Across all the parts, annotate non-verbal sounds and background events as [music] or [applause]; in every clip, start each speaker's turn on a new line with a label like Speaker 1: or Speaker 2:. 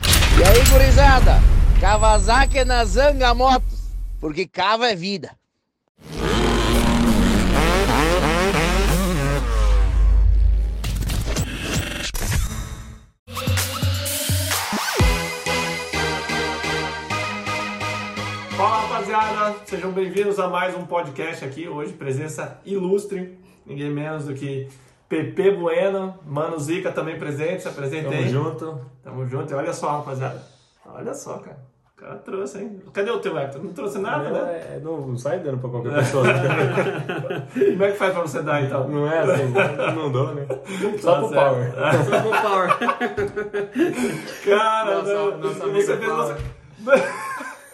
Speaker 1: E aí, gurizada? Kawasaki é na Zanga Motos, porque cava é vida.
Speaker 2: Fala rapaziada, sejam bem-vindos a mais um podcast aqui hoje, presença ilustre, ninguém menos do que Pepe Bueno, Mano Zica também presente, se apresentei.
Speaker 3: Tamo junto.
Speaker 2: Tamo junto, e olha só rapaziada, olha só cara, o cara trouxe hein, cadê o teu Hector? Não trouxe nada né?
Speaker 3: É, não sai dando
Speaker 2: [laughs]
Speaker 3: pra qualquer pessoa. né?
Speaker 2: Como é que faz pra você dar então?
Speaker 3: Não é assim, né? não dou, né?
Speaker 2: Tá
Speaker 3: Só pro
Speaker 2: certo. [laughs]
Speaker 3: power.
Speaker 4: Só com power.
Speaker 2: Cara,
Speaker 4: Nossa,
Speaker 2: não,
Speaker 4: nosso amigo
Speaker 2: você fez...
Speaker 4: Paulo.
Speaker 2: você-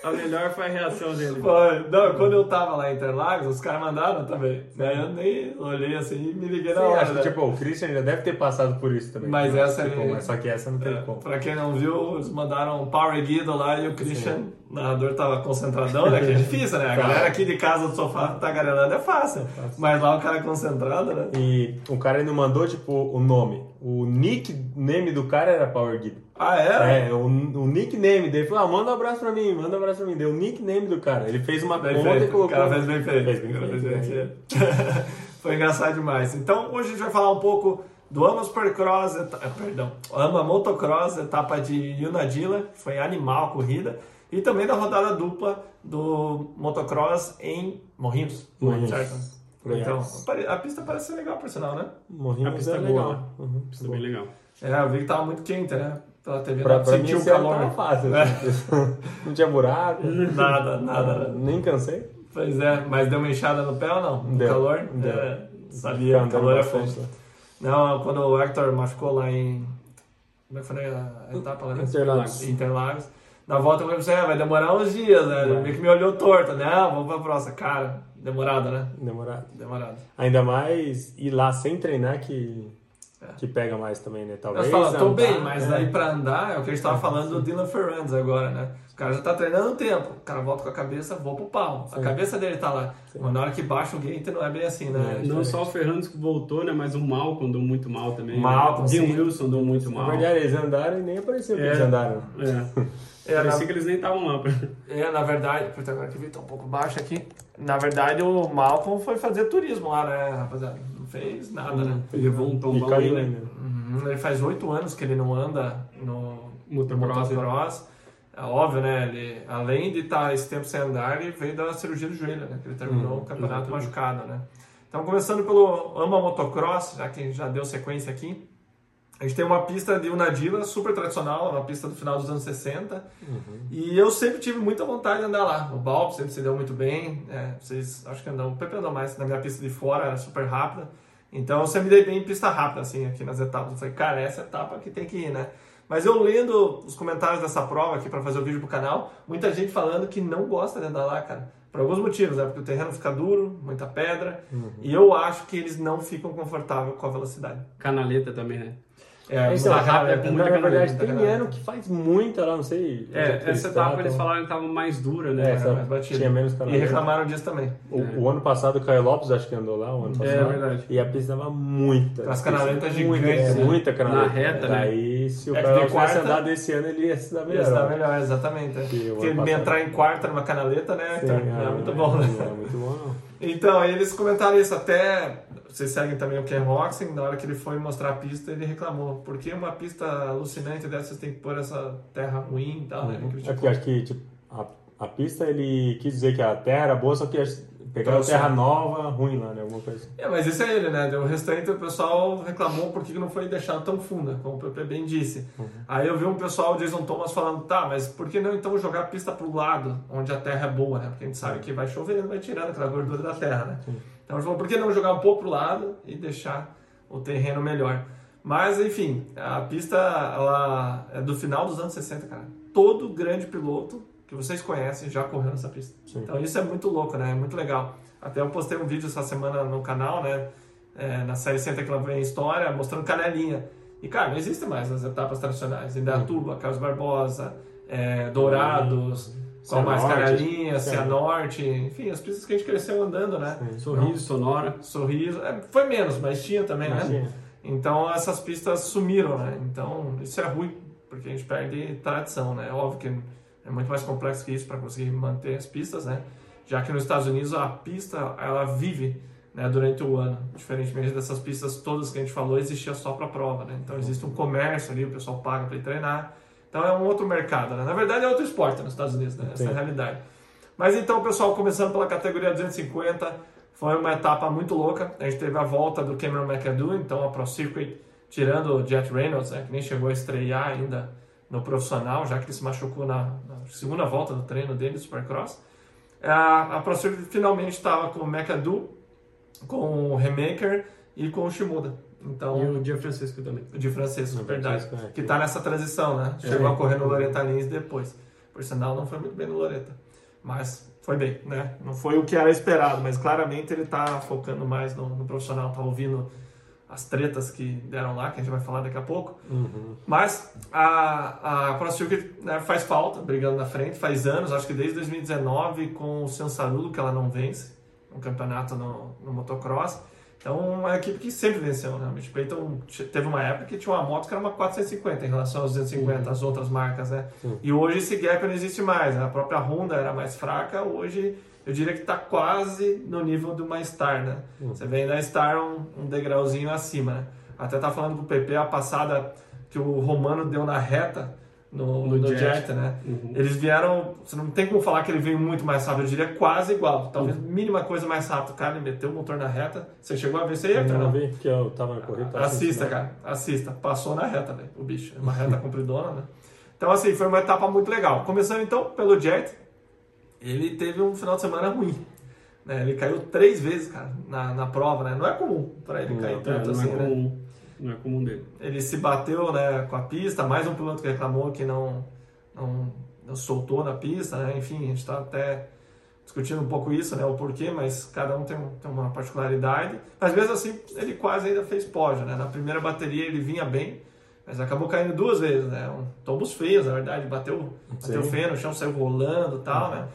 Speaker 4: A melhor foi a reação dele.
Speaker 2: Foi. Não, quando eu tava lá em Interlagos, os caras mandaram também. Daí eu nem olhei assim e me liguei na
Speaker 3: Sim,
Speaker 2: hora.
Speaker 3: acho
Speaker 2: né?
Speaker 3: que, tipo, o Christian já deve ter passado por isso também.
Speaker 2: Mas
Speaker 3: Não
Speaker 2: essa
Speaker 3: tem
Speaker 2: é-
Speaker 3: como, Só que essa não tem como.
Speaker 2: Pra quem não viu, eles mandaram um Power Guido lá e o Christian, o narrador, tava concentradão, né? Que é difícil, né? A
Speaker 3: Claro.
Speaker 2: galera aqui de casa do sofá tagarelando é fácil. Mas lá o cara concentrado, né?
Speaker 3: E o cara ainda mandou, tipo, o nome. O nick name do cara era Power Guido.
Speaker 2: Ah, é?
Speaker 3: É, o, o nickname dele. Falou, ah, manda um abraço pra mim, manda um abraço pra mim. Deu o nickname do cara. Ele fez uma
Speaker 2: Bem
Speaker 3: conta e
Speaker 2: feito.
Speaker 3: colocou.
Speaker 2: O cara fez bem feito.
Speaker 3: Fez bem
Speaker 2: O cara
Speaker 3: feito,
Speaker 2: fez
Speaker 3: né?
Speaker 2: feito. [laughs] Foi engraçado demais. Então, hoje a gente vai falar um pouco do Ama Supercross, eta- eh, perdão, Ama Motocross, etapa de Unadilla, que foi animal a corrida, e também da rodada dupla do motocross em Morrinhos,
Speaker 3: Morrinhos.
Speaker 2: certo? Então,
Speaker 3: Goiás.
Speaker 2: pare- a pista parece ser legal, por sinal, né?
Speaker 3: Morrinho,
Speaker 4: A
Speaker 3: mas
Speaker 4: pista
Speaker 3: é
Speaker 4: é
Speaker 3: boa.
Speaker 4: legal.
Speaker 3: né? Uhum,
Speaker 4: Isso é
Speaker 3: boa.
Speaker 4: bem legal.
Speaker 2: É, eu vi que tava muito quente, né? Pela TV,
Speaker 3: Pra,
Speaker 2: dá
Speaker 3: pra mim, é
Speaker 2: sentir né?
Speaker 3: o calor tava fácil.
Speaker 2: [laughs]
Speaker 3: assim.
Speaker 2: É.
Speaker 3: não tinha buraco.
Speaker 2: Nada, nada. né?
Speaker 3: Nem cansei.
Speaker 2: Pois é, mas deu uma enxada no pé ou não? No
Speaker 3: Deu,
Speaker 2: calor?
Speaker 3: deu.
Speaker 2: É, sabia, o
Speaker 3: Andando
Speaker 2: calor é
Speaker 3: bastante né?
Speaker 2: fogo.
Speaker 3: lá.
Speaker 2: Não, quando o Hector machucou lá em. Como é que foi a etapa lá? né?
Speaker 3: Interlagos.
Speaker 2: Interlagos. Na volta eu falei pra você, "É, vai demorar uns dias, né? Ele meio que me olhou torto, né? Ah, vamos pra próxima. Cara, demorado, né?
Speaker 3: Demorado.
Speaker 2: Demorado.
Speaker 3: Ainda mais ir lá sem treinar que,
Speaker 2: É.
Speaker 3: que pega mais também, né?
Speaker 2: Eu
Speaker 3: Talvez.
Speaker 2: falo, tô
Speaker 3: andar,
Speaker 2: bem, mas
Speaker 3: é.
Speaker 2: daí pra andar é o que a gente tava falando do Dylan Ferrandes agora, né? O cara já tá treinando um tempo. O cara volta com a cabeça, vou pro pau. A cabeça dele tá lá. Mas na hora que baixa o gate não é bem assim, né?
Speaker 4: Não só o Ferrandes que voltou, né? Mas o Malcolm deu muito mal também. né?
Speaker 2: Malcolm,
Speaker 4: O Dean
Speaker 2: sim.
Speaker 4: Wilson deu muito
Speaker 3: Na
Speaker 4: mal.
Speaker 3: verdade, eles andaram e nem apareceu que eles andaram.
Speaker 4: É.
Speaker 2: É,
Speaker 4: Parecia
Speaker 2: na-
Speaker 4: que eles nem estavam [laughs] lá. pra-
Speaker 2: É, na verdade, porque agora que vi, tá um pouco baixo aqui. Na verdade, o Malcolm foi fazer turismo lá, né, rapaziada? Não fez nada, né?
Speaker 4: Levou um
Speaker 3: E
Speaker 4: tombão aí,
Speaker 3: caiu
Speaker 4: né?
Speaker 3: ainda.
Speaker 2: Uhum, Ele faz oito anos que ele não anda no
Speaker 4: Motocross,
Speaker 2: motocross. É óbvio, né? Ele, além de estar esse tempo sem andar, ele veio da cirurgia do joelho, né? Que ele terminou o campeonato machucado, né? Então, começando pelo Ama Motocross, já que já deu sequência aqui. A gente tem uma pista de Unadilla super tradicional, uma pista do final dos anos 60. E eu sempre tive muita vontade de andar lá. O Balbo sempre se deu muito bem. é, vocês acho que andam, o Pepe andou mais na minha pista de fora, era super rápida. Então eu sempre me dei bem em pista rápida, assim, aqui nas etapas. Eu falei, cara, essa etapa que tem que ir, né? Mas eu lendo os comentários dessa prova aqui para fazer o vídeo pro canal, muita gente falando que não gosta de andar lá, cara. Por alguns motivos, né? Porque o terreno fica duro, muita pedra. E eu acho que eles não ficam confortáveis com a velocidade.
Speaker 4: Canaleta também, né?
Speaker 2: É,
Speaker 3: Então,
Speaker 2: mudar rápido é
Speaker 3: na-
Speaker 2: muita
Speaker 3: na verdade,
Speaker 2: canaleta,
Speaker 3: tem
Speaker 2: né?
Speaker 3: ano que faz muita lá, não sei. onde que
Speaker 4: É, essa
Speaker 3: eles tratam.
Speaker 4: etapa eles falaram que tava mais dura,
Speaker 3: É,
Speaker 4: né?
Speaker 3: essa-
Speaker 2: mais batido.
Speaker 3: tinha menos
Speaker 2: E
Speaker 3: canaleta.
Speaker 2: reclamaram disso também.
Speaker 3: O, o ano passado o Caio Lopes acho que andou lá, o ano passado.
Speaker 4: verdade.
Speaker 3: E a pista dava muita.
Speaker 2: As canaletas
Speaker 3: muita,
Speaker 2: gigantes,
Speaker 3: é,
Speaker 2: né?
Speaker 3: muita canaleta.
Speaker 4: Na reta, né?
Speaker 3: Daí, se
Speaker 2: É
Speaker 3: o
Speaker 2: que
Speaker 3: Caio
Speaker 2: de
Speaker 3: Lopes tivesse
Speaker 2: quarta-
Speaker 3: andado esse ano, ele ia se dar melhor.
Speaker 2: Isso dá tá melhor, exatamente. é.
Speaker 3: Que o
Speaker 2: Porque
Speaker 3: ano
Speaker 2: me
Speaker 3: passado-
Speaker 2: entrar em quarta numa canaleta, né?
Speaker 3: Sim,
Speaker 2: Hector? não é
Speaker 3: ah,
Speaker 2: muito bom, né?
Speaker 3: Não é muito bom, não.
Speaker 2: Então, aí eles comentaram isso até. Vocês seguem também o Ken Roxing, na hora que ele foi mostrar a pista, ele reclamou. Por que uma pista alucinante dessas tem que pôr essa terra ruim e tal? né? Ele
Speaker 3: É
Speaker 2: criticou.
Speaker 3: porque acho que tipo, a, a pista ele quis dizer que a terra era boa, só que as- pegaram
Speaker 2: Trouxe.
Speaker 3: terra nova, ruim lá, né? Alguma coisa assim.
Speaker 2: É, mas isso é ele, né? O restante o pessoal reclamou porque que não foi deixado tão funda, como o Pepe bem disse. Aí eu vi um pessoal, o Jason Thomas, falando, tá, mas por que não então jogar a pista pro lado, onde a terra é boa, né? Porque a gente sabe que vai chovendo, vai tirando aquela gordura da terra, né? Então ele falou, por que não jogar um pouco pro lado e deixar o terreno melhor? Mas, enfim, a pista, ela é do final dos anos 60, cara. Todo grande piloto que vocês conhecem já correu nessa pista.
Speaker 3: Sim.
Speaker 2: Então isso é muito louco, né? É muito legal. Até eu postei um vídeo essa semana no canal, né? É, na série Senta que lá vem a história, mostrando canelinha. E, cara, não existe mais as etapas tradicionais. Indatuba, Carlos Barbosa, é, Dourados, qual mais?
Speaker 3: Cianorte.
Speaker 2: Canelinha, Uhum. Cianorte, enfim, as pistas que a gente cresceu andando, né?
Speaker 3: assim.
Speaker 4: Sorriso, sonora.
Speaker 2: Sorriso, é, foi menos, mas tinha também, né?
Speaker 3: Tinha.
Speaker 2: Então essas pistas sumiram, né? Então isso é ruim porque a gente perde tradição, né? Óbvio que é muito mais complexo que isso para conseguir manter as pistas, né? Já que nos Estados Unidos a pista ela vive né, durante o ano, diferentemente dessas pistas todas que a gente falou existia só para prova, né? Então existe um comércio ali, o pessoal paga para treinar, então é um outro mercado, né? Na verdade é outro esporte nos Estados Unidos, né? Essa é a
Speaker 3: Sim.
Speaker 2: realidade. Mas então, pessoal, começando pela categoria 250, foi uma etapa muito louca. A gente teve a volta do Cameron McAdoo, então a Pro Circuit, tirando o Jet Reynolds, né, que nem chegou a estrear ainda no profissional, já que ele se machucou na, na segunda volta do treino dele, do Supercross. A, a Pro Circuit finalmente estava com o McAdoo, com o Remaker e com o Shimoda. Então,
Speaker 4: E o Dia Francisco também.
Speaker 2: de Francisco,
Speaker 3: Não,
Speaker 2: verdade.
Speaker 3: Francisco, é.
Speaker 2: Que tá nessa transição, né? Chegou a correr no Loreta Lins depois. Por sinal, não foi muito bem no Loreta. Mas foi bem, né? Não foi o que era esperado, mas claramente ele tá focando mais no, no profissional, tá ouvindo as tretas que deram lá, que a gente vai falar daqui a pouco. Uhum. Mas a, a Pro Circuit né, faz falta, brigando na frente, faz anos, acho que desde 2019, com o Sansarulo, que ela não vence, um campeonato no, no motocross. Então, uma equipe que sempre venceu, né? O Mitch Payton t- teve uma época que tinha uma moto que era uma 450 em relação aos 250, as outras marcas, né? E hoje esse gap não existe mais. né? A própria Honda era mais fraca, hoje eu diria que está quase no nível de uma Star, né? Você vem da Star um, um degrauzinho acima, né? Até tá falando com o PP a passada que o Romano deu na reta no,
Speaker 4: No
Speaker 2: no
Speaker 4: Jet.
Speaker 2: Jet, né?
Speaker 4: Uhum.
Speaker 2: Eles vieram, você não tem como falar que ele veio muito mais rápido, eu diria quase igual, talvez
Speaker 4: Uhum.
Speaker 2: mínima coisa mais rápido. Cara, ele meteu o motor na reta, você chegou a ver isso aí,
Speaker 3: Eu
Speaker 2: Hector?
Speaker 3: não
Speaker 2: Não?
Speaker 3: vi que eu tava na
Speaker 4: tá
Speaker 3: corrida. tava
Speaker 2: Assista,
Speaker 3: assistindo.
Speaker 2: cara. Assista. Passou na reta, velho. O bicho. É Uma reta [laughs] compridona, né? Então, assim, foi uma etapa muito legal. Começando, então, pelo Jet. Ele teve um final de semana ruim. Né? Ele caiu três vezes, cara, na, na prova, né? Não é comum pra ele cair
Speaker 4: É,
Speaker 2: tanto
Speaker 4: não
Speaker 2: assim,
Speaker 4: é
Speaker 2: né?
Speaker 4: comum. Não é comum dele.
Speaker 2: Ele se bateu né, com a pista, mais um piloto que reclamou que não, não, não soltou na pista, né? enfim, a gente está até discutindo um pouco isso, né, o porquê, mas cada um tem, um- tem uma particularidade. Mas mesmo assim, ele quase ainda fez pódio, né? na primeira bateria ele vinha bem, mas acabou caindo duas vezes, né, um, tombos feios, na verdade, bateu, bateu
Speaker 3: Sim.
Speaker 2: feio no chão, saiu rolando e tal, né.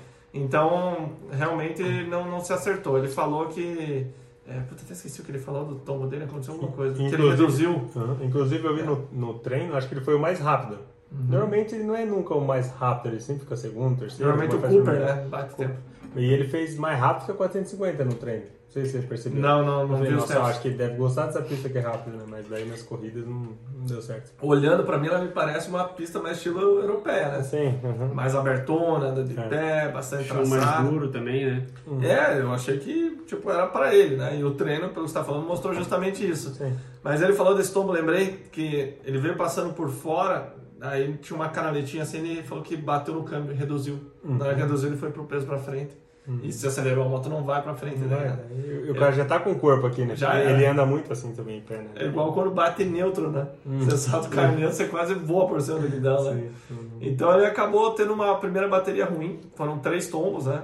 Speaker 2: Então, realmente ele não, não se acertou. Ele falou que. É, puta, até esqueci o que ele falou do tombo dele, aconteceu alguma coisa. Que ele
Speaker 3: Inclusive-
Speaker 2: reduziu.
Speaker 3: Aham. Inclusive, eu vi no, no treino, acho que ele foi o mais rápido.
Speaker 2: Uhum.
Speaker 3: Normalmente ele não é nunca o mais rápido, ele sempre fica segundo, terceiro.
Speaker 2: Normalmente o
Speaker 3: depois faz
Speaker 2: Cooper,
Speaker 3: primeiro.
Speaker 2: né? Bate tempo.
Speaker 3: E ele fez mais rápido que a 450 no treino. Não sei se vocês perceberam.
Speaker 2: Não, não, não
Speaker 3: Eu falei,
Speaker 2: vi os
Speaker 3: Nossa, eu
Speaker 2: tempos.
Speaker 3: acho que ele deve gostar dessa pista que é rápida, né? Mas daí nas corridas não, não deu certo.
Speaker 2: Olhando pra mim, ela me parece uma pista mais estilo europeia, né?
Speaker 3: Sim, aham.
Speaker 2: Mais abertona, anda de
Speaker 3: É.
Speaker 2: pé, bastante
Speaker 4: Chão mais
Speaker 2: traçado.
Speaker 4: duro também, né?
Speaker 2: É, eu achei que tipo, era pra ele, né? E o treino, pelo que você tá falando, mostrou justamente isso.
Speaker 3: Sim.
Speaker 2: Mas ele falou desse tombo, lembrei que ele veio passando por fora, aí tinha uma canaletinha assim, ele falou que bateu no câmbio, reduziu. Na hora que reduziu, ele foi pro peso pra frente. E se acelerou a moto, Uhum. não vai pra frente, né?
Speaker 3: Vai, né? E o- e o cara já tá com o corpo aqui, né?
Speaker 2: Já
Speaker 3: ele
Speaker 2: é.
Speaker 3: anda muito assim também em pé, né?
Speaker 2: É igual quando bate neutro, né?
Speaker 4: Hum.
Speaker 2: Você salta o carro neutro, você quase voa por cima do guidão, né? Então ele acabou tendo uma primeira bateria ruim, foram três tombos, né?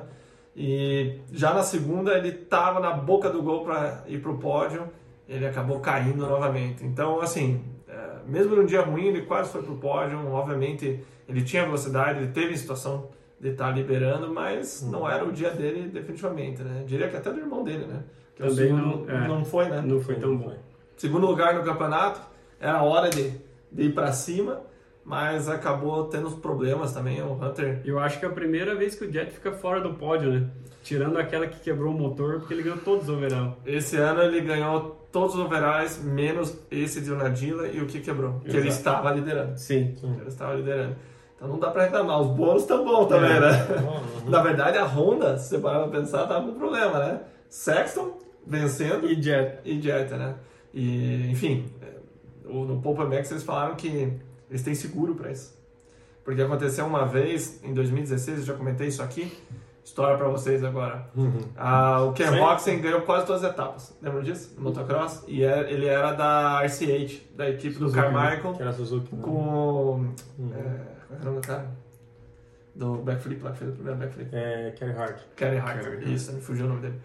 Speaker 2: E já na segunda ele tava na boca do gol para ir pro pódio, ele acabou caindo novamente. Então, assim, é, mesmo num dia ruim, ele quase foi pro pódio, obviamente ele tinha velocidade, ele teve situação de estar liberando, mas
Speaker 4: Hum.
Speaker 2: não era o dia dele definitivamente, né? Diria que até do irmão dele, né? Que o
Speaker 4: Também
Speaker 2: segundo
Speaker 4: não- é.
Speaker 2: não foi, né?
Speaker 4: Não foi tão bom.
Speaker 2: segundo lugar no campeonato, era a hora de, de ir para cima, mas acabou tendo os problemas também. O Hunter
Speaker 4: Eu acho que é a primeira vez que o Jet fica fora do pódio, né? Tirando aquela que quebrou o motor, porque ele ganhou todos os overall.
Speaker 2: Esse ano ele ganhou todos os overalls, menos esse de Unadilla e o que quebrou. Que ele
Speaker 4: Exato.
Speaker 2: estava liderando.
Speaker 4: Sim.
Speaker 2: Que ele estava liderando. Então não dá pra reclamar. Os bônus estão bons também,
Speaker 4: É.
Speaker 2: né? Na verdade, a Honda, se você parar pra pensar, tava com problema, né? Sexton vencendo
Speaker 4: E Jet.
Speaker 2: e Jetta, né? E, enfim, é, o- no Popa Max eles falaram que eles têm seguro para isso. Porque aconteceu uma vez, em 2016, eu já comentei isso aqui, história para vocês agora.
Speaker 3: Uhum.
Speaker 2: Ah, o Ken
Speaker 3: Sim.
Speaker 2: Roxen ganhou quase todas as etapas, lembram disso? No motocross. E é- ele era da RCH, da equipe do Carmichael,
Speaker 3: Que era Suzuki. né?
Speaker 2: com. É, qual era o nome do cara? Do backflip lá, que fez o primeiro backflip.
Speaker 3: É, Kelly Hart.
Speaker 2: Kevin Harker, isso, me fugiu o nome dele.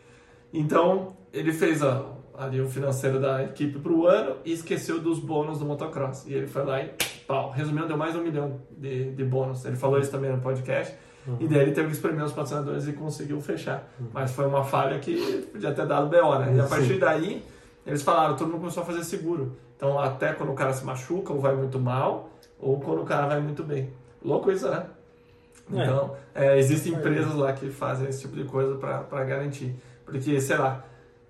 Speaker 2: Então, ele fez a- ali o financeiro da equipe pro ano e esqueceu dos bônus do motocross. E ele foi lá e pau. Resumindo, deu mais um milhão de, de bônus. Ele falou isso também no podcast. E daí ele teve que espremer os patrocinadores e conseguiu fechar. Mas foi uma falha que podia ter dado B.O., né? E a partir daí, eles falaram, todo mundo começou a fazer seguro. Então, até quando o cara se machuca ou vai muito mal, ou quando o cara vai muito bem. Louco isso, né? Então, é, existem empresas lá que fazem esse tipo de coisa para garantir. Porque, sei lá,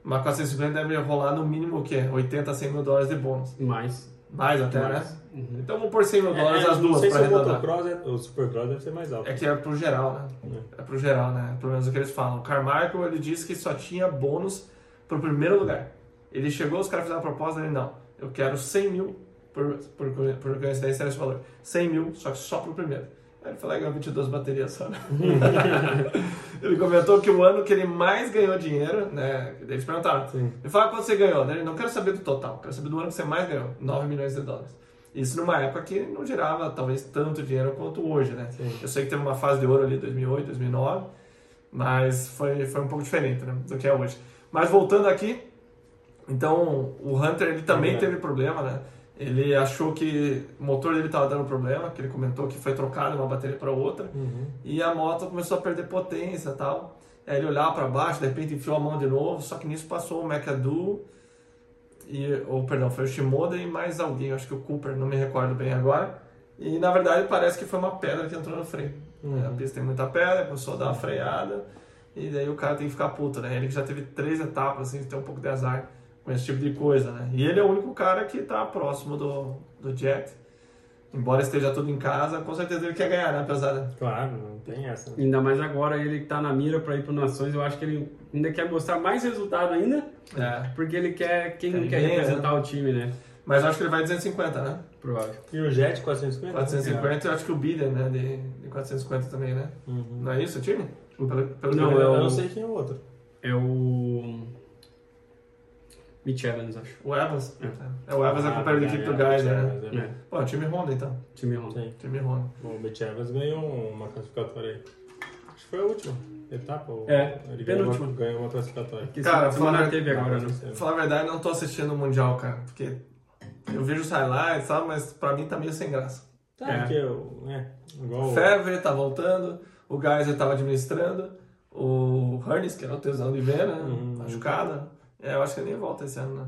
Speaker 2: uma 450 deve rolar no mínimo o quê? 80, 100 mil dólares de bônus.
Speaker 4: Mais.
Speaker 2: Mais até,
Speaker 4: Mais.
Speaker 2: né? Então vamos pôr 100 mil dólares as
Speaker 3: É, não
Speaker 2: duas
Speaker 3: sei
Speaker 2: para
Speaker 3: se o
Speaker 2: arredondar.
Speaker 3: motocross, é, o supercross deve ser mais alto.
Speaker 2: É que é pro geral, né? É pro geral, né? Pelo menos o que eles falam. O Carmichael, ele disse que só tinha bônus pro primeiro lugar. Ele chegou, os caras fizeram a proposta, ele, não, eu quero 100 mil, por, por, por coincidência era esse valor. 100 mil, só que só pro primeiro. Aí ele falou, ah, ganhou 22 baterias só, né? ele comentou que o ano que ele mais ganhou dinheiro, né? Daí Eles perguntaram, ele fala quanto você ganhou, né? Ele não quero saber do total, quero saber do ano que você mais ganhou, 9 milhões de dólares. Isso numa época que não girava talvez tanto dinheiro quanto hoje, né? Eu sei que teve uma fase de ouro ali 2008, 2009, mas foi, foi um pouco diferente né, do que é hoje. Mas voltando aqui, então o Hunter ele também
Speaker 3: É.
Speaker 2: teve problema, né? Ele achou que o motor dele estava dando problema, que ele comentou que foi trocado uma bateria para outra, e a moto começou a perder potência e tal. Aí ele olhava para baixo, de repente enfiou a mão de novo, só que nisso passou o McAdoo, e, ou perdão, foi o Shimoda e mais alguém, acho que o Cooper, não me recordo bem agora. E na verdade parece que foi uma pedra que entrou no freio. A pista tem muita pedra, começou a dar uma freada, e daí o cara tem que ficar puto, né? Ele que já teve três etapas, assim, tem um pouco de azar com esse tipo de coisa, né? E ele é o único cara que tá próximo do, do Jet. Embora esteja tudo em casa, com certeza ele quer ganhar, né, pesada?
Speaker 3: Claro, não tem essa. né?
Speaker 4: Ainda mais agora ele tá na mira pra ir pro Nações, eu acho que ele ainda quer mostrar mais resultado ainda,
Speaker 2: É.
Speaker 4: porque ele quer quem
Speaker 2: Ele
Speaker 4: quer
Speaker 2: ganha,
Speaker 4: representar o time, né?
Speaker 2: Mas eu acho que ele vai 250, né?
Speaker 4: Provável.
Speaker 3: E o Jet 450?
Speaker 2: 450, eu acho que o Biden, né? De, de 450 também, né? Não é isso o time? Pelo, pelo
Speaker 4: Não,
Speaker 2: que
Speaker 3: Eu
Speaker 2: eu-
Speaker 3: não sei quem é o outro.
Speaker 4: É o. Mitch Evans, acho.
Speaker 2: O Evans. É, o Evans é
Speaker 3: Ah,
Speaker 2: companheiro da equipe do
Speaker 3: é,
Speaker 2: Geyser, né?
Speaker 3: Evans,
Speaker 4: É,
Speaker 2: Pô, time Honda, então.
Speaker 4: time Honda.
Speaker 3: Sim.
Speaker 2: Time Honda.
Speaker 3: O Mitch Evans ganhou uma classificatória aí. Acho que foi a última etapa. ou-
Speaker 4: É,
Speaker 3: ele ganhou
Speaker 4: penúltima.
Speaker 3: uma, ganhou uma classificatória. Tá,
Speaker 4: Que
Speaker 2: Cara,
Speaker 4: Cara, semana
Speaker 2: fala-
Speaker 4: teve agora, né?
Speaker 3: É.
Speaker 2: Pra falar a verdade, eu não tô assistindo o Mundial, cara. Porque eu vejo os highlights, sabe? Mas pra mim tá meio sem graça.
Speaker 3: Tá,
Speaker 4: É.
Speaker 3: porque eu, né, igual
Speaker 2: O
Speaker 3: o-
Speaker 2: Fever tá voltando, o Geyser tava administrando, o Hernes, que era o tesão de ver, né?
Speaker 3: Uhum.
Speaker 2: Machucada. É, eu acho que ele nem volta esse ano, né?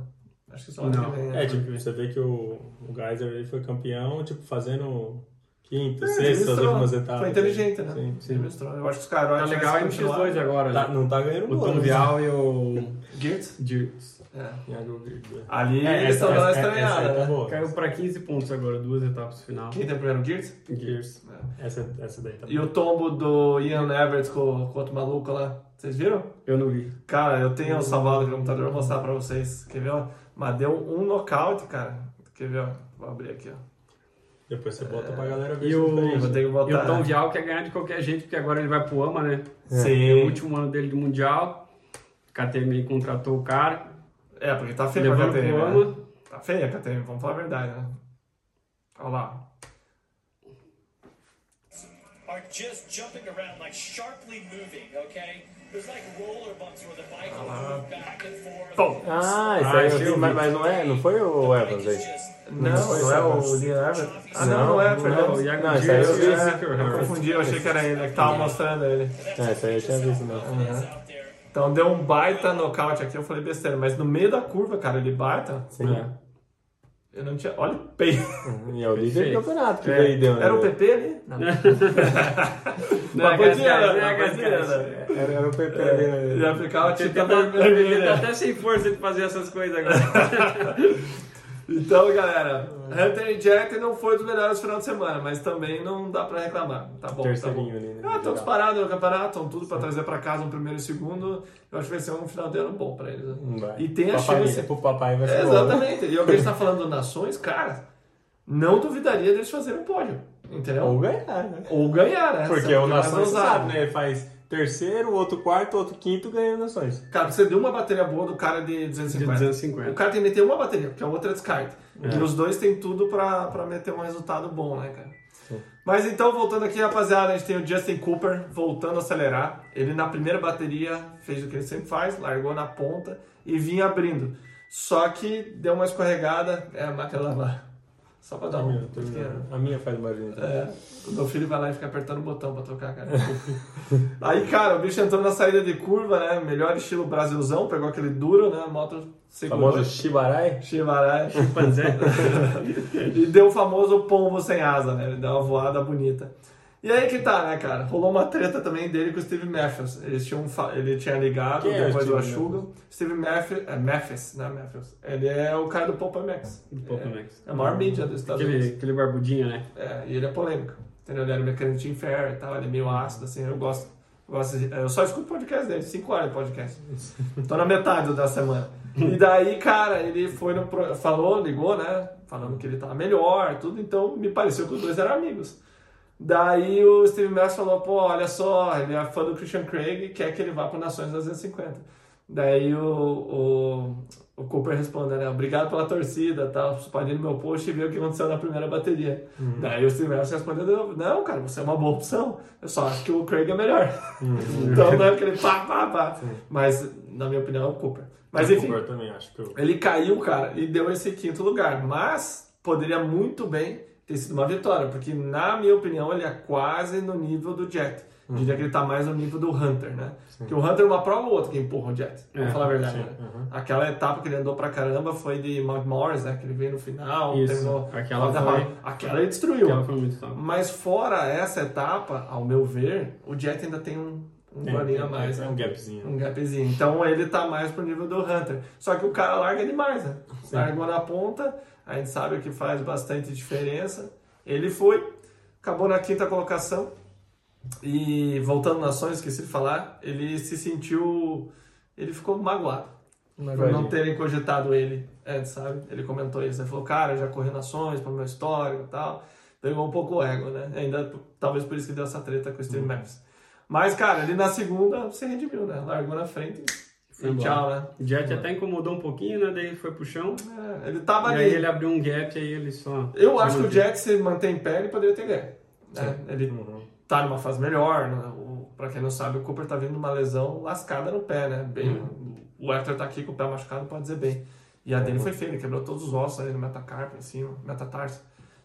Speaker 2: Acho que só ano
Speaker 4: Não.
Speaker 2: que vem. né?
Speaker 3: É, tipo, você vê que o, o Geyser ele foi campeão, tipo, fazendo quinto,
Speaker 2: É,
Speaker 3: sexto, as
Speaker 2: administrou.
Speaker 3: últimas etapas.
Speaker 2: Foi inteligente, né?
Speaker 3: Sim.
Speaker 2: Administrou. Eu acho que os caras...
Speaker 4: Tá legal a MX2 agora,
Speaker 3: Tá-
Speaker 4: né?
Speaker 3: não tá ganhando
Speaker 4: O Tom
Speaker 3: bônus,
Speaker 4: Vial e o.
Speaker 2: Geertz?
Speaker 4: Dirks.
Speaker 2: É.
Speaker 3: né? Thiago Guedes.
Speaker 2: Ali
Speaker 3: É,
Speaker 2: eles
Speaker 3: essa-
Speaker 2: estão dando uma
Speaker 3: essa- essa aí
Speaker 2: estranhada,
Speaker 3: tá
Speaker 2: né?
Speaker 3: boa.
Speaker 4: Caiu pra 15 pontos agora, duas etapas final.
Speaker 2: Quem tem primeiro, o Geertz?
Speaker 4: Gears.
Speaker 3: Essa, essa daí
Speaker 2: Ah,
Speaker 3: tá
Speaker 2: né? E
Speaker 3: boa.
Speaker 2: o tombo do Ian Everett com, com outro maluco lá. Vocês viram?
Speaker 4: Eu não vi.
Speaker 2: Cara, eu tenho
Speaker 4: Hum.
Speaker 2: salvado aqui no computador, eu vou mostrar pra vocês. Quer ver, ó? Mas deu um nocaute, cara. Quer ver, ó? Vou abrir aqui, ó.
Speaker 3: Depois você bota pra galera ver
Speaker 4: E
Speaker 3: se
Speaker 4: o-
Speaker 3: diferente.
Speaker 2: Vou ter que botar.
Speaker 4: E o Tom Vial quer ganhar de qualquer jeito, porque agora ele vai pro AMA, né? É o
Speaker 2: Sim.
Speaker 4: último ano dele do Mundial. A KTM contratou o cara,
Speaker 2: É, porque tá feio a
Speaker 4: levando
Speaker 2: KTM.
Speaker 4: pro
Speaker 2: Né?
Speaker 4: AMA.
Speaker 2: Tá feia a KTM, vamos falar a verdade, né? Olha lá.
Speaker 5: are just jumping around, like sharply moving, okay? There's like roller bumps where the bike will move back and forth.
Speaker 2: Bom.
Speaker 3: Ah, isso
Speaker 4: Ah,
Speaker 3: aí eu
Speaker 4: esse eu
Speaker 3: vi,
Speaker 4: vi.
Speaker 3: mas, mas não é, não foi o Evans aí.
Speaker 2: Não, não é o Ian Everett. Ah, não, não, é,
Speaker 3: não,
Speaker 2: perdão. É,
Speaker 4: O Iago
Speaker 3: Não, isso aí
Speaker 4: Gears
Speaker 3: eu
Speaker 4: e o
Speaker 3: vi.
Speaker 4: Zucker
Speaker 2: Eu
Speaker 4: Harris.
Speaker 2: confundi, eu achei que era ele que tava mostrando ele.
Speaker 3: É, isso aí eu tinha visto, não.
Speaker 5: out there.
Speaker 2: Então deu um baita nocaute aqui, eu falei besteira, mas no meio da curva, cara, ele baita.
Speaker 3: Sim. né?
Speaker 2: Eu não tinha. Olha o peito.
Speaker 3: E é o líder do
Speaker 4: Perfeito.
Speaker 3: campeonato que
Speaker 2: É.
Speaker 3: daí deu, né?
Speaker 2: Era o PP ali? Não.
Speaker 4: [laughs] Não,
Speaker 2: Mas
Speaker 4: é
Speaker 2: podia,
Speaker 4: Cascais,
Speaker 2: né?
Speaker 4: é Cascais.
Speaker 2: Podia, né? tipo
Speaker 3: Era, era o PP ali, né?
Speaker 2: Ele aplicava a
Speaker 4: Ele
Speaker 2: tinta
Speaker 4: tá, ele tá
Speaker 2: vermelha.
Speaker 4: até sem força de fazer essas coisas agora.
Speaker 2: Então, galera,
Speaker 3: Hum.
Speaker 2: Hunter e Jack não foi dos melhores final de semana, mas também não dá pra reclamar. Tá bom, tá bom.
Speaker 3: Terceirinho ali, né?
Speaker 2: Ah, estão disparados no campeonato, estão tudo pra trazer pra casa um primeiro e segundo. Eu acho que vai ser um final de ano bom pra eles. né?
Speaker 3: Não vai.
Speaker 2: E tem a
Speaker 3: papai,
Speaker 2: chance.
Speaker 3: Pro papai vai ser
Speaker 2: É,
Speaker 3: bom, né?
Speaker 2: exatamente. E o que a gente tá falando nações, cara, não duvidaria deles fazerem um pódio.
Speaker 3: Ou
Speaker 2: Entendeu?
Speaker 3: ganhar, né?
Speaker 2: Ou ganhar, né?
Speaker 3: Porque é
Speaker 2: Sabe
Speaker 3: o
Speaker 2: que vai
Speaker 3: Nações
Speaker 2: avançar,
Speaker 3: sabe, né? Ele faz terceiro, outro quarto, outro quinto, ganha o Nações.
Speaker 2: Cara, você deu uma bateria boa do cara de 250.
Speaker 4: De 250.
Speaker 2: O cara tem que meter uma bateria, porque a outra é descarte. E os dois tem tudo pra, pra meter um resultado bom, né, cara? Mas então, voltando aqui, rapaziada, a gente tem o Justin Cooper voltando a acelerar. Ele na primeira bateria fez o que ele sempre faz, largou na ponta e vinha abrindo. Só que deu uma escorregada, é a máquina lá. Só pra dar um.
Speaker 3: Terminou,
Speaker 2: Porque,
Speaker 3: terminou. A minha faz né? uma vinheta.
Speaker 2: é, o meu filho vai lá e fica apertando o botão pra tocar, cara. [laughs] Aí, cara, o bicho entrou na saída de curva, né? Melhor estilo Brasilzão, pegou aquele duro, né? A moto segurou.
Speaker 3: Famoso Shibarai.
Speaker 2: Chivarai.
Speaker 4: Panzé.
Speaker 2: é.
Speaker 3: [laughs]
Speaker 2: E deu o famoso pombo sem asa, né? Ele deu uma voada bonita. E aí que tá, né, cara? Rolou uma treta também dele com o Steve Matthews. Eles tinham um fa- ele tinha ligado
Speaker 3: Quem é
Speaker 2: depois
Speaker 3: o
Speaker 2: do
Speaker 3: Steve
Speaker 2: Ashuga. Steve Matthews, é Matthews, não é Matthews. Ele é o cara do Popamex.
Speaker 4: Do Popamex.
Speaker 2: É, é a maior mídia dos Estados Unidos.
Speaker 4: Aquele, aquele barbudinho, né?
Speaker 2: É, e ele é polêmico. Entendeu? Ele era meio Canadian Fair e tal, ele é meio ácido, assim, eu gosto. Eu, gosto de- eu só escuto podcast dele, 5 horas de podcast. Tô na metade da semana. E daí, cara, ele foi no. pro- Falou, ligou, né? Falando que ele tava melhor, tudo, então me pareceu que os dois eram amigos. Daí o Steve Matthews falou, pô, olha só, ele é fã do Christian Craig e quer que ele vá para Nações 250. Daí o, o, o Cooper responde, né, obrigado pela torcida, tá, espalhei no meu post e viu o que aconteceu na primeira bateria. Daí o Steve Matthews respondeu, não, cara, você é uma boa opção, eu só acho que o Craig é melhor. [laughs] então não é aquele pá, pá, pá. Mas, na minha opinião, é o Cooper. Mas enfim, É,
Speaker 3: Eu também acho que eu...
Speaker 2: ele caiu, cara, e deu esse quinto lugar. Mas poderia muito bem ter sido uma vitória, porque, na minha opinião, ele é quase no nível do Jet.
Speaker 4: Uhum.
Speaker 2: Eu Diria que ele tá mais no nível do Hunter, né? Porque o Hunter é uma prova ou outra que empurra o Jet.
Speaker 4: É,
Speaker 2: Vamos falar a verdade. né?
Speaker 4: Uhum.
Speaker 2: Aquela etapa que ele andou pra caramba foi de Mount Morris, né? Que ele veio no final,
Speaker 4: Isso.
Speaker 2: terminou.
Speaker 4: Aquela
Speaker 2: Roda-
Speaker 4: foi-
Speaker 2: Aquela ele destruiu.
Speaker 4: Aquela foi muito top.
Speaker 2: Mas fora essa etapa, ao meu ver, o Jet ainda tem um, um
Speaker 3: Tem-
Speaker 2: golinho a
Speaker 3: tem-
Speaker 2: mais.
Speaker 3: tem
Speaker 2: né?
Speaker 3: um gapzinho.
Speaker 2: Um gapzinho. Então ele tá mais pro nível do Hunter. Só que o cara larga demais, né? Largou na ponta, a gente sabe que faz bastante diferença. Ele foi, acabou na quinta colocação. E voltando na Sony, esqueci de falar, ele se sentiu. Ele ficou magoado por não terem cogitado ele antes, sabe? Ele comentou isso. Ele falou, cara, eu já corri nações pelo meu histórico e tal. Pegou um pouco o ego, né? Ainda, p- talvez por isso que deu essa treta com o Steve Mavis. Mas, cara, ele na segunda se redimiu, né? Largou na frente
Speaker 4: Foi
Speaker 2: e
Speaker 4: embora.
Speaker 2: tchau, né?
Speaker 4: O Jet até incomodou um pouquinho, né? Daí foi pro chão.
Speaker 2: É, ele tava
Speaker 4: E
Speaker 2: ali.
Speaker 4: aí ele abriu um gap, aí ele só.
Speaker 2: Eu
Speaker 4: só
Speaker 2: acho que o
Speaker 4: manteve.
Speaker 2: Jack, se mantém em pé, ele poderia ter ganho. né? Ele
Speaker 3: Uhum.
Speaker 2: tá numa fase melhor. Né? O, pra quem não sabe, o Cooper tá vindo de uma lesão lascada no pé, né? Bem,
Speaker 4: Uhum.
Speaker 2: O Hector tá aqui com o pé machucado, pode dizer bem. E a dele foi feia, ele quebrou todos os ossos ali no metacarpo em cima, metatarso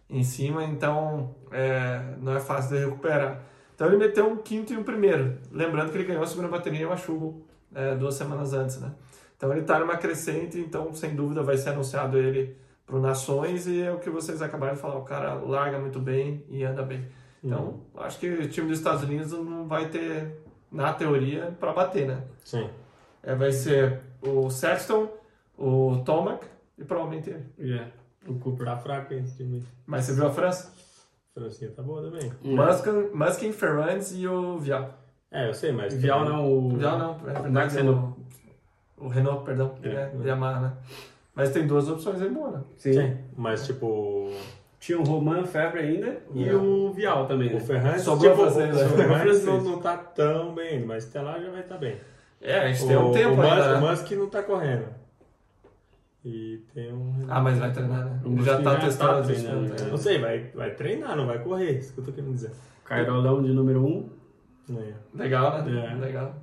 Speaker 2: em cima, então é, não é fácil de recuperar. Então ele meteu um quinto e um primeiro. Lembrando que ele ganhou a segunda bateria e o Achugo é, duas semanas antes, né? Então ele tá numa crescente, então sem dúvida vai ser anunciado ele pro Nações e é o que vocês acabaram de falar, o cara larga muito bem e anda bem. Então, acho que o time dos Estados Unidos não vai ter, na teoria, para bater, né?
Speaker 3: Sim.
Speaker 2: É, vai ser o Sexton, o Tomac e provavelmente ele.
Speaker 4: É. O Cooper.
Speaker 3: Tá fraco hein, esse time. aí.
Speaker 2: Mas você viu a França?
Speaker 3: Francinha tá boa também.
Speaker 2: Muskin, Muskin, Ferrans e o Vial.
Speaker 3: É, eu sei, mas...
Speaker 4: Vial
Speaker 3: também-
Speaker 4: não, o.
Speaker 2: Vial não, é verdade.
Speaker 4: Renault.
Speaker 2: o, o Renault, perdão,
Speaker 4: É.
Speaker 2: né? De Yamaha, né? Mas tem duas opções aí boas, né?
Speaker 4: Sim.
Speaker 3: Sim. Mas, tipo...
Speaker 4: Tinha o Roman Febre ainda e
Speaker 2: É.
Speaker 4: o Vial também.
Speaker 3: O
Speaker 4: Né?
Speaker 3: Ferrari...
Speaker 2: Sobrou
Speaker 3: tipo,
Speaker 2: pra vocês, né?
Speaker 3: o
Speaker 4: Sobrou
Speaker 3: Ferrari
Speaker 4: pra
Speaker 3: não,
Speaker 4: vocês.
Speaker 3: não tá tão bem, mas até lá já vai estar tá bem.
Speaker 2: É, a gente
Speaker 3: o,
Speaker 2: tem um tempo
Speaker 3: o Musk,
Speaker 2: ainda,
Speaker 3: o
Speaker 2: né?
Speaker 3: Musk não tá correndo. E tem um...
Speaker 2: Ah, mas vai treinar, né?
Speaker 4: O
Speaker 2: Ele já
Speaker 4: Musk
Speaker 2: tá
Speaker 4: já
Speaker 2: testando
Speaker 4: tá
Speaker 2: as
Speaker 4: treinando,
Speaker 2: disputas.
Speaker 4: né?
Speaker 3: Não sei, vai, vai treinar, não vai correr. Isso que eu tô querendo dizer.
Speaker 4: Carolão de número 1. Um.
Speaker 3: É.
Speaker 2: Legal, né?
Speaker 4: É.
Speaker 2: Legal.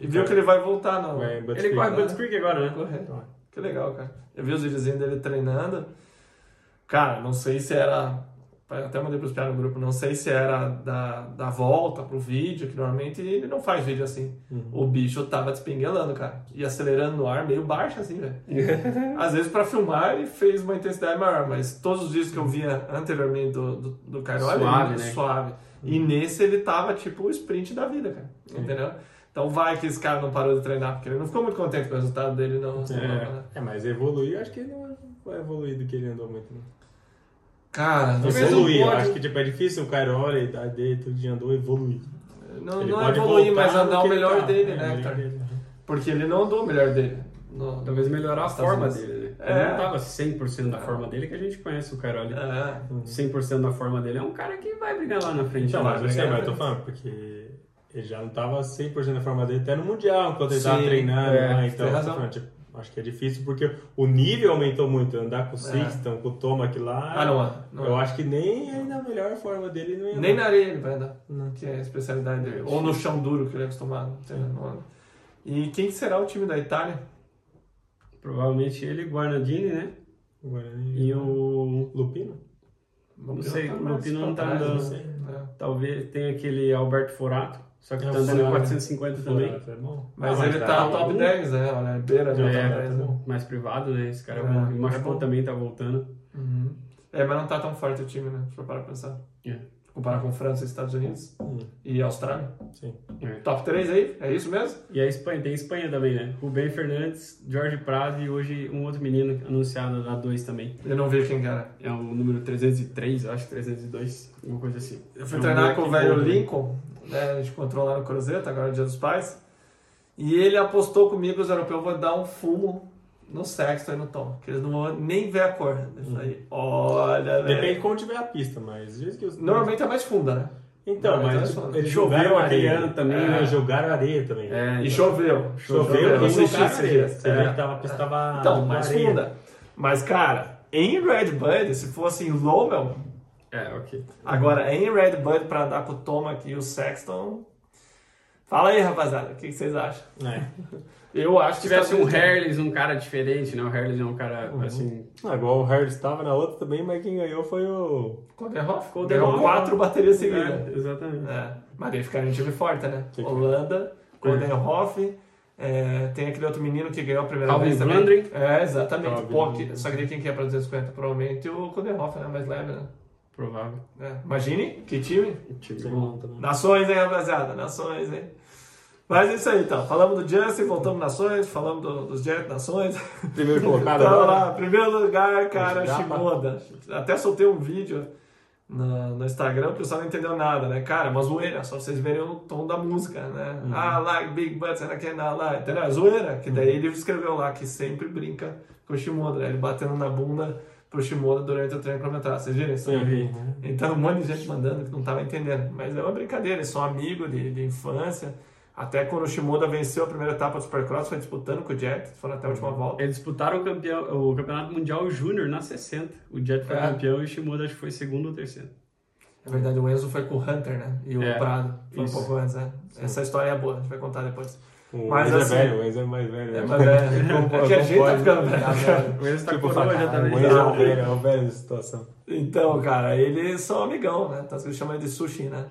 Speaker 2: E viu que ele vai voltar, não.
Speaker 3: Vai, Butts Creek,
Speaker 4: Ele corre
Speaker 3: né?
Speaker 4: Buds Creek agora, né?
Speaker 2: Correr. Que legal, cara. Eu vi os videozinhos dele treinando. Cara, não sei se era. Até mandei pros piados no grupo, não sei se era da, da volta pro vídeo, que normalmente ele não faz vídeo assim.
Speaker 4: Uhum.
Speaker 2: O bicho tava despinguelando, cara. E acelerando no ar, meio baixo assim,
Speaker 4: [laughs]
Speaker 2: velho. Às vezes pra filmar ele fez uma intensidade maior, mas todos os vídeos que eu via anteriormente do, do, do Cairoli,
Speaker 4: Suave,
Speaker 2: ele-
Speaker 4: né?
Speaker 2: suave. E
Speaker 3: Uhum.
Speaker 2: nesse ele tava tipo o sprint da vida, cara. Entendeu? Então vai que esse cara não parou de treinar, porque ele não ficou muito contente com o resultado dele, não. né?
Speaker 3: É, mas evoluir, eu acho que ele não vai evoluir do que ele andou muito. Né?
Speaker 2: Cara, não sei.
Speaker 4: Talvez um
Speaker 3: Evoluir, eu
Speaker 4: pódio.
Speaker 3: acho que tipo, é difícil o Cairoli, a idade dele, tudo de andou, evoluir.
Speaker 2: Não,
Speaker 3: Ele
Speaker 2: não
Speaker 3: pode
Speaker 2: evoluir,
Speaker 3: voltar
Speaker 2: mas andar
Speaker 3: no que
Speaker 2: o
Speaker 3: ele
Speaker 2: melhor
Speaker 3: tá.
Speaker 2: dele,
Speaker 3: É,
Speaker 2: né,
Speaker 3: melhor
Speaker 2: cara?
Speaker 3: dele, né?
Speaker 2: Porque ele não andou o melhor dele. No-
Speaker 4: Talvez melhorar a
Speaker 2: Estados
Speaker 4: forma
Speaker 2: Unidos.
Speaker 4: dele, né?
Speaker 2: É.
Speaker 4: Ele não tava 100% da forma dele, que a gente conhece o Carolho.
Speaker 2: É,
Speaker 4: 100% da forma dele é um cara que vai brigar lá na frente.
Speaker 3: Então,
Speaker 4: né?
Speaker 3: mas eu sei, mas eu tô falando, porque ele já não tava 100% na forma dele até no Mundial, enquanto ele tava
Speaker 2: Sim,
Speaker 3: treinando,
Speaker 2: é,
Speaker 3: né?
Speaker 2: tem
Speaker 3: Então, eu tô
Speaker 2: razão.
Speaker 3: falando, tipo, acho que é difícil, porque o nível aumentou muito. Andar com o Sixton, com o Tomac lá.
Speaker 2: É. Ah, não é, não
Speaker 3: eu
Speaker 2: é.
Speaker 3: acho que nem aí na melhor forma dele não ia
Speaker 2: Nem
Speaker 3: andar.
Speaker 2: na areia ele vai andar, que é a especialidade dele. Ou no chão duro que ele é acostumado. entendeu? Não anda. E quem será o time da Itália?
Speaker 4: Provavelmente ele, Guarnadini, né?
Speaker 3: Guarani.
Speaker 4: E o.
Speaker 3: Lupino?
Speaker 4: Não sei,
Speaker 2: tá
Speaker 4: o
Speaker 2: mais
Speaker 4: Lupino não tá
Speaker 2: pra trás,
Speaker 4: andando.
Speaker 2: né? É.
Speaker 4: Talvez tenha aquele Alberto Forato, só que
Speaker 3: É,
Speaker 4: tá
Speaker 3: o
Speaker 4: andando em
Speaker 3: Forato.
Speaker 4: 450 também.
Speaker 3: Floresta, é bom.
Speaker 2: Mas
Speaker 3: Ah,
Speaker 2: ele tá
Speaker 3: bom. tá
Speaker 2: top 10, né? Olha, beira de
Speaker 4: É,
Speaker 2: top 10. né?
Speaker 4: mais privado, né? Esse cara é
Speaker 2: É,
Speaker 4: bom. E o
Speaker 2: é
Speaker 4: Machucou
Speaker 2: bom.
Speaker 4: também tá voltando.
Speaker 2: Uhum. É, mas não tá tão forte o time, né? Se for parar pra pensar.
Speaker 4: É.
Speaker 2: Comparar com França, Estados Unidos
Speaker 3: Hum,
Speaker 2: e Austrália.
Speaker 3: Sim.
Speaker 4: É.
Speaker 2: Top 3 aí? É isso mesmo?
Speaker 4: E a Espanha, tem a Espanha também, né? Rubem Fernandes, Jorge Prado e hoje um outro menino anunciado na 2 também.
Speaker 2: Eu não vi quem que era.
Speaker 4: É o número 303, eu acho, 302, alguma coisa assim.
Speaker 2: Eu fui
Speaker 4: É um
Speaker 2: treinar
Speaker 4: moleque
Speaker 2: com o velho
Speaker 4: bom, né?
Speaker 2: Lincoln, né? A gente encontrou lá no Cruzeiro, agora é Dia dos Pais. E ele apostou comigo, os europeus, vou dar um fumo no sexto aí no tom, que eles não vão nem ver a cor. Eu falei, olha,
Speaker 3: Depende
Speaker 2: velho.
Speaker 3: de como tiver a pista, mas diz que os.
Speaker 2: Normalmente é mais funda, né?
Speaker 3: Então,
Speaker 2: Normalmente
Speaker 3: mas
Speaker 2: é mais funda.
Speaker 3: eles
Speaker 4: Choveu
Speaker 3: jogaram
Speaker 4: aquele
Speaker 3: areia.
Speaker 4: ano também,
Speaker 3: É,
Speaker 4: né?
Speaker 3: Jogaram areia também.
Speaker 4: É,
Speaker 2: E
Speaker 4: então.
Speaker 2: choveu.
Speaker 3: Choveu
Speaker 2: eu
Speaker 3: e
Speaker 2: assisti
Speaker 3: jogaram
Speaker 2: esse dia.
Speaker 3: areia. Você viu que tava, a pista tava.
Speaker 2: Então, mais
Speaker 3: areia.
Speaker 2: funda. Mas, cara, em Red Bud, se fosse em Lowell,
Speaker 4: É, ok.
Speaker 2: agora em Red Bud pra andar com o Tomac e o Sexton. Fala aí, rapaziada, o que que vocês acham?
Speaker 3: É.
Speaker 2: Eu acho
Speaker 4: Se
Speaker 2: que
Speaker 4: tivesse um
Speaker 2: Estados Unidos-
Speaker 4: Herles, um cara diferente, né? O Herles é um cara, assim...
Speaker 3: Agora Ah, o Harris estava na outra também, mas quem ganhou foi o.
Speaker 2: Koderhoff.
Speaker 4: Koderhoff.
Speaker 2: Ganhou quatro baterias
Speaker 4: É,
Speaker 2: seguidas.
Speaker 4: exatamente.
Speaker 2: É. Mas daí ficaram em time forte, né?
Speaker 3: Sim.
Speaker 2: Holanda, Koderhoff. é, tem aquele outro menino que ganhou a primeira
Speaker 4: Calvin
Speaker 2: vez também.
Speaker 4: Vlanderen.
Speaker 2: É, exatamente.
Speaker 3: Calvin.
Speaker 2: Pô, que- só que daí quem que é pra 250? Provavelmente o Koderhoff, né? Mais leve, né?
Speaker 4: Provável.
Speaker 2: É. Imagine, que time.
Speaker 4: Time
Speaker 3: Sim,
Speaker 4: bom.
Speaker 3: também.
Speaker 2: Nações, hein, rapaziada? Nações, hein? Mas é isso aí, então. Falamos do Justin, voltamos nações, falamos do- dos Jet Nações.
Speaker 3: [laughs] Primeiro colocado
Speaker 2: Então,
Speaker 3: agora.
Speaker 2: lá, primeiro lugar, cara,
Speaker 3: Japa.
Speaker 2: Shimoda. Até soltei um vídeo no, no Instagram, o pessoal não entendeu nada, né? Cara, é uma zoeira, só vocês verem o tom da música, né? Ah, like Big Butts, and I cannot lie. Entendeu? É zoeira. Que daí ele escreveu lá que sempre brinca com o Shimoda, né? ele batendo na bunda pro Shimoda durante o treino cronometrado. Vocês viram isso?
Speaker 3: Sim, vi.
Speaker 2: Então, um monte de gente mandando que não estava entendendo. Mas é uma brincadeira, eles são amigos de, de infância. Até quando o Shimoda venceu a primeira etapa do Supercross, foi disputando com o Jet, foram até a última volta.
Speaker 4: Eles disputaram o, campeão, o Campeonato Mundial Júnior na 60. O Jet foi
Speaker 2: É.
Speaker 4: campeão e o Shimoda acho que foi segundo ou terceiro.
Speaker 2: Na É verdade, o Enzo foi com o Hunter, né? E o
Speaker 4: É,
Speaker 2: Prado. Foi
Speaker 4: isso.
Speaker 2: um pouco antes, né? Essa história é boa, a gente vai contar depois.
Speaker 3: O
Speaker 2: Mas,
Speaker 3: Mas é
Speaker 2: assim,
Speaker 3: velho, o Enzo é mais velho.
Speaker 2: É,
Speaker 3: né?
Speaker 2: mas [laughs]
Speaker 3: [laughs]
Speaker 2: é, é que a gente tá ficando velho, cara.
Speaker 4: O Enzo tá
Speaker 3: Tipo,
Speaker 4: coroa,
Speaker 3: fala,
Speaker 4: já tá
Speaker 3: "Caralho,
Speaker 4: bem
Speaker 3: o Enzo é um
Speaker 4: velho."
Speaker 3: velho, é um velho de situação.
Speaker 2: Então, cara, eles são amigão, né? Tá se chamando de sushi, né?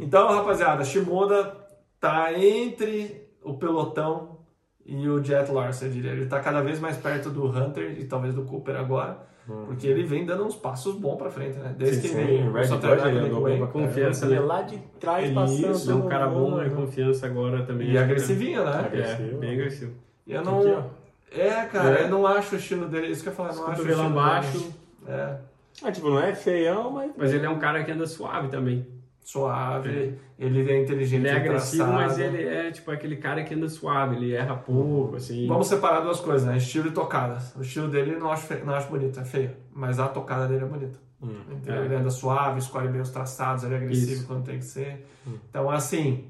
Speaker 2: Então, rapaziada, Shimoda tá entre o pelotão e o Jet Larson, eu diria. Ele tá cada vez mais perto do Hunter e talvez do Cooper agora, porque ele vem dando uns passos bons pra frente, né? Desde que ele
Speaker 3: Sim, um Red né,
Speaker 2: começou a
Speaker 3: Bull,
Speaker 2: treinar
Speaker 3: ele
Speaker 2: com
Speaker 3: andou
Speaker 2: o
Speaker 3: bem pra
Speaker 2: Wayne.
Speaker 4: Confiança,
Speaker 3: caramba.
Speaker 4: né?
Speaker 3: Lá de trás Tá passando.
Speaker 4: Isso, é um cara
Speaker 3: todo
Speaker 4: bom,
Speaker 3: mundo,
Speaker 4: é
Speaker 3: né?
Speaker 4: confiança agora também.
Speaker 2: E agressivinho, né?
Speaker 4: É, bem agressivo.
Speaker 2: Eu
Speaker 3: Aqui,
Speaker 2: não. É, cara,
Speaker 4: É.
Speaker 2: eu não acho o estilo dele. é Isso que eu ia falar, não acho o
Speaker 4: Cotovelão
Speaker 2: estilo
Speaker 4: baixo,
Speaker 2: dele. É,
Speaker 3: Ah, tipo, não é feião, mas.
Speaker 4: mas ele é um cara que anda suave também.
Speaker 2: suave, ele é inteligente,
Speaker 4: Ele é agressivo,
Speaker 2: traçado.
Speaker 4: mas ele é tipo aquele cara que anda suave, ele erra
Speaker 2: Uhum.
Speaker 4: pouco, assim.
Speaker 2: Vamos separar duas coisas, né? Estilo e tocadas. O estilo dele eu não acho, feio, não acho bonito, é feio. Mas a tocada dele é bonita. Entendeu?
Speaker 4: É.
Speaker 2: Ele anda suave, escolhe bem os traçados, ele é agressivo
Speaker 4: Isso. Hum.
Speaker 2: quando tem que ser. Então, assim,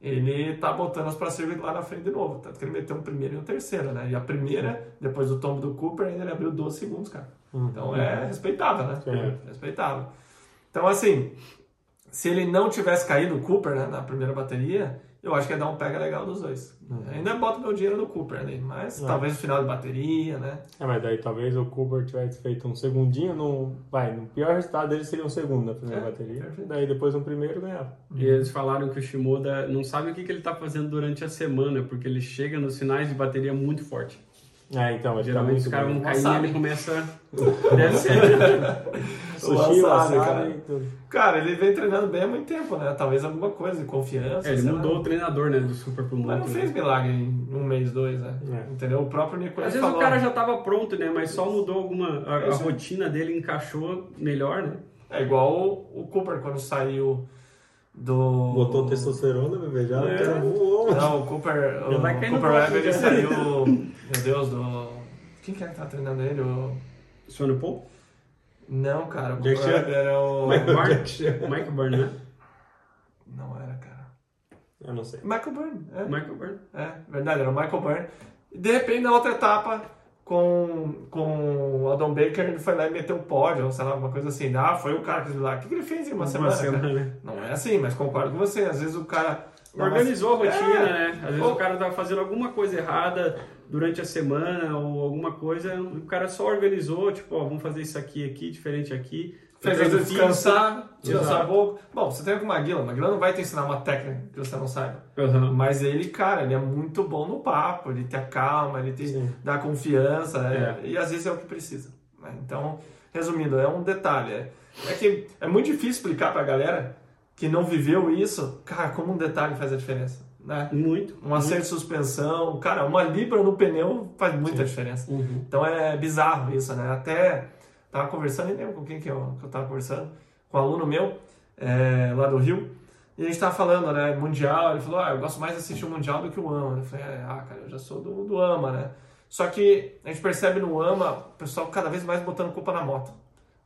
Speaker 2: ele tá botando as pra cima lá na frente de novo. Tanto que ele meteu um primeiro e um terceiro, né? E a primeira, depois do tombo do Cooper, ainda ele abriu 12 segundos, cara.
Speaker 4: Uhum.
Speaker 2: Então é respeitável, né?
Speaker 3: É.
Speaker 2: Respeitável. Então, assim, se ele não tivesse caído o Cooper né, na primeira bateria, eu acho que ia dar um pega legal dos dois.
Speaker 4: Uhum.
Speaker 2: Ainda boto meu dinheiro no Cooper ali, mas talvez no final de bateria, né?
Speaker 3: É, mas daí talvez o Cooper tivesse feito um segundinho, no, vai, no pior resultado dele seria um segundo na primeira
Speaker 2: É,
Speaker 3: bateria,
Speaker 2: perfeito.
Speaker 3: daí depois um primeiro ganhava.
Speaker 4: E eles falaram que o Shimoda não sabe o que, que ele tá fazendo durante a semana, porque ele chega nos finais de bateria muito forte.
Speaker 3: É, então, ele tá
Speaker 4: Geralmente os
Speaker 3: muito
Speaker 4: caras
Speaker 3: bem.
Speaker 4: vão
Speaker 2: Não
Speaker 4: cair e
Speaker 2: sabe. [laughs]
Speaker 4: ele começa. Deve ser.
Speaker 3: Sushi,
Speaker 2: Wasabi,
Speaker 4: assim,
Speaker 3: wasabi
Speaker 2: cara.
Speaker 3: e tudo.
Speaker 2: né? Cara, ele vem treinando bem há muito tempo, né? Talvez alguma coisa de confiança.
Speaker 4: É, ele
Speaker 2: sei lá.
Speaker 4: mudou o treinador, né? Do Super pro
Speaker 2: Mas não é
Speaker 4: Moto, né?
Speaker 2: fez milagre em um mês, dois, né?
Speaker 3: É.
Speaker 2: Entendeu? O próprio Nicolas
Speaker 4: Às vezes
Speaker 2: falou.
Speaker 4: o cara já tava pronto, né? Mas só mudou alguma. A, a
Speaker 2: Isso.
Speaker 4: rotina dele encaixou melhor,
Speaker 2: [laughs]
Speaker 4: né?
Speaker 2: É igual o, o Cooper quando saiu do.
Speaker 3: Botou testosterona, bebê, já
Speaker 4: É.
Speaker 3: cara, voou.
Speaker 2: Não, o Cooper. O
Speaker 4: Ele vai cair no
Speaker 2: Cooper
Speaker 4: golpe,
Speaker 2: Webb ele
Speaker 4: né?
Speaker 2: saiu. Meu Deus, do. Quem que é que tá treinando ele? O...
Speaker 4: Sony Paul?
Speaker 2: Não, cara, o
Speaker 3: Jack
Speaker 2: Cooper Webb era
Speaker 3: [laughs]
Speaker 2: o.
Speaker 4: Mike Barn?
Speaker 3: Jackson.
Speaker 4: Michael Burn, né?
Speaker 2: Não era, cara.
Speaker 3: Eu não sei.
Speaker 2: Michael Byrne, é.
Speaker 4: Michael Burn.
Speaker 2: É, verdade, era o Michael Byrne. E de repente, na outra etapa, com, com o Adam Baker, ele foi lá e meteu o pódio, sei lá, uma coisa assim. Ah, foi o cara que lá. O que que ele fez em uma semana?
Speaker 4: semana,
Speaker 2: cara?
Speaker 4: né?
Speaker 2: Não é assim, mas concordo com você. Às vezes o cara.
Speaker 4: Organizou a rotina,
Speaker 2: É.
Speaker 4: né? Às vezes
Speaker 2: Ou-
Speaker 4: o cara tá fazendo alguma coisa errada durante a semana ou alguma coisa, o cara só organizou, tipo, ó, vamos fazer isso aqui, aqui, diferente aqui.
Speaker 2: Fez
Speaker 4: Treino
Speaker 2: você
Speaker 4: físico.
Speaker 2: descansar, descansar
Speaker 4: Exato.
Speaker 2: um pouco. Bom, você tem com o Maguila. O Maguila não vai te ensinar uma técnica que você não saiba.
Speaker 4: Aham.
Speaker 2: Mas ele, cara, ele é muito bom no papo, ele te acalma, ele te
Speaker 3: Sim.
Speaker 2: dá confiança, é,
Speaker 4: É.
Speaker 2: e às vezes é o que precisa. né? Então, resumindo, é um detalhe. É, é que é muito difícil explicar pra galera que não viveu isso, cara, como um detalhe faz a diferença, né?
Speaker 4: Muito.
Speaker 2: Um acerto de suspensão, cara, uma libra no pneu faz muita diferença. Então é bizarro isso, né? Até tava conversando, nem lembro com quem que eu, que eu tava conversando, com um aluno meu, é, lá do Rio, e a gente tava falando, né, Mundial, ele falou, ah, eu gosto mais de assistir o Mundial do que o AMA. Eu falei, é, ah, cara, eu já sou do, do AMA, né? Só que a gente percebe no AMA o pessoal cada vez mais botando culpa na moto.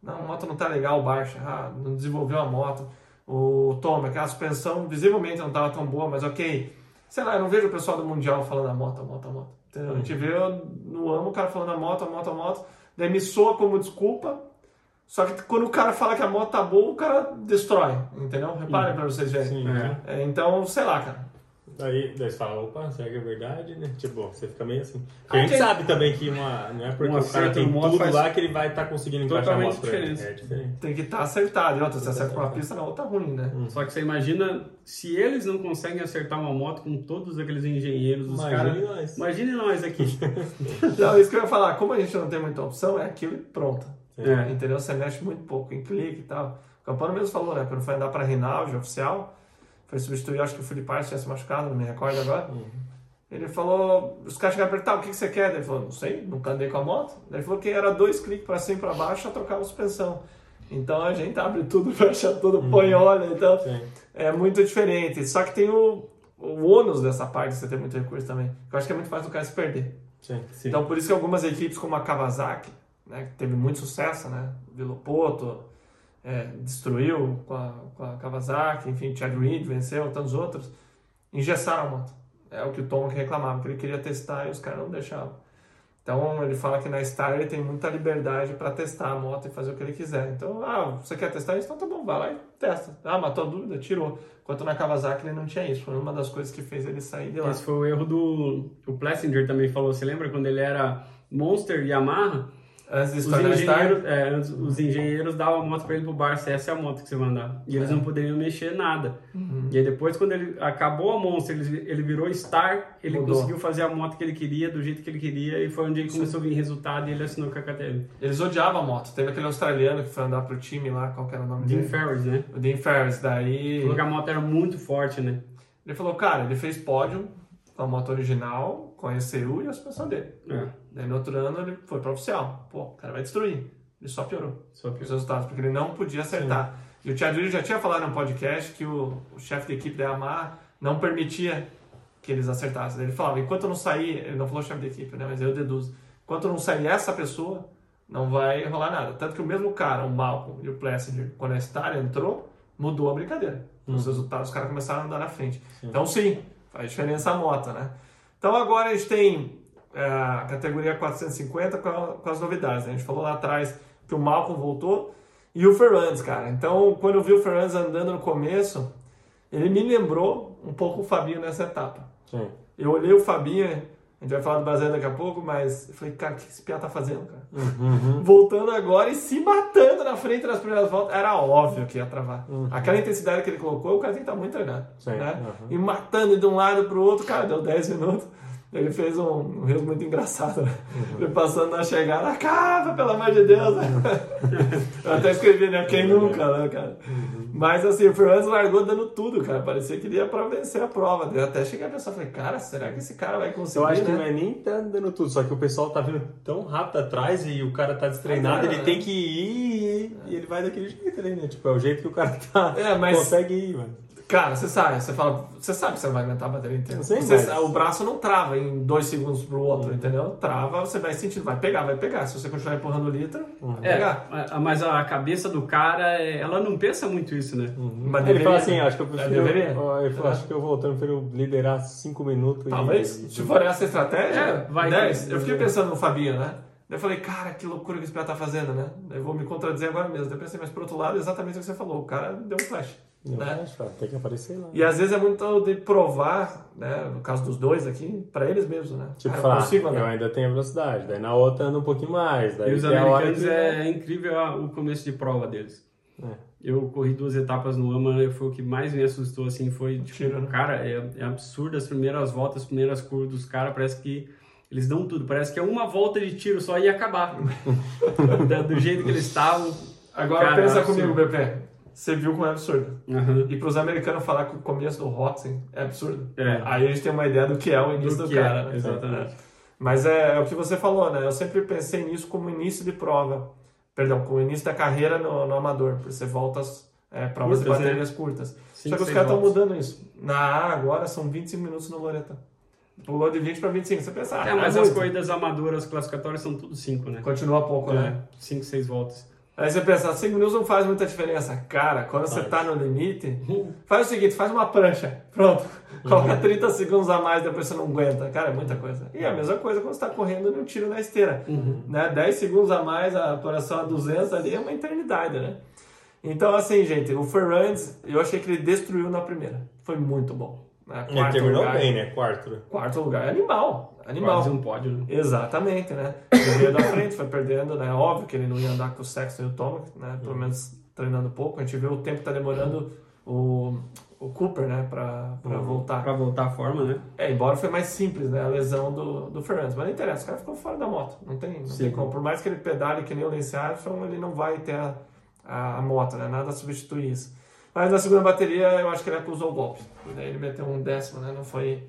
Speaker 2: Não, a moto não tá legal, baixa, ah, não desenvolveu a moto. O Toma, que a suspensão visivelmente não tava tão boa, mas ok. Sei lá, eu não vejo o pessoal do Mundial falando a moto, a moto, a moto. Entendeu? A gente vê no AMA o cara falando a moto, a moto, a moto. Daí me soa como desculpa, só que quando o cara fala que a moto tá boa, o cara destrói, entendeu? Reparem pra vocês verem.
Speaker 3: Sim.
Speaker 4: É.
Speaker 2: É, então, sei lá, cara.
Speaker 3: Daí, daí você fala, opa, será que é verdade, né? Tipo, você fica meio assim. Porque a gente
Speaker 2: tem-
Speaker 3: sabe também que uma, não é porque
Speaker 4: Um
Speaker 3: o cara
Speaker 4: acerto
Speaker 3: tem
Speaker 4: no moto
Speaker 3: tudo
Speaker 4: faz
Speaker 3: lá que ele vai estar conseguindo encaixar a
Speaker 4: totalmente
Speaker 3: moto. pra ele.
Speaker 4: diferença.
Speaker 3: É diferente.
Speaker 2: Tem que estar acertado. E outra, você acerta uma pista, na outra ruim, né?
Speaker 4: Só que você imagina, se eles não conseguem acertar uma moto com todos aqueles engenheiros, os
Speaker 3: Imagine
Speaker 4: caras.
Speaker 3: nós.
Speaker 4: Imagine nós aqui.
Speaker 2: Então, isso que eu ia falar. Como a gente não tem muita opção, é aquilo e pronto.
Speaker 4: É.
Speaker 2: Entendeu? Você mexe muito pouco em clique e tal. O Campano mesmo falou, né? Quando foi andar pra Rinaldi, oficial, foi substituir, acho que o Felipe Arce tinha se machucado, não me recordo agora. Ele falou, os caras chegaram a apertar, o que, que você quer? Daí Ele falou, não sei, nunca andei com a moto. Daí Ele falou que era dois cliques pra cima e pra baixo pra trocar a suspensão. Então a gente abre tudo, [laughs] fecha tudo, põe olha. Então
Speaker 3: Sim.
Speaker 2: é muito diferente. Só que tem o, o ônus dessa parte, de você ter muito recurso também. Eu acho que é muito fácil o cara se perder.
Speaker 3: Sim.
Speaker 4: Sim.
Speaker 2: Então, por isso que algumas equipes como a Kawasaki, né, que teve muito sucesso, né, Vilopoto é, destruiu com a, com a Kawasaki, enfim, Chad Reed venceu, tantos outros, engessaram a moto. É o que o Tom reclamava, que ele queria testar e os caras não deixavam. Então, ele fala que na Star ele tem muita liberdade para testar a moto e fazer o que ele quiser. Então, ah, você quer testar isso? Então tá bom, vai lá e testa. Ah, matou a dúvida? Tirou. Enquanto na Kawasaki ele não tinha isso. Foi uma das coisas que fez ele sair de lá.
Speaker 4: Esse foi o erro do. O Plessinger também falou, você lembra quando ele era Monster Yamaha?
Speaker 2: Antes de
Speaker 4: Os
Speaker 2: estourar na Star,
Speaker 4: engenheiros, é, antes- os engenheiros davam a moto pra ele pro bar, essa é a moto que você vai andar. E eles não poderiam mexer nada. E aí depois, quando ele acabou a Monster, ele, ele virou Star, ele
Speaker 2: Mudou.
Speaker 4: conseguiu fazer a moto que ele queria, do jeito que ele queria, e foi onde ele começou a vir resultado e ele assinou com a KTM.
Speaker 2: Eles odiavam a moto. Teve aquele australiano que foi andar pro time lá, qual que era o nome
Speaker 4: Dean
Speaker 2: dele?
Speaker 4: Ferris, né?
Speaker 2: O Dean Ferris. Daí
Speaker 4: Falou que a moto era muito forte, né?
Speaker 2: ele falou, cara, ele fez pódio com a moto original, com a ECU e a suspensão dele.
Speaker 4: É,
Speaker 2: Daí no outro ano ele foi pra oficial. Pô, o cara vai destruir. Ele só piorou
Speaker 4: só que
Speaker 2: os resultados, porque ele não podia acertar. E o Thiago Rio já tinha falado no podcast que o, o chefe da equipe da Yamaha não permitia que eles acertassem. Ele falava, enquanto eu não sair, ele não falou chefe da equipe, né? Mas eu deduzo. Enquanto eu não sair essa pessoa, não vai rolar nada. Tanto que o mesmo cara, o Malcolm e o Plessinger, quando a Star entrou, mudou a brincadeira. Os resultados, os caras começaram a andar na frente. Então, Uhum. sim, faz diferença a moto, né? Então, agora a gente tem é, a categoria 450 com, a- com as novidades. né? A gente falou lá atrás que o Malcolm voltou e o Ferrandes, cara. Então, quando eu vi o Ferrandes andando no começo, ele me lembrou um pouco o Fabinho nessa etapa.
Speaker 3: Sim.
Speaker 2: Eu olhei o Fabinho, a gente vai falar do Brasil daqui a pouco, mas eu falei, cara, o que esse piá tá fazendo, cara?
Speaker 3: Uhum,
Speaker 2: Voltando agora e se matando na frente das primeiras voltas, era óbvio que ia travar. Aquela intensidade que ele colocou, o cara tem que estar muito treinado.
Speaker 3: Uhum. Sim,
Speaker 2: Né?
Speaker 3: uhum.
Speaker 2: E matando de um lado pro outro, cara, deu 10 minutos. Ele fez um, um reels muito engraçado, né?
Speaker 3: Uhum.
Speaker 2: Ele passando na chegada, acaba, pelo amor de Deus. Eu até escrevi, né? Quem nunca, né, cara? Mas assim, o Fernandes largou dando tudo, cara. Parecia que ele ia pra vencer a prova. Eu até cheguei a pensar, falei, cara, será que esse cara vai conseguir?
Speaker 3: Eu acho que
Speaker 2: né?
Speaker 3: não é nem tá dando tudo, só que o pessoal tá vindo tão rápido atrás e o cara tá destreinado,
Speaker 2: Ah,
Speaker 3: ele
Speaker 2: é.
Speaker 3: tem que ir e ele vai daquele jeito ali, né? Tipo, [laughs] é né? o jeito que o cara tá,
Speaker 2: É, mas-
Speaker 3: consegue ir, mano.
Speaker 2: Cara, você sabe, você fala, você sabe que você vai aguentar a bateria inteira.
Speaker 3: Sim,
Speaker 2: Você
Speaker 3: mas- Uhum.
Speaker 2: sa- O braço não trava em dois segundos pro outro, entendeu? Trava, você vai sentindo, vai pegar, vai pegar. Se você continuar empurrando o litro,
Speaker 3: Uhum.
Speaker 2: vai
Speaker 4: É,
Speaker 2: pegar.
Speaker 4: a- mas a cabeça do cara, é- ela não pensa muito isso, né?
Speaker 2: Mas
Speaker 3: Ele
Speaker 2: deveria.
Speaker 3: fala assim, acho que eu prefiro.
Speaker 2: deveria.
Speaker 3: ó, ele fala, acho que eu voltando, eu prefiro liderar 5 minutos e-
Speaker 2: Talvez,
Speaker 3: e.
Speaker 2: se for essa a estratégia,
Speaker 4: É, vai
Speaker 2: 10.
Speaker 4: que-
Speaker 2: Eu fiquei pensando no Fabinho, né? Daí eu falei, cara, que loucura que esse cara tá fazendo, né? Daí eu vou me contradizer agora mesmo. Daí eu pensei, mas por outro lado, é exatamente o que você falou. O cara deu um flash.
Speaker 3: Não,
Speaker 2: né?
Speaker 3: acho, cara, Tem que aparecer lá.
Speaker 2: E às vezes é muito de provar, né? No caso dos dois aqui, pra eles mesmos, né?
Speaker 3: Tipo,
Speaker 2: Cara, eu
Speaker 3: falar,
Speaker 2: consigo,
Speaker 3: eu,
Speaker 2: né?
Speaker 3: ainda tenho a velocidade, daí na outra anda um pouquinho mais. Daí
Speaker 4: E os
Speaker 3: tem a hora
Speaker 4: americanos
Speaker 3: que...
Speaker 4: é incrível a- o começo de prova deles.
Speaker 3: É.
Speaker 4: Eu corri duas etapas no AMA e foi o que mais me assustou, assim, foi, tipo,
Speaker 2: Tira, né?
Speaker 4: cara, é, é absurdo as primeiras voltas, as primeiras curvas dos caras, parece que eles dão tudo, parece que é uma volta de tiro só e ia acabar. Da- Do jeito que eles estavam.
Speaker 2: Agora
Speaker 4: Cara,
Speaker 2: pensa
Speaker 4: absurdo.
Speaker 2: comigo, BP. Você viu como é absurdo.
Speaker 4: Aham.
Speaker 2: E pros americanos falar que o começo do Roxen é absurdo.
Speaker 4: É.
Speaker 2: Aí eles têm uma ideia do que é o início
Speaker 4: Do
Speaker 2: do,
Speaker 4: que é,
Speaker 2: cara. né?
Speaker 4: exatamente.
Speaker 2: É. Mas é, é o que você falou, né? Eu sempre pensei nisso como início de prova. Perdão, como início da carreira no, no amador. Porque você volta às, é, provas de
Speaker 4: Curtas, né?
Speaker 2: baterias curtas. Só
Speaker 4: Cinco,
Speaker 2: que os
Speaker 4: seis
Speaker 2: caras estão
Speaker 4: voltas.
Speaker 2: mudando isso. Na A agora são 25 minutos no Loreta. Pulou de 20 para 25. Você pensa, ah,
Speaker 4: É, mas
Speaker 2: é
Speaker 4: as
Speaker 2: muito.
Speaker 4: corridas amadoras classificatórias são tudo cinco, né?
Speaker 2: Continua pouco, né?
Speaker 4: É, cinco, seis voltas.
Speaker 2: Aí você pensa, 5 minutos não faz muita diferença. Cara, quando você tá no limite,
Speaker 4: Hum.
Speaker 2: faz o seguinte, faz uma prancha. Pronto.
Speaker 3: Uhum.
Speaker 2: Coloca 30 segundos a mais, depois você não aguenta. Cara, é muita coisa. E é a mesma coisa quando você tá correndo num tiro na esteira.
Speaker 3: Uhum.
Speaker 2: Né? 10 segundos a mais, a coração a 200 ali, é uma eternidade, né? Então, assim, gente, o Ferrandes, eu achei que ele destruiu na primeira. Foi muito bom. né?
Speaker 3: Ele terminou
Speaker 2: lugar,
Speaker 3: bem, né? Quarto.
Speaker 2: Quarto lugar é animal. Animal.
Speaker 4: Quase um pódio, né?
Speaker 2: Exatamente, né? Ele veio da frente, foi perdendo, né? Óbvio que ele não ia andar com o Sexton e o Thomas, né? Pelo menos treinando pouco. A gente vê o tempo que tá demorando o, o Cooper, né? Pra, pra
Speaker 4: Pra
Speaker 2: voltar.
Speaker 4: voltar à forma, né?
Speaker 2: É, embora foi mais simples, né? A lesão do, do Fernandes. Mas não interessa, o cara ficou fora da moto. Não tem, não tem
Speaker 4: Sim.
Speaker 2: como. Por mais que ele pedale que nem o Lance Armstrong, ele não vai ter a, a, a moto, né? Nada substitui isso. Mas na segunda bateria, eu acho que ele acusou o golpe. Daí ele meteu um décimo, né? Não foi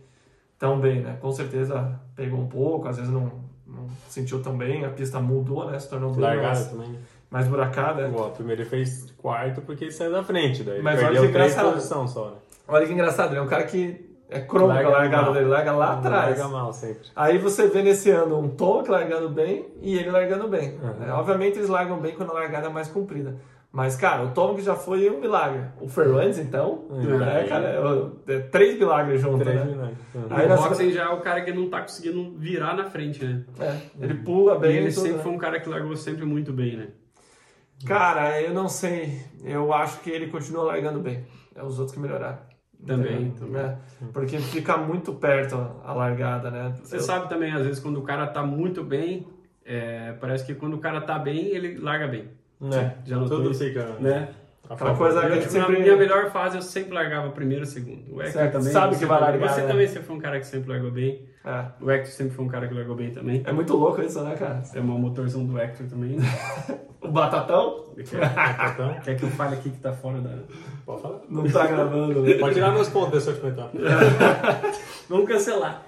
Speaker 2: tão bem, né? Com certeza pegou um pouco, às vezes não, não sentiu tão bem, a pista mudou, né? Se tornou bem
Speaker 3: Largado
Speaker 2: mais,
Speaker 3: também.
Speaker 2: mais buracada.
Speaker 3: Bom, primeiro ele fez quarto porque ele saiu da frente. Daí ele
Speaker 2: Mas olha
Speaker 3: perdeu
Speaker 2: que
Speaker 3: três
Speaker 2: engraçado.
Speaker 3: posições só, né?
Speaker 2: Olha que engraçado, ele é um cara que é crônico a
Speaker 3: Larga
Speaker 2: largada
Speaker 3: mal.
Speaker 2: dele, larga lá atrás.
Speaker 3: Larga mal sempre.
Speaker 2: Aí você vê nesse ano um Tolk largando bem e ele largando bem.
Speaker 4: Uhum.
Speaker 2: né? Obviamente eles largam bem quando a largada é mais comprida. Mas, cara, o Tom que já foi um milagre. O Ferrandes, então,
Speaker 4: Uhum.
Speaker 2: né,
Speaker 3: É.
Speaker 2: cara, é, é três milagres juntos,
Speaker 3: Três
Speaker 2: né?
Speaker 3: milagres. Uhum.
Speaker 2: [laughs] Aí
Speaker 4: o
Speaker 2: na
Speaker 4: Boxen já é o cara que não tá conseguindo virar na frente, né?
Speaker 2: É, ele pula bem.
Speaker 4: e ele
Speaker 2: tudo,
Speaker 4: sempre
Speaker 2: né?
Speaker 4: foi um cara que largou sempre muito bem, né?
Speaker 2: Cara, eu não sei. Eu acho que ele continua largando bem. É os outros que melhoraram.
Speaker 4: Também,
Speaker 2: Entendeu? Né? Porque fica muito perto a largada, né?
Speaker 4: Você
Speaker 2: Eu-
Speaker 4: sabe também, às vezes, quando o cara tá muito bem, é, parece que quando o cara tá bem, ele larga bem,
Speaker 3: Né?
Speaker 4: Já notou
Speaker 3: Tudo
Speaker 4: isso?
Speaker 3: fica. [laughs]
Speaker 4: né?
Speaker 3: a
Speaker 2: Aquela
Speaker 3: favor.
Speaker 2: coisa-
Speaker 4: Eu,
Speaker 2: Ele
Speaker 4: tipo,
Speaker 2: sempre-
Speaker 4: Na minha melhor fase, eu sempre largava primeiro segundo. O Hector
Speaker 2: Você sabe que vai largar,
Speaker 4: Você
Speaker 2: né?
Speaker 4: também sempre foi um cara que sempre largou bem.
Speaker 2: É.
Speaker 4: O Hector sempre foi um cara que largou bem também.
Speaker 2: É muito louco isso, né, cara?
Speaker 4: É uma motorzão do Hector [laughs] também.
Speaker 2: O é Batatão
Speaker 4: Quer,
Speaker 3: Então,
Speaker 4: quer que eu fale aqui que tá fora da...
Speaker 3: pode falar.
Speaker 2: não tá gravando, né?
Speaker 3: Pode tirar meus pontos desse comentário.
Speaker 2: [laughs]
Speaker 4: Vamos cancelar.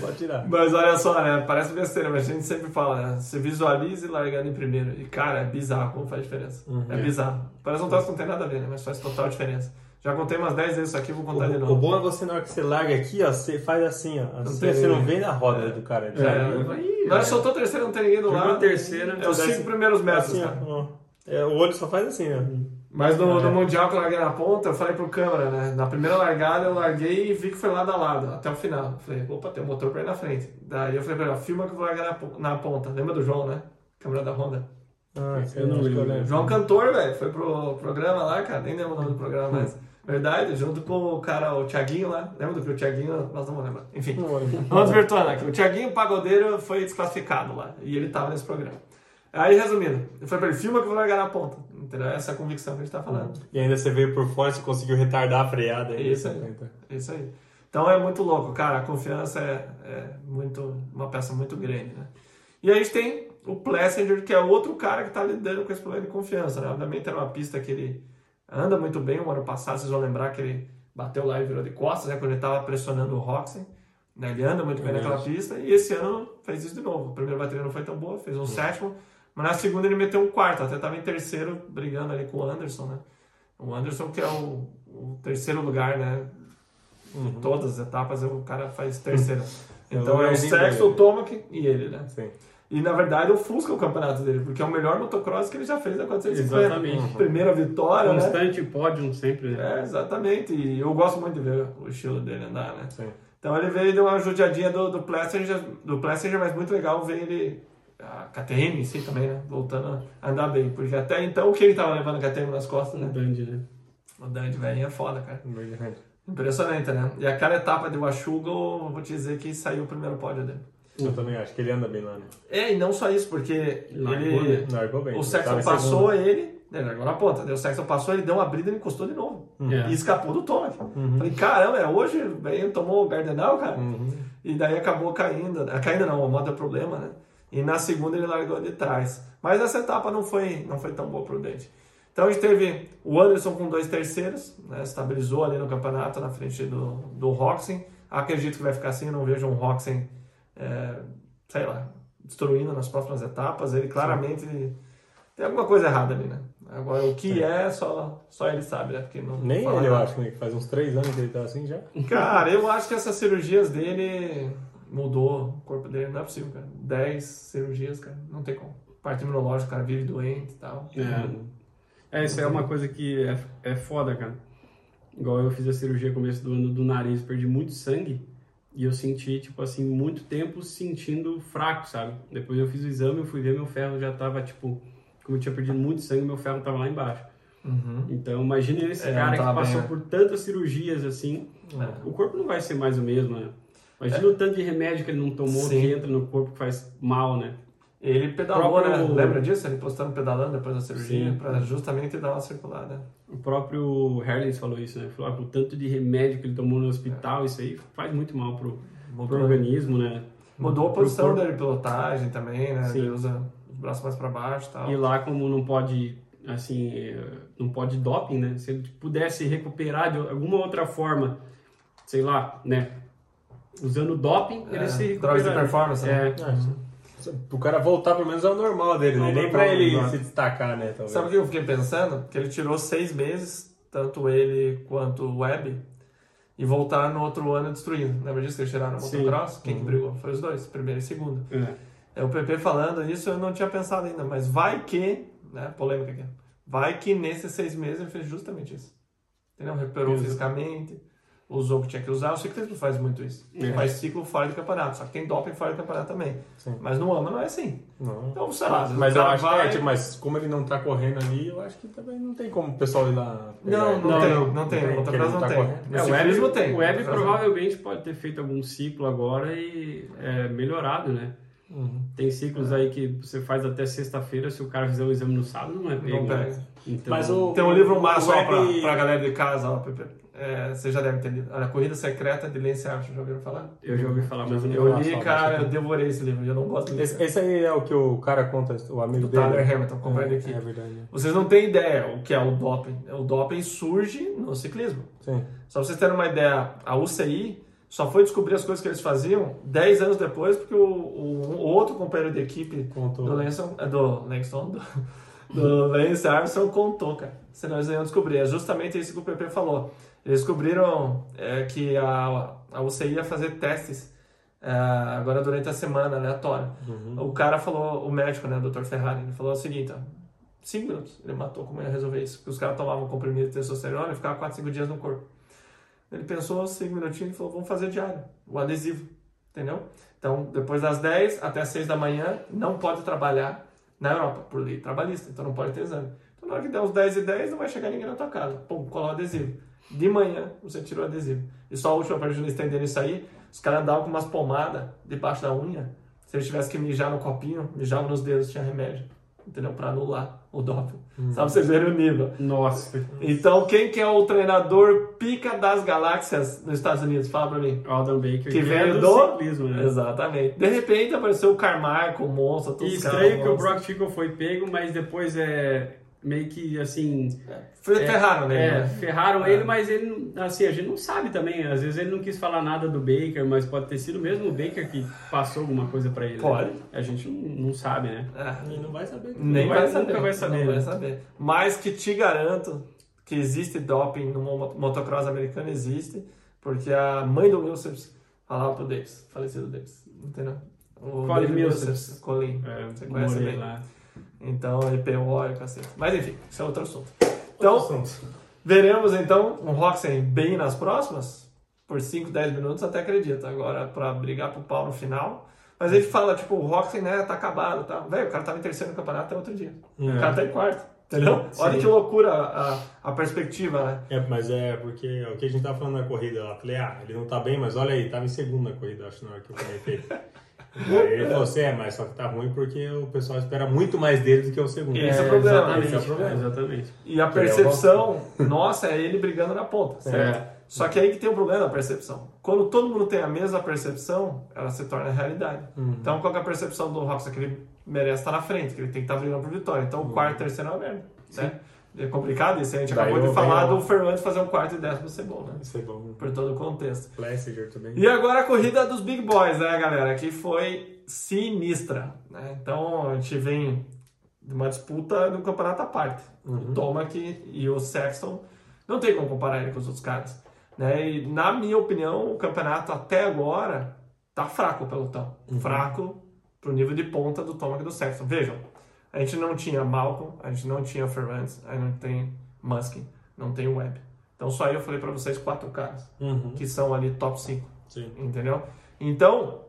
Speaker 3: Pode tirar.
Speaker 2: Mas olha só, né? Parece besteira, mas a gente sempre fala, né? Você visualiza e largando em primeiro. E, cara, é bizarro como faz diferença. É bizarro. Parece um troço que não tem nada a ver, né? Mas faz total diferença. Já contei umas 10 vezes isso aqui, vou contar de
Speaker 3: O,
Speaker 2: novo.
Speaker 3: o bom é você, na hora que você larga aqui, ó, você faz assim, ó. Assim,
Speaker 2: tem-
Speaker 3: você não vê na roda do cara.
Speaker 2: É,
Speaker 3: já-
Speaker 4: Aí,
Speaker 2: nós soltou terceiro, não tem ninguém do
Speaker 4: Jogou
Speaker 2: lado.
Speaker 4: terceiro,
Speaker 2: É os
Speaker 3: dez-
Speaker 2: cinco primeiros metros,
Speaker 3: Assim,
Speaker 2: cara.
Speaker 3: ó. É, o olho só faz assim, né?
Speaker 2: Mas no, no Mundial que eu larguei na ponta, eu falei pro câmera, né? Na primeira largada eu larguei e vi que foi lado a lado, até o final. Falei, opa, tem um motor pra ir na frente. Daí eu falei pra ele, ó, filma que eu vou largar na, po- na ponta. Lembra do João, né? Câmera da Honda.
Speaker 3: Ah,
Speaker 4: Eu não
Speaker 3: acho que eu
Speaker 4: lembro.
Speaker 2: O
Speaker 3: lembro.
Speaker 2: João cantor, velho, foi pro programa lá, cara, nem lembro o nome do programa, mas... Verdade, junto com o cara, o Thiaguinho lá. Lembra do que o Thiaguinho... Nós não vamos lembrar. Enfim.
Speaker 3: Não lembro.
Speaker 2: Vamos desvirtuando aqui. O Thiaguinho Pagodeiro foi desclassificado lá. E ele tava nesse programa. Aí, resumindo, eu falei pra ele, filma que eu vou largar na ponta. Entendeu? Essa é a convicção que a gente tá falando.
Speaker 3: E ainda você veio por fora, você conseguiu retardar a freada.
Speaker 2: É
Speaker 3: ainda.
Speaker 2: isso aí. É isso aí. Então é muito louco, cara. A confiança é, é muito, uma peça muito grande, né? E aí a gente tem o Plessinger, que é outro cara que tá lidando com esse problema de confiança, né? Obviamente era uma pista que ele anda muito bem. O ano passado, vocês vão lembrar que ele bateu lá e virou de costas, né? Quando ele tava pressionando o Roxen. Né? Ele anda muito bem naquela pista. E esse ano fez isso de novo. A primeira bateria não foi tão boa, fez um sétimo. Mas na segunda ele meteu um quarto. Até tava em terceiro, brigando ali com o Anderson, né? O Anderson, que é o, o terceiro lugar, né? Em todas as etapas o cara faz terceira.
Speaker 3: É o
Speaker 2: Então é o
Speaker 3: lugarzinho
Speaker 2: Sexton,
Speaker 3: dele.
Speaker 2: o Tomac e ele, né?
Speaker 3: Sim.
Speaker 2: E na verdade ofusca o campeonato dele, porque é o melhor motocross que ele já fez na 450.
Speaker 4: Exatamente.
Speaker 2: Primeira vitória, né?
Speaker 4: Constante pódio sempre, né?
Speaker 2: É, exatamente. E eu gosto muito de ver o estilo dele andar, né?
Speaker 3: Sim.
Speaker 2: Então ele veio e deu uma judiadinha do, do Plessinger, do Plessinger, mas muito legal ver ele. A KTM em si também, né? Voltando a andar bem. Porque até então quem tava levando a KTM nas costas, né?
Speaker 4: Grande, né?
Speaker 2: O Dandy velhinho é foda, cara.
Speaker 3: Bird Hand.
Speaker 2: Impressionante, né? E aquela etapa de Washugo, eu vou te dizer que saiu o primeiro pódio dele.
Speaker 3: Eu também acho que ele anda bem lá, né?
Speaker 2: É, e não só isso, porque
Speaker 4: Largou,
Speaker 2: ele.
Speaker 4: né?
Speaker 3: Largou bem.
Speaker 2: O
Speaker 3: Ele
Speaker 2: Sexton
Speaker 3: tava em
Speaker 2: passou ele, né, ele largou na ponta, daí o Sexton passou, ele deu uma brida e ele encostou de novo.
Speaker 3: Uhum.
Speaker 4: É.
Speaker 2: E escapou do Tomac. Falei, caramba, é hoje? Bem, tomou o Gardenal, cara.
Speaker 3: Uhum.
Speaker 2: E daí acabou caindo. né? Caindo não, a moto é problema, né? E na segunda ele largou de trás. Mas essa etapa não foi, não foi tão boa pro Dante. Então a gente teve o Anderson com dois terceiros, né? estabilizou ali no campeonato na frente do, do Roxen. Acredito que vai ficar assim, eu não vejo um Roxen, é, sei lá, destruindo nas próximas etapas. Ele claramente tem alguma coisa errada ali, né? Agora, o que é, só, só ele sabe, né? Porque não
Speaker 3: segundo. Nem
Speaker 2: fala
Speaker 3: ele, eu
Speaker 2: nada.
Speaker 3: acho, né? Que faz uns três anos que ele tá assim já.
Speaker 2: Cara, eu acho que essas cirurgias dele mudou o corpo dele. Não é possível, cara. 10 cirurgias, cara. Não tem como. Parte imunológica, o cara vive doente e tal.
Speaker 4: É. É, isso é uma coisa que é, é foda, cara. Igual eu fiz a cirurgia no começo do ano do nariz, perdi muito sangue e eu senti, tipo assim, muito tempo sentindo fraco, sabe? Depois eu fiz o exame, eu fui ver, meu ferro já tava, tipo, como eu tinha perdido muito sangue, meu ferro tava lá embaixo. Então, imagine esse
Speaker 2: É,
Speaker 4: cara
Speaker 2: não
Speaker 4: que
Speaker 2: tava
Speaker 4: passou
Speaker 2: bem, né?
Speaker 4: por tantas cirurgias assim,
Speaker 2: É.
Speaker 4: o corpo não vai ser mais o mesmo, né? Imagina o tanto de remédio que ele não tomou,
Speaker 2: Sim.
Speaker 4: que entra no corpo, que faz mal, né?
Speaker 2: Ele pedalou,
Speaker 4: Próprio-
Speaker 2: né? Lembra disso? Ele postando pedalando depois da cirurgia
Speaker 4: Sim.
Speaker 2: pra justamente dar uma circulada.
Speaker 4: O próprio Herlins falou isso, né? Falou, ah, com o tanto de remédio que ele tomou no hospital, isso aí faz muito mal pro, pro
Speaker 2: Mudou,
Speaker 4: organismo, né?
Speaker 2: mudou a
Speaker 4: Pro
Speaker 2: posição
Speaker 4: corpo.
Speaker 2: dele, pilotagem também, né?
Speaker 4: Sim.
Speaker 2: Ele usa os braços mais pra baixo e tal.
Speaker 4: E lá, como não pode, assim, eh, não pode doping, né? Se ele pudesse recuperar de alguma outra forma, sei lá, né? Usando doping,
Speaker 2: É,
Speaker 4: ele se
Speaker 2: drogas de
Speaker 4: recuperaria.
Speaker 2: performance, né?
Speaker 4: É,
Speaker 3: O cara voltar pelo menos ao normal dele, né?
Speaker 4: Ao
Speaker 3: Nem
Speaker 4: normal,
Speaker 3: pra ele
Speaker 4: exato.
Speaker 3: se destacar, né? Talvez.
Speaker 2: Sabe o que eu fiquei pensando? Que ele tirou seis meses, tanto ele quanto o Web, e voltaram no outro ano destruindo. Lembra disso que eles tiraram o
Speaker 4: Sim.
Speaker 2: motocross? Quem
Speaker 3: Uhum.
Speaker 2: que brigou? Foi os dois, primeiro e segundo.
Speaker 4: é.
Speaker 2: É o PP falando isso, eu não tinha pensado ainda, mas vai que, né? Polêmica aqui. Vai que nesses seis meses ele fez justamente isso. Entendeu? Recuperou
Speaker 4: Isso.
Speaker 2: fisicamente, usou o que tinha que usar. O ciclismo faz muito isso.
Speaker 4: É.
Speaker 2: Faz ciclo fora do campeonato, só que tem doping fora do campeonato também.
Speaker 3: Sim.
Speaker 2: Mas no AMA não é assim.
Speaker 3: Não.
Speaker 2: Então, sei lá, às vezes
Speaker 3: Mas
Speaker 2: o
Speaker 3: eu
Speaker 2: cara
Speaker 3: acho que
Speaker 2: vai-
Speaker 3: é, tipo, mas como ele não tá correndo ali, eu acho que também não tem como o pessoal ir lá. pegar
Speaker 2: Não, não,
Speaker 3: ele.
Speaker 2: tem, não tem.
Speaker 3: porque ele
Speaker 2: Motocross não
Speaker 3: tá
Speaker 2: tem.
Speaker 3: correndo.
Speaker 2: No
Speaker 4: É, o
Speaker 2: ciclismo
Speaker 4: Web,
Speaker 2: tem.
Speaker 4: o Web
Speaker 2: motocross
Speaker 4: provavelmente pode ter feito algum ciclo agora e é, melhorado, né?
Speaker 2: Uhum.
Speaker 4: Tem ciclos aí que você faz até sexta-feira, se o cara fizer o exame no sábado, não é pego. né?
Speaker 2: pega.
Speaker 4: Então,
Speaker 3: Mas o-
Speaker 2: não. Tem um livro
Speaker 3: O
Speaker 2: massa só
Speaker 3: Web-
Speaker 2: pra, pra galera de casa, ó, Pepe. É, você já deve ter lido. Olha, Corrida Secreta de Lance Armstrong, já ouviram falar?
Speaker 4: eu já ouvi falar, mas eu
Speaker 2: Eu
Speaker 4: li.
Speaker 2: li,
Speaker 3: só,
Speaker 2: cara,
Speaker 3: mas-
Speaker 2: eu devorei esse livro, eu não gosto de
Speaker 3: Esse,
Speaker 2: livro.
Speaker 3: esse aí é o que o cara conta, o amigo
Speaker 2: Do
Speaker 3: dele.
Speaker 2: Tyler Hamilton, comprei ele
Speaker 3: é,
Speaker 2: aqui.
Speaker 3: É verdade.
Speaker 2: Vocês não têm ideia o que é o doping. O doping surge no ciclismo.
Speaker 3: Sim.
Speaker 2: Só pra vocês terem uma ideia, a UCI só foi descobrir as coisas que eles faziam 10 anos depois, porque o, o- o outro companheiro de equipe
Speaker 3: Contou.
Speaker 2: do Langston, é, do, Langston do, do [laughs] Lance Armstrong contou, cara. Senão eles não iam descobrir. É justamente isso que o PP falou. Eles descobriram é, que a, a UCI ia fazer testes é, agora durante a semana, aleatório. O cara falou, o médico, né, o Dr. Ferrari, ele falou o seguinte, ó, 5 minutos. Ele matou como ia resolver isso. Porque os caras tomavam comprimido de testosterona e ficava 4, 5 dias no corpo. Ele pensou 5 minutinhos e falou: vamos fazer diário, o adesivo. Entendeu? Então, depois das 10 até as 6 da manhã, não pode trabalhar na Europa, por lei trabalhista, então não pode ter exame. Então, na hora que der uns 10 e 10, não vai chegar ninguém na tua casa. Pum, cola o adesivo. De manhã, você tira o adesivo. E só a última para eles entenderem isso aí, os caras andavam com umas pomadas debaixo da unha. Se eles tivessem que mijar no copinho, mijavam nos dedos, tinha remédio. Entendeu? Pra anular o doping. Sabe pra vocês verem o nível.
Speaker 4: Nossa,
Speaker 2: Então, quem que é o treinador pica das galáxias nos Estados Unidos? Fala pra mim.
Speaker 4: Alden Baker,
Speaker 2: Que
Speaker 4: é
Speaker 2: veio
Speaker 4: do,
Speaker 2: do...
Speaker 4: ciclismo, né?
Speaker 2: Exatamente. De repente apareceu o Carmarco, o Monza,
Speaker 4: E
Speaker 2: todos os caras.
Speaker 4: estranho que o
Speaker 2: Monza.
Speaker 4: Brock Chico foi pego, mas depois é meio que assim.
Speaker 2: Fe-
Speaker 4: é,
Speaker 2: Ferraram nele,
Speaker 4: é,
Speaker 2: né?
Speaker 4: ferraram
Speaker 2: É.
Speaker 4: ele, mas ele, não- assim, a gente não sabe também. Às vezes ele não quis falar nada do Baker, mas pode ter sido mesmo o Baker que passou alguma coisa pra ele. né?
Speaker 2: Pode.
Speaker 4: A gente não, não sabe, né?
Speaker 2: É.
Speaker 3: Ele não vai saber.
Speaker 2: Nem
Speaker 4: vai-
Speaker 2: vai,
Speaker 4: nunca
Speaker 2: saber.
Speaker 4: vai saber,
Speaker 2: Não
Speaker 4: né?
Speaker 2: vai saber. Mas que te garanto que existe doping no mo- motocross americano, existe, porque a mãe do Millsaps falava pro Davis, falecido Davis, entendeu? O
Speaker 4: Colin
Speaker 2: David
Speaker 4: Millsaps.
Speaker 2: Colin,
Speaker 4: É,
Speaker 2: você conhece
Speaker 4: morei
Speaker 2: bem.
Speaker 4: lá.
Speaker 2: Então, EPO e o cacete. Mas enfim, isso é outro assunto. Então,
Speaker 3: Assunto.
Speaker 2: veremos então um Roxen bem nas próximas, por 5, 10 minutos, até acredito. Agora, pra brigar pro pau no final. Mas ele fala, tipo, o Roxen, né, tá acabado, tá? Velho, o cara tava em terceiro no campeonato até outro dia. O cara tá em quarto, entendeu?
Speaker 3: É. Sim.
Speaker 2: Olha que loucura a, a perspectiva, né?
Speaker 3: É, mas é porque o que a gente tava falando na corrida lá, falei, ah, ele não tá bem, mas olha aí, tava em segundo na corrida, acho, na hora que eu comentei. Aí ele falou assim, é, mas só que tá ruim porque o pessoal espera muito mais dele do que o segundo.
Speaker 2: Esse é o problema,
Speaker 4: Exatamente,
Speaker 2: esse é o problema.
Speaker 4: cara, exatamente.
Speaker 2: E a percepção, [laughs] nossa, é ele brigando na ponta, certo?
Speaker 4: É.
Speaker 2: Só que aí que tem o problema da percepção. Quando todo mundo tem a mesma percepção, ela se torna realidade.
Speaker 3: Uhum.
Speaker 2: Então qual que é a percepção do Roxas? Que ele merece estar na frente, que ele tem que estar brigando por vitória. Então o quarto e terceiro é uma merda, né? É complicado isso, a gente
Speaker 3: Uhum. Daí
Speaker 2: acabou de
Speaker 3: eu
Speaker 2: falar
Speaker 3: venho-
Speaker 2: do Fernandes fazer um quarto e décimo cebola, né?
Speaker 3: Isso é bom.
Speaker 2: Por todo o contexto.
Speaker 3: Plessinger também.
Speaker 2: E agora a corrida dos Big Boys, né, galera? Que foi sinistra. Né? Então a gente vem de uma disputa no campeonato à parte. O Tomac e o Sexton não tem como comparar ele com os outros caras. Né? E, na minha opinião, o campeonato até agora tá fraco o pelotão. Fraco pro nível de ponta do Tomac e do Sexton. Vejam, a gente não tinha Malcolm, a gente não tinha Fernandes, a gente não tem Muskin, não tem Webb. Então só aí eu falei pra vocês quatro caras
Speaker 3: Uhum,
Speaker 2: que são ali top 5
Speaker 3: sim.
Speaker 2: entendeu? Então,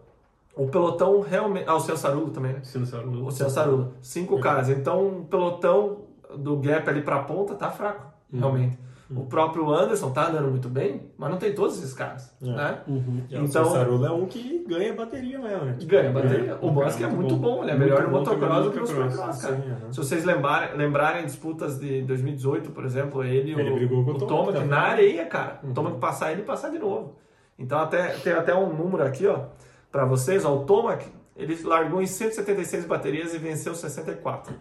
Speaker 2: o pelotão realmente. Ah, o Celso Arulo também, né?
Speaker 4: Sensacional.
Speaker 2: O Celso Arulo. Cinco caras. Então, o pelotão do gap ali pra ponta tá fraco,
Speaker 3: Uhum.
Speaker 2: realmente. O próprio Anderson tá andando muito bem, mas não tem todos esses caras,
Speaker 3: É.
Speaker 2: né?
Speaker 3: Então, o
Speaker 2: Então-
Speaker 3: Cesarula é um que ganha bateria mesmo, né? Tipo,
Speaker 2: Ganha bateria. O Musk é muito bom, ele é melhor no
Speaker 4: Muito bom
Speaker 2: motocross do que
Speaker 4: também
Speaker 2: no
Speaker 4: no
Speaker 2: supercross, cara.
Speaker 4: motocross,
Speaker 3: sim, é. aham.
Speaker 2: Se vocês lembrarem, lembrarem disputas de 2018, por exemplo, ele e
Speaker 3: Ele
Speaker 2: o,
Speaker 3: brigou com o
Speaker 2: o
Speaker 3: Tomac
Speaker 2: Tomac
Speaker 3: também.
Speaker 2: na areia, cara. O Tomac passar ele e passar de novo. Então até, tem até um número aqui, ó, pra vocês, ó, o Tomac, ele largou em 176 baterias e venceu 64.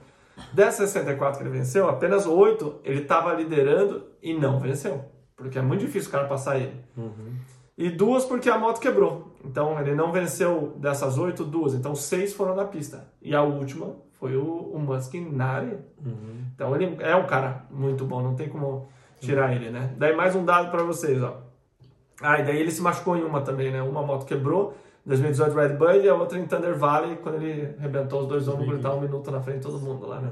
Speaker 2: Dessas 64 que ele venceu, apenas 8 ele tava liderando e não venceu. Porque é muito difícil o cara passar ele. E duas porque a moto quebrou. Então ele não venceu dessas oito, duas. Então seis foram na pista. E a última foi o, o Musk na área. Então ele é um cara muito bom, não tem como tirar ele, né? Daí mais um dado pra vocês, ó. Ah, e daí ele se machucou em uma também, né? Uma moto quebrou, 2018 Red Bull e a outra em Thunder Valley, quando ele arrebentou os dois ombros, ele tava um minuto na frente de todo mundo lá, né?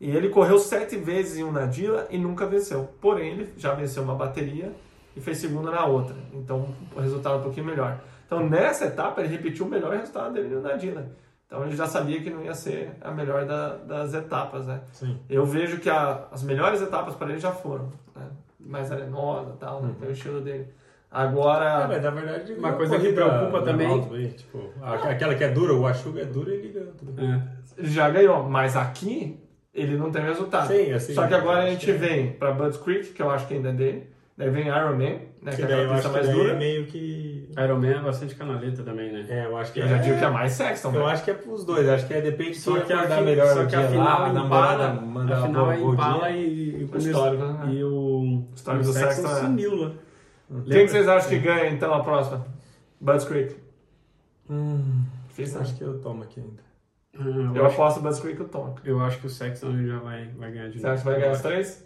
Speaker 2: E ele correu sete vezes em um Nadila e nunca venceu. Porém, ele já venceu uma bateria e fez segunda na outra. Então, o resultado é um pouquinho melhor. Então, nessa etapa, ele repetiu o melhor resultado dele no Nadila. Então, ele já sabia que não ia ser a melhor da- das etapas, né?
Speaker 3: Sim.
Speaker 2: Eu vejo que a- as melhores etapas para ele já foram. Né? Mais arenosa e tal, né? Que é o estilo dele.
Speaker 3: Ah,
Speaker 2: Agora,
Speaker 3: mas na verdade, ele
Speaker 4: Uma
Speaker 3: ganha
Speaker 4: coisa que
Speaker 3: corrida
Speaker 4: preocupa
Speaker 3: normal
Speaker 4: também-
Speaker 3: Tipo, a- aquela que é dura, o Achuga é dura, ele ganha. tudo bem.
Speaker 4: É.
Speaker 2: ele já ganhou, mas aqui ele não tem resultado.
Speaker 3: Sim, assim,
Speaker 2: Só que agora a
Speaker 3: acho
Speaker 2: gente
Speaker 3: que é.
Speaker 2: vem para Bud's Creek, que eu acho que ainda é dele. Daí vem Iron Man, né? Que é
Speaker 3: Que daí eu
Speaker 2: aquela pista
Speaker 3: acho que
Speaker 2: mais
Speaker 3: daí
Speaker 2: dura.
Speaker 3: é meio que...
Speaker 4: Iron Man é bastante canaleta também, né?
Speaker 3: É, eu acho que
Speaker 2: Eu já
Speaker 3: é...
Speaker 2: digo que é mais sexton,
Speaker 3: Eu
Speaker 2: velho.
Speaker 3: acho que é pros dois, acho que é depende
Speaker 4: Só
Speaker 3: quem
Speaker 4: que a
Speaker 3: acordar
Speaker 4: fi-
Speaker 3: melhor
Speaker 4: só
Speaker 3: no
Speaker 4: que a
Speaker 3: dia
Speaker 4: final
Speaker 3: lá,
Speaker 4: é
Speaker 3: namorada,
Speaker 4: empala,
Speaker 3: mandar
Speaker 4: Afinal,
Speaker 3: uma
Speaker 4: é
Speaker 3: boa
Speaker 4: Impala
Speaker 3: dia.
Speaker 4: e, e,
Speaker 2: O histórico, né?
Speaker 4: e o.
Speaker 2: Histórico
Speaker 4: o
Speaker 2: do
Speaker 4: Sexton
Speaker 2: Sexton, é.
Speaker 4: sumiu lá.
Speaker 2: Quem que
Speaker 3: é.
Speaker 2: vocês acham que ganha então a próxima? Bud's Creek.
Speaker 3: Hum,
Speaker 2: Difícil, né?
Speaker 3: acho que eu tomo aqui ainda.
Speaker 4: Ah,
Speaker 2: Eu
Speaker 4: eu, acho,
Speaker 2: aposto Bud's Creek e o Tom.
Speaker 4: eu acho que o Sexton já vai, vai ganhar de
Speaker 2: Você
Speaker 4: novo.
Speaker 2: acha que vai ganhar as três?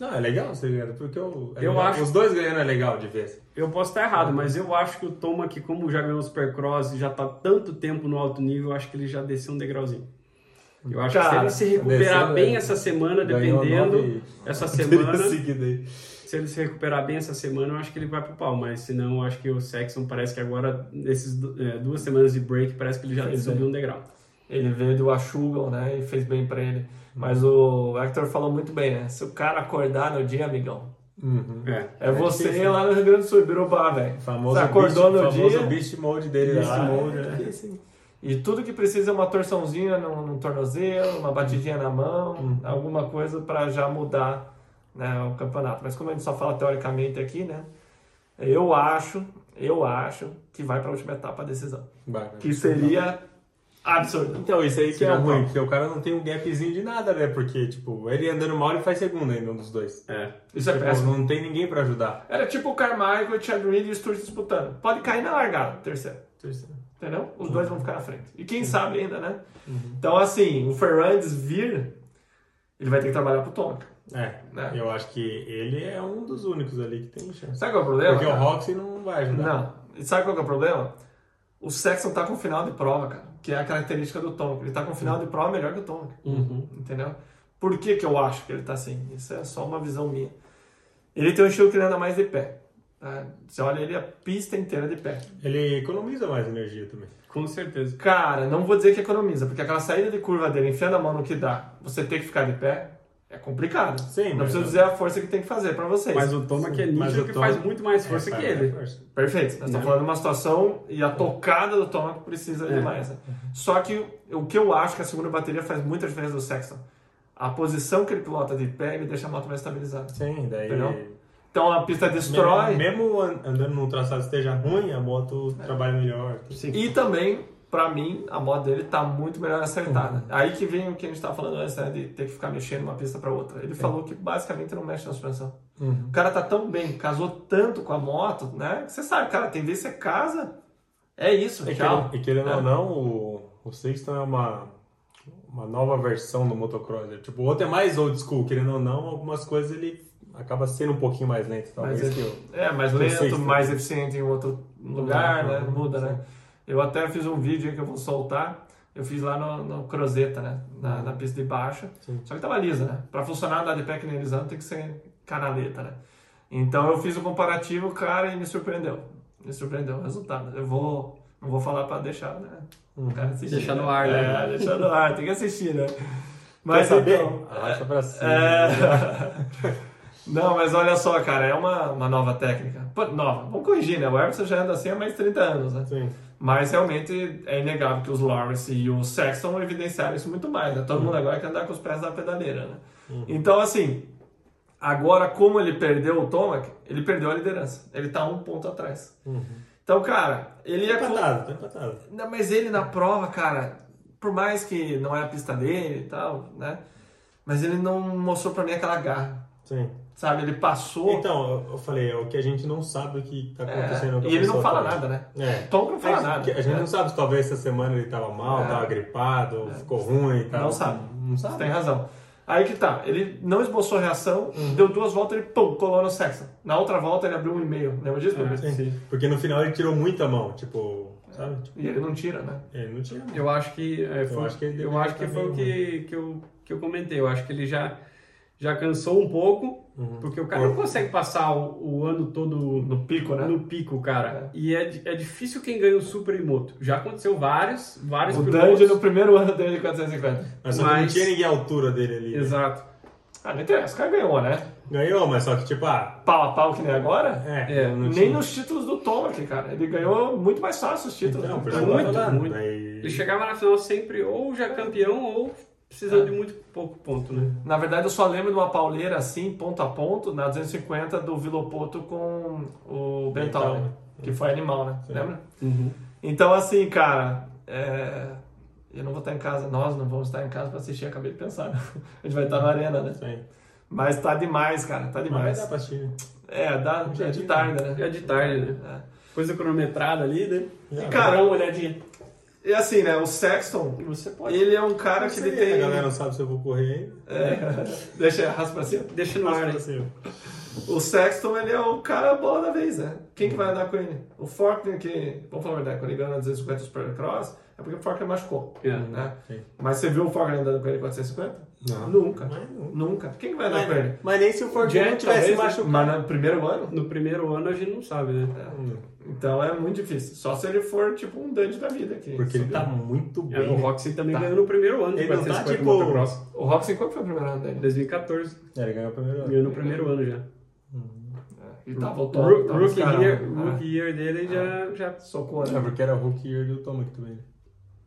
Speaker 3: Não, é legal você ganhando, porque eu, é
Speaker 4: Eu
Speaker 3: legal.
Speaker 4: acho-
Speaker 3: os dois ganhando é legal de ver.
Speaker 4: Eu posso estar errado,
Speaker 3: Uhum.
Speaker 4: mas eu acho que o Toma, que como já ganhou o Supercross e já tá tanto tempo no alto nível, eu acho que ele já desceu um degrauzinho. Eu acho
Speaker 2: Cara,
Speaker 4: que se ele se recuperar
Speaker 3: Tá, desceu,
Speaker 4: bem
Speaker 3: é.
Speaker 4: essa semana,
Speaker 3: Ganhou
Speaker 4: dependendo,
Speaker 3: nove-
Speaker 4: essa
Speaker 3: Teria [laughs]
Speaker 4: semana,
Speaker 3: seguido aí.
Speaker 4: se ele se recuperar bem essa semana, eu acho que ele vai pro pau. Mas se não, eu acho que o Sexton parece que agora, nesses du- eh, duas semanas de break, parece que ele já
Speaker 2: Pois é.
Speaker 4: subiu um degrau.
Speaker 2: Ele veio do Ashugal, né? E fez bem pra ele. Mas o Hector falou muito bem, né? Se o cara acordar no dia, amigão.
Speaker 3: Uhum.
Speaker 4: É.
Speaker 2: É você
Speaker 3: difícil,
Speaker 2: lá no Rio Grande do Sul, Birubá, velho.
Speaker 3: Famoso
Speaker 2: Você acordou
Speaker 3: beast,
Speaker 2: no
Speaker 3: famoso
Speaker 2: dia.
Speaker 3: beast mode dele
Speaker 2: Beast
Speaker 3: lá.
Speaker 2: mode,
Speaker 3: é
Speaker 2: né?
Speaker 3: difícil.
Speaker 2: E tudo que precisa é uma torçãozinha num, num tornozelo, uma batidinha na mão, alguma coisa para já mudar né, o campeonato. Mas como a gente só fala teoricamente aqui, né? Eu acho, eu acho que vai para a última etapa a decisão.
Speaker 3: Bacana.
Speaker 2: Que seria absurdo.
Speaker 3: Então, isso aí que é
Speaker 2: Seria
Speaker 3: ruim,
Speaker 2: bom.
Speaker 3: porque o cara não tem um gapzinho de nada, né? Porque, tipo, ele andando mal, ele faz segundo ainda, um dos dois.
Speaker 4: É.
Speaker 2: Isso é
Speaker 3: Tipo,
Speaker 2: péssimo.
Speaker 3: não tem ninguém pra ajudar.
Speaker 2: Era tipo o Carmichael, o Chad Reed e o Sturge disputando. Pode cair na largada, terceiro. Entendeu? Os dois vão ficar na frente. E quem
Speaker 3: Uhum.
Speaker 2: sabe ainda, né? Então, assim, o Ferrandes vir, ele vai ter que trabalhar pro Tonka.
Speaker 3: É,
Speaker 2: É.
Speaker 3: eu acho que ele é um dos únicos ali que tem chance.
Speaker 2: Sabe qual é o problema?
Speaker 3: Porque o
Speaker 2: cara?
Speaker 3: Roxy não vai ajudar.
Speaker 2: Não. E sabe qual que é o problema? O Sexton tá com final de prova, cara. Que é a característica do Tom. Ele tá com final
Speaker 3: Uhum.
Speaker 2: de prova melhor que o Tom. Entendeu? Por que, que eu acho que ele tá assim? Isso é só uma visão minha. Ele tem um estilo que ele anda mais de pé. tá? Você olha ele a pista inteira de pé.
Speaker 3: Ele economiza mais energia também.
Speaker 4: Com certeza.
Speaker 2: Cara, não vou dizer que economiza, porque aquela saída de curva dele, enfiando a mão no que dá, você ter que ficar de pé, é complicado.
Speaker 3: Sim,
Speaker 2: não
Speaker 3: mas-
Speaker 2: preciso dizer a força que tem que fazer pra vocês.
Speaker 4: Mas o Toma que é
Speaker 3: Mas
Speaker 4: nítido
Speaker 3: o
Speaker 4: que
Speaker 3: Toma-
Speaker 4: faz muito mais força
Speaker 3: É,
Speaker 4: que
Speaker 3: faz
Speaker 4: ele.
Speaker 3: força.
Speaker 2: Perfeito.
Speaker 3: Né?
Speaker 2: Nós estamos falando de uma situação e a tocada do Tom precisa
Speaker 3: É.
Speaker 2: de mais. né? Só que o que eu acho que a segunda bateria faz muita diferença do Sexton. A posição que ele pilota de pé, ele deixa a moto mais estabilizada.
Speaker 3: Sim, daí.
Speaker 2: Entendeu? Então a pista destrói É.
Speaker 3: Mesmo, mesmo an- andando num traçado que esteja ruim, a moto trabalha melhor. Sim.
Speaker 2: e também, pra mim, a moto dele tá muito melhor acertada.
Speaker 3: Uhum.
Speaker 2: Aí que vem o que a gente tava falando antes, né, de ter que ficar mexendo uma pista pra outra. Ele falou que basicamente não mexe na suspensão.
Speaker 3: Uhum.
Speaker 2: O cara tá tão bem, casou tanto com a moto, né? que Você sabe, cara, tem vez que você casa, é isso,
Speaker 3: E
Speaker 2: tchau.
Speaker 3: querendo, e querendo
Speaker 2: É.
Speaker 3: ou não, o, o Sexton é uma, uma nova versão do motocross. É, tipo, o outro é mais old school, querendo ou não, algumas coisas ele acaba sendo um pouquinho mais lento, talvez.
Speaker 2: Mas
Speaker 3: que
Speaker 2: é,
Speaker 3: o-
Speaker 2: é, mais
Speaker 3: que o
Speaker 2: lento,
Speaker 3: sexto.
Speaker 2: mais eficiente em outro lugar,
Speaker 3: Muda,
Speaker 2: né?
Speaker 3: né?
Speaker 2: Muda, né? Eu até fiz um vídeo aí que eu vou soltar. Eu fiz lá no, no Crozeta, né? Na, na pista de baixa. Só que tava lisa, né? Pra funcionar andar de pé que nem eles andam, tem que ser canaleta, né? Então eu fiz o comparativo, cara, e me surpreendeu. Me surpreendeu o resultado. Eu vou. Não vou falar pra deixar, né? O cara assistir.
Speaker 4: Deixar no
Speaker 2: né?
Speaker 4: ar, né?
Speaker 2: É, deixar no ar, tem que assistir, né?
Speaker 3: Quer
Speaker 2: Mas
Speaker 3: saber?
Speaker 2: então.
Speaker 3: Arrasta pra cima.
Speaker 2: É. [laughs] Não, mas olha só, cara, é uma, uma nova técnica. Pô, nova, vamos corrigir, né? O Everson já anda assim há mais de 30 anos, né?
Speaker 3: Sim.
Speaker 2: Mas realmente é inegável que os Lawrence e o Sexton evidenciaram isso muito mais, né? Todo mundo agora quer andar com os pés na pedaleira, né? Então, assim, agora como ele perdeu o Tomac, ele perdeu a liderança. Ele tá um ponto atrás. Então, cara, ele ia...
Speaker 3: Tá
Speaker 2: co-
Speaker 3: empatado, tá empatado.
Speaker 2: não, mas ele na prova, cara, por mais que não é a pista dele e tal, né? Mas ele não mostrou pra mim aquela garra,
Speaker 3: Sim.
Speaker 2: sabe? Ele passou.
Speaker 3: Então, eu- eu falei, é o que a gente não sabe o que tá
Speaker 2: é,
Speaker 3: acontecendo. com a
Speaker 2: e ele não
Speaker 3: pessoa
Speaker 2: fala
Speaker 3: também.
Speaker 2: nada, né?
Speaker 3: É.
Speaker 2: Tom não fala
Speaker 3: É,
Speaker 2: nada.
Speaker 3: que A gente
Speaker 2: né?
Speaker 3: não sabe se talvez essa semana ele tava mal,
Speaker 2: É.
Speaker 3: tava gripado, ficou ruim e tal.
Speaker 2: Não sabe.
Speaker 3: Não sabe.
Speaker 2: Você tem razão. Aí que tá, ele não esboçou reação,
Speaker 3: Uhum.
Speaker 2: deu duas voltas e pum, colou no sexo. Na outra volta ele abriu um e-mail, lembra
Speaker 3: Ah,
Speaker 2: disso? Pedro?
Speaker 4: É. Sim.
Speaker 3: Porque no final ele tirou muita mão, tipo, sabe? Tipo,
Speaker 2: E ele não tira, né?
Speaker 3: ele não tinha mão.
Speaker 4: Eu acho que é, foi,
Speaker 3: acho
Speaker 4: eu acho
Speaker 3: que
Speaker 4: que,
Speaker 3: ele deveria
Speaker 4: foi o
Speaker 3: estar bem
Speaker 4: que, que, eu, que eu comentei. Eu acho que ele já, já cansou um pouco,
Speaker 3: Uhum.
Speaker 4: porque o cara não consegue passar o, o ano todo
Speaker 2: No pico, né?
Speaker 4: no pico, cara. E é, di- é difícil quem ganha o Super Emoto. Já aconteceu vários, vários
Speaker 2: O Dandy no primeiro ano dele de 450.
Speaker 3: Mas, só que não
Speaker 4: mas-
Speaker 3: tinha ninguém à altura dele ali. né?
Speaker 4: Exato.
Speaker 2: Ah, não interessa, o cara ganhou, né?
Speaker 3: Ganhou, mas só que tipo, ah,
Speaker 2: Pau a pau que nem agora.
Speaker 3: é,
Speaker 4: É,
Speaker 3: não
Speaker 2: Nem nos títulos do Tom aqui, cara. Ele ganhou muito mais fácil os títulos.
Speaker 3: Então, por
Speaker 2: Foi
Speaker 3: isso que eu tô
Speaker 2: muito.
Speaker 3: falando,
Speaker 4: muito.
Speaker 3: daí-
Speaker 4: Ele chegava na final sempre ou já campeão ou precisando
Speaker 2: É.
Speaker 4: de muito pouco ponto, né?
Speaker 2: Na verdade, eu só lembro de uma pauleira assim, ponto a ponto, na 250 do Vilopoto com o Bental,
Speaker 3: Bental.
Speaker 2: que foi animal, né? Lembra? Então, assim, cara, é, eu não vou estar em casa, nós não vamos estar em casa pra assistir, acabei de pensar. [laughs] né? A gente vai estar na arena, né?
Speaker 3: Sim.
Speaker 2: Mas tá demais, cara, tá
Speaker 3: Mas vai
Speaker 2: demais.
Speaker 3: dar pra assistir, né?
Speaker 2: É, dá é de tarde, né?
Speaker 4: É de tarde, né? Coisa cronometrada ali, né?
Speaker 2: E, cara, É. uma olhadinha. E assim, né, o Sexton,
Speaker 4: Você pode.
Speaker 2: ele é um cara que
Speaker 3: Se
Speaker 2: ele tem... é,
Speaker 3: A galera não sabe se eu vou correr ainda.
Speaker 2: [laughs]
Speaker 3: assim,
Speaker 2: Deixa, raspa pra cima.
Speaker 4: Deixa no ar. né?
Speaker 2: tá O Sexton, ele é o cara bola da vez, né? Quem que vai andar com ele? O Faulkner, que, vamos falar a verdade, quando ele ganhou na 250 Supercross, é porque o Faulkner machucou,
Speaker 4: É.
Speaker 2: né?
Speaker 3: Sim.
Speaker 2: Mas você viu o Faulkner andando com ele 450?
Speaker 3: Não.
Speaker 2: Nunca.
Speaker 3: Mas não.
Speaker 2: Nunca. Quem que vai andar
Speaker 3: Mas,
Speaker 2: com ele?
Speaker 3: mas nem se o Fortune não tivesse
Speaker 2: talvez, né?
Speaker 3: machucado.
Speaker 2: Mas no primeiro ano?
Speaker 4: No primeiro ano a gente não sabe, né?
Speaker 2: Então é muito difícil. Só se ele for, tipo, um Dante da vida. Que
Speaker 3: Porque ele
Speaker 2: subiu.
Speaker 3: tá muito
Speaker 4: É,
Speaker 3: bem.
Speaker 4: o
Speaker 3: né?
Speaker 4: Roxy também ganhou no primeiro ano de
Speaker 3: Ele não tá
Speaker 4: 450
Speaker 3: tipo.
Speaker 4: motocross.
Speaker 2: O Roxy, qual que foi o primeiro ano dele?
Speaker 4: 2014.
Speaker 3: É, ele ganhou o primeiro ano.
Speaker 4: Ganhou no primeiro ano já.
Speaker 2: Ele tava né?
Speaker 4: O
Speaker 2: voltando.
Speaker 4: É. Ru- rookie, year, rookie year dele já, já.
Speaker 2: Socou,
Speaker 3: É,
Speaker 2: né?
Speaker 3: porque era o Hulk e o Tomac também.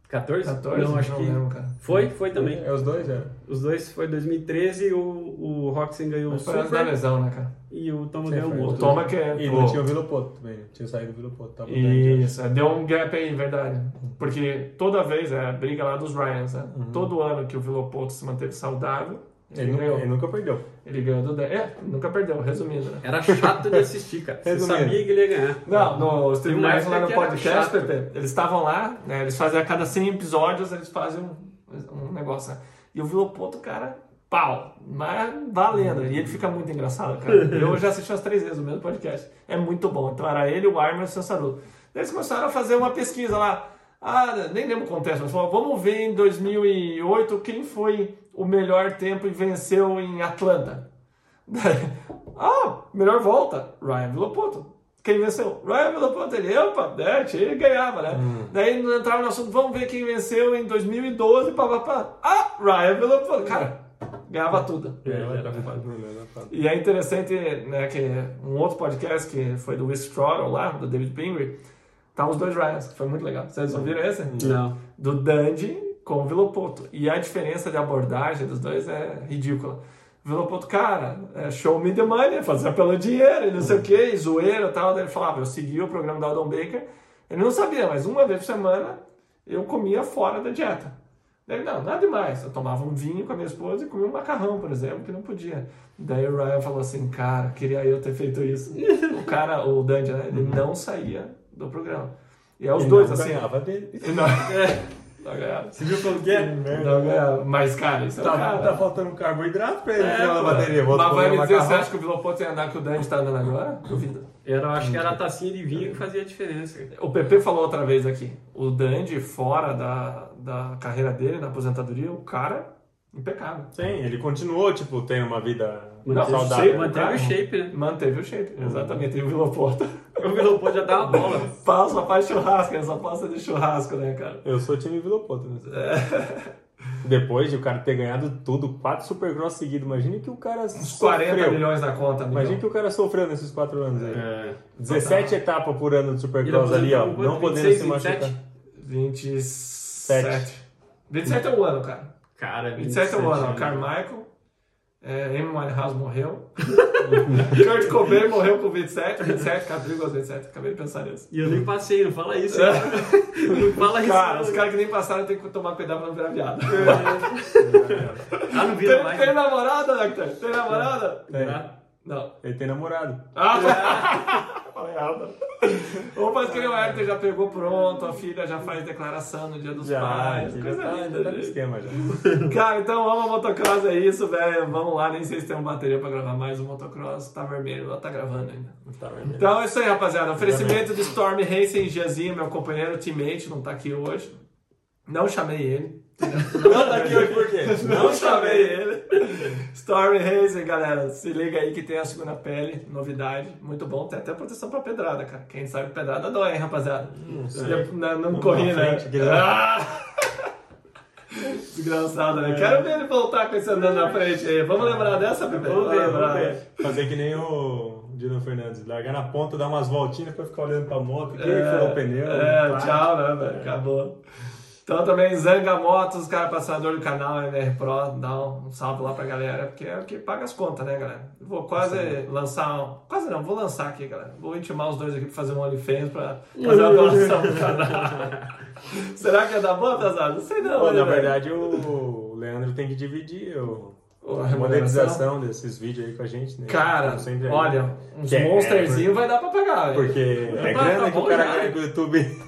Speaker 4: 14?
Speaker 2: 14?
Speaker 4: Não, acho que.
Speaker 2: lembro, cara.
Speaker 4: Foi, foi também.
Speaker 3: É os dois, era.
Speaker 4: Os dois foi 2013 o, o Roxen ganhou o
Speaker 2: Mas foi antes da
Speaker 4: Super
Speaker 2: lesão, né, cara?
Speaker 4: e o Tomo
Speaker 3: Sim,
Speaker 4: ganhou
Speaker 3: foi.
Speaker 4: o
Speaker 2: O
Speaker 4: outro.
Speaker 2: Toma que é.
Speaker 3: E não tinha o Vilopoto também. né? Tinha saído o Vilopoto. Tava né? e...
Speaker 2: Isso, é, deu um gap aí, verdade. Porque toda vez, é a briga lá dos Ryans, né? Todo ano que o Vilopoto se manteve saudável, ele,
Speaker 3: ele, nunca,
Speaker 2: ganhou.
Speaker 3: ele nunca perdeu.
Speaker 2: Ele ganhou do Dan. É, nunca perdeu, resumindo, né?
Speaker 4: Era chato de assistir, [laughs] cara. Você
Speaker 3: Resumindo.
Speaker 4: sabia que ele ia ganhar.
Speaker 2: Não, no, os
Speaker 4: Tem uma
Speaker 2: tribunais
Speaker 4: época
Speaker 2: lá no
Speaker 4: que era
Speaker 2: podcast,
Speaker 4: chato.
Speaker 2: Pepe, eles estavam lá, né? Eles fazem a cada 100 episódios, eles fazem um, um negócio, né? E o Vilopoto, cara, pau. Mas valendo. E ele fica muito engraçado,
Speaker 4: [laughs]
Speaker 2: cara. Eu já assisti umas três vezes o mesmo podcast. É muito bom. Então era ele, o Armin e o Sansaru. Daí eles começaram a fazer uma pesquisa lá. Ah, nem lembro o contexto, mas falou, vamos ver em 2008 quem foi o melhor tempo e venceu em Atlanta. Daí, [laughs] ah, melhor volta, Ryan Villapoto. Quem venceu? Ryan Villapoto. Ele, opa, né, tinha- ele ganhava, né? Daí entrava no assunto, vamos ver quem venceu em 2012, papapá. Ah, Ryan Villapoto. Cara, ganhava tudo.
Speaker 3: tá.
Speaker 2: E é interessante, né, que um outro podcast que foi do Will Strottle lá, do David Pingree, tá os dois Ryans, que foi muito legal. Vocês ouviram esse?
Speaker 4: Não.
Speaker 2: Do Dandy com o Vilopoto. E a diferença de abordagem dos dois é ridícula. Vilopoto, cara, é show me the money, fazer pelo dinheiro, e não sei o que, zoeira e tal. Daí ele falava, eu segui o programa da Aldon Baker. Ele não sabia, mas uma vez por semana eu comia fora da dieta. Daí, não, nada demais. Eu tomava um vinho com a minha esposa e comia um macarrão, por exemplo, que não podia. Daí o Ryan falou assim, cara, queria eu ter feito isso. o cara, o Dandy, né, ele não saía do programa. E é os dois, assim, ó.
Speaker 3: ganhava dele.
Speaker 2: E Não, não ganhava.
Speaker 4: Você viu como que é?
Speaker 2: Não ganhava. Mas, cara, isso é um
Speaker 3: Tá,
Speaker 2: cara.
Speaker 3: tá faltando carboidrato pra ele
Speaker 2: É,
Speaker 3: tirar na
Speaker 2: pô.
Speaker 3: bateria. Vou
Speaker 2: Mas vai
Speaker 3: comer
Speaker 2: me dizer,
Speaker 3: macarrão.
Speaker 2: você acha que o Vilopoto ia andar que o Dandy tá andando agora? Duvido.
Speaker 4: Era, acho que era a tacinha de vinho que fazia a diferença. cara.
Speaker 2: O PP falou outra vez aqui. O Dandy, fora da, da carreira dele, na aposentadoria, o cara, impecável.
Speaker 3: Sim, ele continuou, tipo, tendo uma vida
Speaker 4: Não,
Speaker 3: saudável.
Speaker 2: sei,
Speaker 4: Manteve o shape, né?
Speaker 2: Manteve o shape, exatamente. E o [laughs] Vilopoto
Speaker 4: O Velopo já dá uma bola.
Speaker 2: faz, só faz churrasco, ele só passa de churrasco, né, cara?
Speaker 3: Eu sou time Vila Ponta, né? [laughs] Depois de o cara ter ganhado tudo, quatro Supercross seguidos, imagina que o cara
Speaker 2: 40
Speaker 3: sofreu.
Speaker 2: milhões na conta, amigão.
Speaker 3: Imagina que o cara sofreu nesses quatro anos aí.
Speaker 4: É.
Speaker 3: 17 etapas por ano de
Speaker 4: Ele
Speaker 3: Supercross
Speaker 4: aposentou
Speaker 3: ali, ó.
Speaker 4: com
Speaker 3: Não
Speaker 4: quanto?
Speaker 3: podendo
Speaker 4: 26,
Speaker 3: se machucar.
Speaker 4: 27?
Speaker 2: 27. 27 é o ano, cara.
Speaker 4: Cara,
Speaker 2: 27 é o
Speaker 3: né?
Speaker 2: ano.
Speaker 4: anos.
Speaker 2: Carmichael, é, Amy Winehouse morreu. [laughs] Kurt Cobain morreu com 27. 27, cara, perigoso 27. Acabei de pensar nisso.
Speaker 4: E eu nem passei, não fala isso.
Speaker 2: [laughs]
Speaker 4: cara. Não fala isso.
Speaker 2: Cara,
Speaker 4: não.
Speaker 2: os caras que nem passaram tem que tomar cuidado pra não virar viado. [laughs]
Speaker 3: É,
Speaker 4: Ah, não vira
Speaker 2: Tem,
Speaker 4: mais.
Speaker 3: um.
Speaker 2: tem namorada, Hector? Tem namorada?
Speaker 3: É,
Speaker 4: né?
Speaker 2: Não.
Speaker 3: Ele tem namorado.
Speaker 2: Ah, falei errado.
Speaker 3: é.
Speaker 2: Ou parece que ele, o Hector já pegou pronto, a filha já faz declaração no dia dos pais.
Speaker 3: ele
Speaker 2: Coisa
Speaker 3: já tá,
Speaker 2: linda,
Speaker 3: já tá no
Speaker 2: gente.
Speaker 3: esquema já.
Speaker 2: Cara, então ama motocross, é isso, velho. Vamos lá, nem sei se tem uma bateria pra gravar mais. O motocross tá vermelho, ela tá gravando ainda.
Speaker 3: Tá, vai ver.
Speaker 2: Então é isso aí, rapaziada. Oferecimento de Storm Racing Giazinho, meu companheiro teammate, não tá aqui hoje. Não chamei ele.
Speaker 3: Não tá aqui hoje por quê?
Speaker 2: Não chamei ele. Storm Racing, galera. Se liga aí que tem a segunda pele, novidade. Muito bom. Tem até proteção pra pedrada, cara. Quem sabe pedrada dói, hein, rapaziada. Não, não, não corri,
Speaker 3: na
Speaker 2: né?
Speaker 3: frente, que ele-
Speaker 2: Ah! [laughs] Desgraçado, né? Quero ver ele voltar com esse andando na frente aí. Vamos lembrar dessa, Pepe? Vamos lembrar.
Speaker 3: Fazer que nem o Dino Fernandes, largar na ponta, dar umas voltinhas pra ficar olhando pra moto, quem furou o pneu.
Speaker 2: É,
Speaker 3: pá.
Speaker 2: tchau, né, velho? Acabou. Então também Zanga Motos, cara patrocinador do canal MR Pro, dá um salve lá pra galera, porque é o que paga as contas, né, galera? Eu Vou quase lançar um. Quase não, vou lançar aqui, galera. Vou intimar os dois aqui pra fazer um OnlyFans pra fazer uma doação do canal. [laughs] Será que é da boa, Pesado? Não sei não.
Speaker 3: Pô,
Speaker 2: né,
Speaker 3: na
Speaker 2: velho?
Speaker 3: verdade, o Leandro tem que dividir o-
Speaker 2: Ô,
Speaker 3: a
Speaker 2: remuneração.
Speaker 3: monetização desses vídeos aí com a gente, né?
Speaker 2: Cara,
Speaker 3: Como sempre é.
Speaker 2: olha, uns
Speaker 3: Que é-
Speaker 2: monsterzinhos vai dar pra pagar, velho.
Speaker 3: Porque é
Speaker 2: Mas tá
Speaker 3: grana que
Speaker 2: bom
Speaker 3: o cara
Speaker 2: já,
Speaker 3: ganha
Speaker 2: né?
Speaker 3: com o YouTube.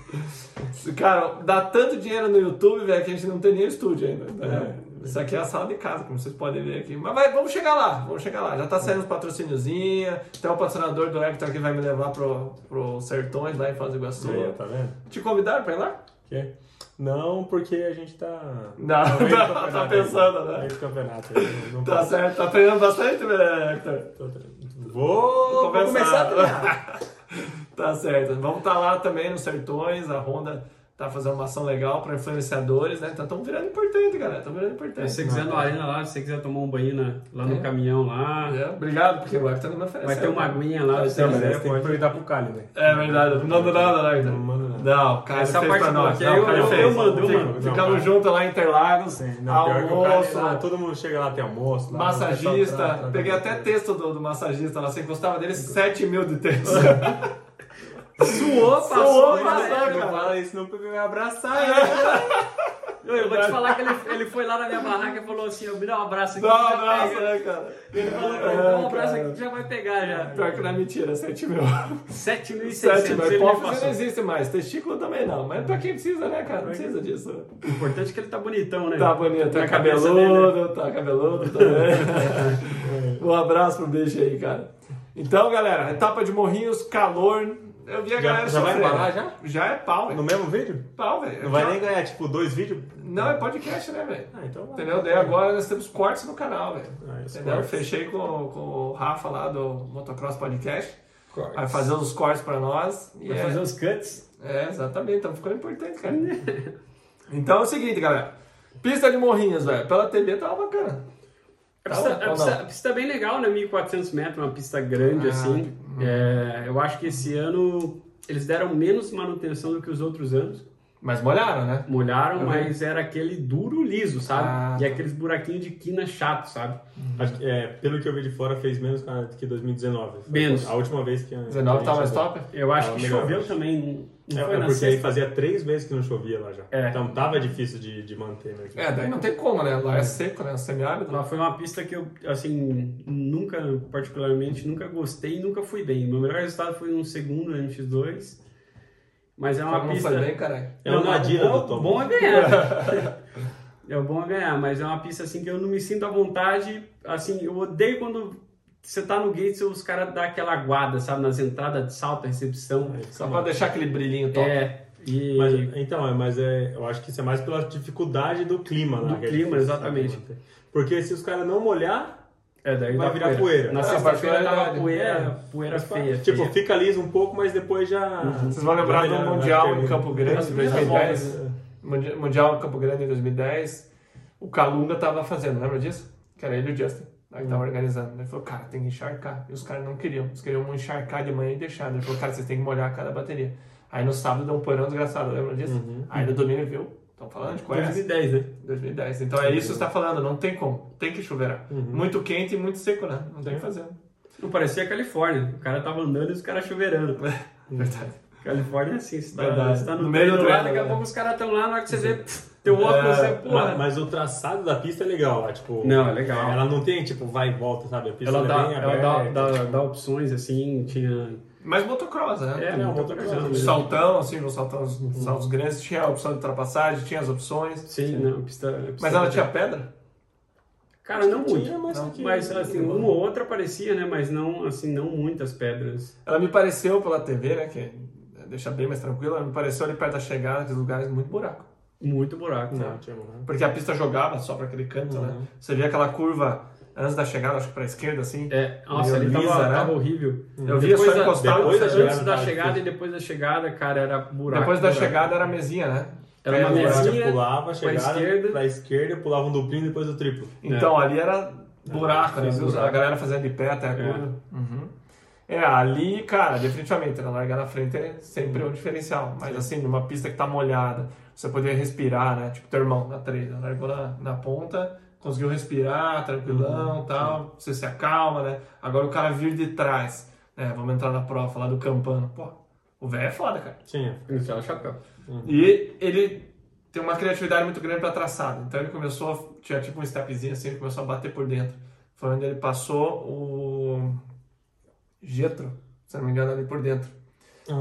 Speaker 2: Cara, dá tanto dinheiro no YouTube, velho, que a gente não tem nem estúdio ainda. né? Isso aqui é a sala de casa, como vocês podem ver aqui. Mas vai, vamos chegar lá, vamos chegar lá. Já tá saindo os patrocíniozinhos, tem um patrocinador do Hector que vai me levar pro, pro Sertões, lá em Foz do Iguaçu.
Speaker 3: Aí, ó, tá vendo?
Speaker 2: Te convidaram pra ir lá?
Speaker 3: Que- Não, porque a gente tá.
Speaker 2: Não,
Speaker 3: no meio do
Speaker 2: [laughs] tá- tá
Speaker 3: campeonato
Speaker 2: pensando,
Speaker 3: ainda,
Speaker 2: né?
Speaker 3: no meio do campeonato. aí, Não, não
Speaker 2: Tá
Speaker 3: posso.
Speaker 2: certo, tá treinando bastante, né, Hector?
Speaker 3: Tô tre- Vou, vou
Speaker 2: Começar.
Speaker 3: começar a treinar.
Speaker 2: [laughs] Tá certo. Vamos estar lá também nos Sertões, a Honda tá fazendo uma ação legal pra influenciadores, né? Então estão virando importante, galera, estão virando importante.
Speaker 4: Se você quiser no Arena lá, se você quiser tomar um banho na- lá no caminhão lá,
Speaker 2: É, obrigado, porque o Hector não me ofereceu.
Speaker 4: vai ter uma aguinha lá. se você
Speaker 3: Não, mas
Speaker 4: quiser,
Speaker 3: aí você tem que perguntar pro Cali, né?
Speaker 2: É verdade, não do nada, né? Não,
Speaker 3: manda nada.
Speaker 2: não cara,
Speaker 4: Essa
Speaker 2: fez
Speaker 4: parte
Speaker 2: pra
Speaker 4: boa
Speaker 2: nós.
Speaker 4: aqui,
Speaker 2: Não,
Speaker 4: eu-
Speaker 2: cara,
Speaker 4: eu-
Speaker 2: fez.
Speaker 4: eu mando, eu
Speaker 2: Fica-
Speaker 4: mando.
Speaker 2: Ficamos
Speaker 3: Não,
Speaker 2: juntos lá em Interlagos,
Speaker 3: Sim, não, pior que o cara,
Speaker 2: almoço,
Speaker 3: lá, todo mundo chega lá, tem almoço. lá,
Speaker 2: massagista.
Speaker 3: o pessoal trata-
Speaker 2: Peguei até texto do, do massagista lá, você gostava dele, 7 mil de [laughs] texto.
Speaker 4: Suou,
Speaker 2: Suou,
Speaker 4: passou.
Speaker 2: passou.
Speaker 4: né?
Speaker 3: Não fala isso não, porque vai abraçar ele.
Speaker 4: Eu, eu vou te falar que ele, ele foi lá na minha barraca e falou assim: eu me dá um abraço aqui.
Speaker 2: Dá um
Speaker 4: já
Speaker 2: abraço,
Speaker 4: pega.
Speaker 2: né, cara?
Speaker 4: Ele falou pra mim: dá um
Speaker 2: É,
Speaker 4: abraço
Speaker 2: cara.
Speaker 4: aqui que já vai pegar já.
Speaker 2: Pior que não é mentira, 7 mil. 7 mil.
Speaker 4: 7.600. Ele
Speaker 2: Hipófise não
Speaker 4: repassou.
Speaker 2: existe mais, testículo também não. Mas pra quem precisa, né, cara? Não precisa disso.
Speaker 4: O importante é que ele tá bonitão, né?
Speaker 2: Tá bonito,
Speaker 4: Na
Speaker 2: tá
Speaker 4: cabeça dele, né?
Speaker 2: cabeludo, tá cabeludo
Speaker 3: [laughs]
Speaker 2: também. um abraço pro bicho aí, cara. Então, galera, etapa de Morrinhos, calor. Eu vi a
Speaker 3: Já-
Speaker 2: galera
Speaker 3: já vai
Speaker 2: sofrendo.
Speaker 3: parar, já?
Speaker 2: Já é pau, velho.
Speaker 3: No mesmo vídeo?
Speaker 2: Pau, velho.
Speaker 3: Não vai
Speaker 2: Já-
Speaker 3: nem ganhar, tipo, dois vídeos?
Speaker 2: Não, é podcast, né, velho?
Speaker 3: Ah, então vai.
Speaker 2: Entendeu? Daí agora nós temos cortes no canal, velho.
Speaker 3: Ah, os
Speaker 2: Entendeu?
Speaker 3: cortes.
Speaker 2: Fechei com, com o Rafa lá do Motocross Podcast.
Speaker 3: Cortes.
Speaker 2: Vai fazer os cortes pra nós. E
Speaker 4: Vai
Speaker 2: é-
Speaker 4: fazer os cuts.
Speaker 3: um-
Speaker 2: é, exatamente, estamos ficando importante, cara. então é o seguinte, galera. Pista de morrinhos, velho. Pela TV tava bacana.
Speaker 4: A pista,
Speaker 2: Tá,
Speaker 4: a
Speaker 2: ou
Speaker 4: pista-
Speaker 2: não?
Speaker 4: a pista é bem legal, né? 1.400 metros, uma pista grande
Speaker 2: Ah,
Speaker 4: assim. É, eu acho que esse ano eles deram menos manutenção do que os outros anos.
Speaker 2: Mas molharam, né?
Speaker 4: Molharam,
Speaker 2: Eu
Speaker 4: mas era aquele duro liso, sabe?
Speaker 2: Ah,
Speaker 4: e
Speaker 2: tá.
Speaker 4: aqueles buraquinhos de quina chato, sabe?
Speaker 3: Acho que, é, pelo que eu vi de fora, fez menos que 2019. Foi
Speaker 4: Menos.
Speaker 3: A última vez que. a-
Speaker 2: 19 tá
Speaker 3: que a
Speaker 2: mais
Speaker 3: gente
Speaker 2: top?
Speaker 4: Eu acho
Speaker 3: Ah,
Speaker 4: que
Speaker 3: melhor,
Speaker 4: choveu
Speaker 3: acho.
Speaker 4: também. Não
Speaker 3: É,
Speaker 4: foi
Speaker 3: é
Speaker 4: na
Speaker 3: porque aí
Speaker 4: sexta.
Speaker 3: fazia três meses que não chovia lá já.
Speaker 4: É.
Speaker 3: Então tava difícil de, de manter, né?
Speaker 2: É, daí não tem como, né?
Speaker 4: Uhum.
Speaker 2: Lá é seco, né? Semiárido.
Speaker 4: Ela foi uma pista que eu, assim, nunca, particularmente, nunca gostei e nunca fui bem. Meu melhor resultado foi um segundo no MX2. Mas é uma
Speaker 2: Como não
Speaker 4: pista.
Speaker 2: foi bem, caralho.
Speaker 3: É uma
Speaker 4: Não,
Speaker 3: armadilha
Speaker 4: o bom-
Speaker 3: do Tom.
Speaker 4: O bom é ganhar. [laughs] é o bom é ganhar, mas é uma pista assim que eu não me sinto à vontade. Assim, eu odeio quando você tá no gate e os caras dão aquela aguada, sabe? Nas entradas de salto, recepção.
Speaker 2: Só pra deixar aquele brilhinho top.
Speaker 4: É. E
Speaker 3: Mas, então, é, mas é, eu acho que isso é mais pela dificuldade do clima, né?
Speaker 4: Do
Speaker 3: que é
Speaker 4: clima,
Speaker 3: difícil,
Speaker 4: exatamente.
Speaker 3: sabe, manter. Porque se os caras não molhar,
Speaker 4: é, daí
Speaker 3: vai
Speaker 4: dá
Speaker 3: virar poeira.
Speaker 4: Na
Speaker 3: É,
Speaker 4: sexta-feira tava
Speaker 2: particularidade.
Speaker 4: poeira, poeira feia.
Speaker 3: tipo,
Speaker 4: feia. Uhum.
Speaker 3: fica liso um pouco, mas depois já.
Speaker 2: Vocês vão lembrar
Speaker 3: já-
Speaker 2: do
Speaker 4: né?
Speaker 3: já
Speaker 2: Mundial
Speaker 3: termina.
Speaker 2: em Campo Grande,
Speaker 4: As
Speaker 2: em
Speaker 4: primeiras
Speaker 2: 2010.
Speaker 4: né?
Speaker 3: voltas,
Speaker 2: Mundi- Mundial em Campo Grande em 2010. O Calunga tava fazendo, lembra disso? Que era ele e o Justin. Aí
Speaker 4: Uhum.
Speaker 2: tava organizando. Ele falou, cara, tem que encharcar. E os caras não queriam. Eles queriam encharcar de manhã e deixar. né? Ele falou, cara, vocês têm que molhar cada bateria. Aí no sábado deu um porão desgraçado, lembra disso?
Speaker 4: Uhum.
Speaker 2: Aí no domingo viu. Estão falando de conhece?
Speaker 4: 2010, né?
Speaker 2: 2010. Então é isso que você está falando, não tem como. Tem que chover. né?
Speaker 4: Uhum.
Speaker 2: Muito quente e muito seco, né? Não
Speaker 4: É.
Speaker 2: tem o que fazer.
Speaker 4: Não parecia a Califórnia. O cara tava andando e os caras choverando. Uhum.
Speaker 2: Verdade.
Speaker 4: Califórnia é assim, você tá,
Speaker 2: Verdade.
Speaker 4: você tá no,
Speaker 2: No
Speaker 4: meio
Speaker 2: meio
Speaker 4: do
Speaker 2: do
Speaker 4: lado,
Speaker 2: treino,
Speaker 4: daqui a
Speaker 2: né?
Speaker 4: pouco os caras estão lá, na hora que você vê, pff, teu óculos, você,
Speaker 2: É,
Speaker 4: porra.
Speaker 3: Mas, mas o traçado da pista é legal lá, tipo.
Speaker 4: Não, é legal.
Speaker 3: Ela não tem, tipo, vai e volta, sabe? A pista
Speaker 4: Ela,
Speaker 3: é
Speaker 4: dá,
Speaker 3: bem
Speaker 4: ela
Speaker 3: aberta.
Speaker 4: dá, dá, dá opções assim, tinha.
Speaker 2: Mas motocross, né?
Speaker 4: É,
Speaker 3: não,
Speaker 4: não, Uhum.
Speaker 3: outra coisa.
Speaker 2: Um saltão, assim, um saltão, uns saltos grandes, tinha a opção de ultrapassagem, tinha as opções.
Speaker 4: Sim, não, pista, pista-
Speaker 2: Mas ela tinha pedra?
Speaker 4: Cara, não
Speaker 3: Tinha,
Speaker 4: muito.
Speaker 3: mas
Speaker 4: Não,
Speaker 3: aqui-
Speaker 4: mas assim, uma ou outra aparecia, né? Mas não, assim, não muitas pedras.
Speaker 2: Ela me pareceu pela TV, né? Que deixa bem mais tranquilo, ela me pareceu ali perto da chegada, aqueles lugares, muito buraco.
Speaker 4: Muito buraco.
Speaker 3: Não,
Speaker 4: Né?
Speaker 3: tinha uma-
Speaker 2: Porque a pista jogava só pra aquele canto,
Speaker 4: Uhum.
Speaker 2: né? Você via aquela curva antes da chegada, acho que pra esquerda, assim.
Speaker 4: É, nossa,
Speaker 2: Meio
Speaker 4: ele tava,
Speaker 2: lisa, né?
Speaker 4: tava horrível.
Speaker 2: Eu via
Speaker 4: Depois
Speaker 2: só
Speaker 4: da-
Speaker 2: encostar
Speaker 3: depois da
Speaker 2: antes-
Speaker 3: chegada.
Speaker 4: Antes da
Speaker 3: tava
Speaker 4: chegada e
Speaker 3: difícil.
Speaker 4: depois da chegada, cara, era buraco.
Speaker 2: Depois da
Speaker 4: buraco.
Speaker 2: chegada era a mesinha, né?
Speaker 4: Era
Speaker 2: É,
Speaker 4: uma
Speaker 2: buraco.
Speaker 4: mesinha.
Speaker 3: tipo, Você pulava,
Speaker 4: pra
Speaker 3: chegava
Speaker 4: esquerda.
Speaker 3: pra esquerda, pulava um duplinho depois o triplo.
Speaker 2: Então ali era buraco, né?
Speaker 4: Era buraco.
Speaker 2: A galera fazendo de pé até a curva. Uhum. É, ali, cara, definitivamente, na largar na frente é sempre um diferencial. Mas assim, numa pista que tá molhada, você poder respirar, né? Tipo teu irmão na três, né? largou na, na ponta, conseguiu respirar, tranquilão tal, você se acalma, né? Agora o cara vir de trás, né? Vamos entrar na prova lá do Campano. Pô, o velho é foda, cara.
Speaker 3: Tinha.
Speaker 4: Ele tirava é o chapéu.
Speaker 2: E ele tem uma criatividade muito grande para traçado. Então ele começou, a, tinha tipo um stepzinho assim, ele começou a bater por dentro. Foi onde ele passou o Getro, se não me engano, ali por dentro.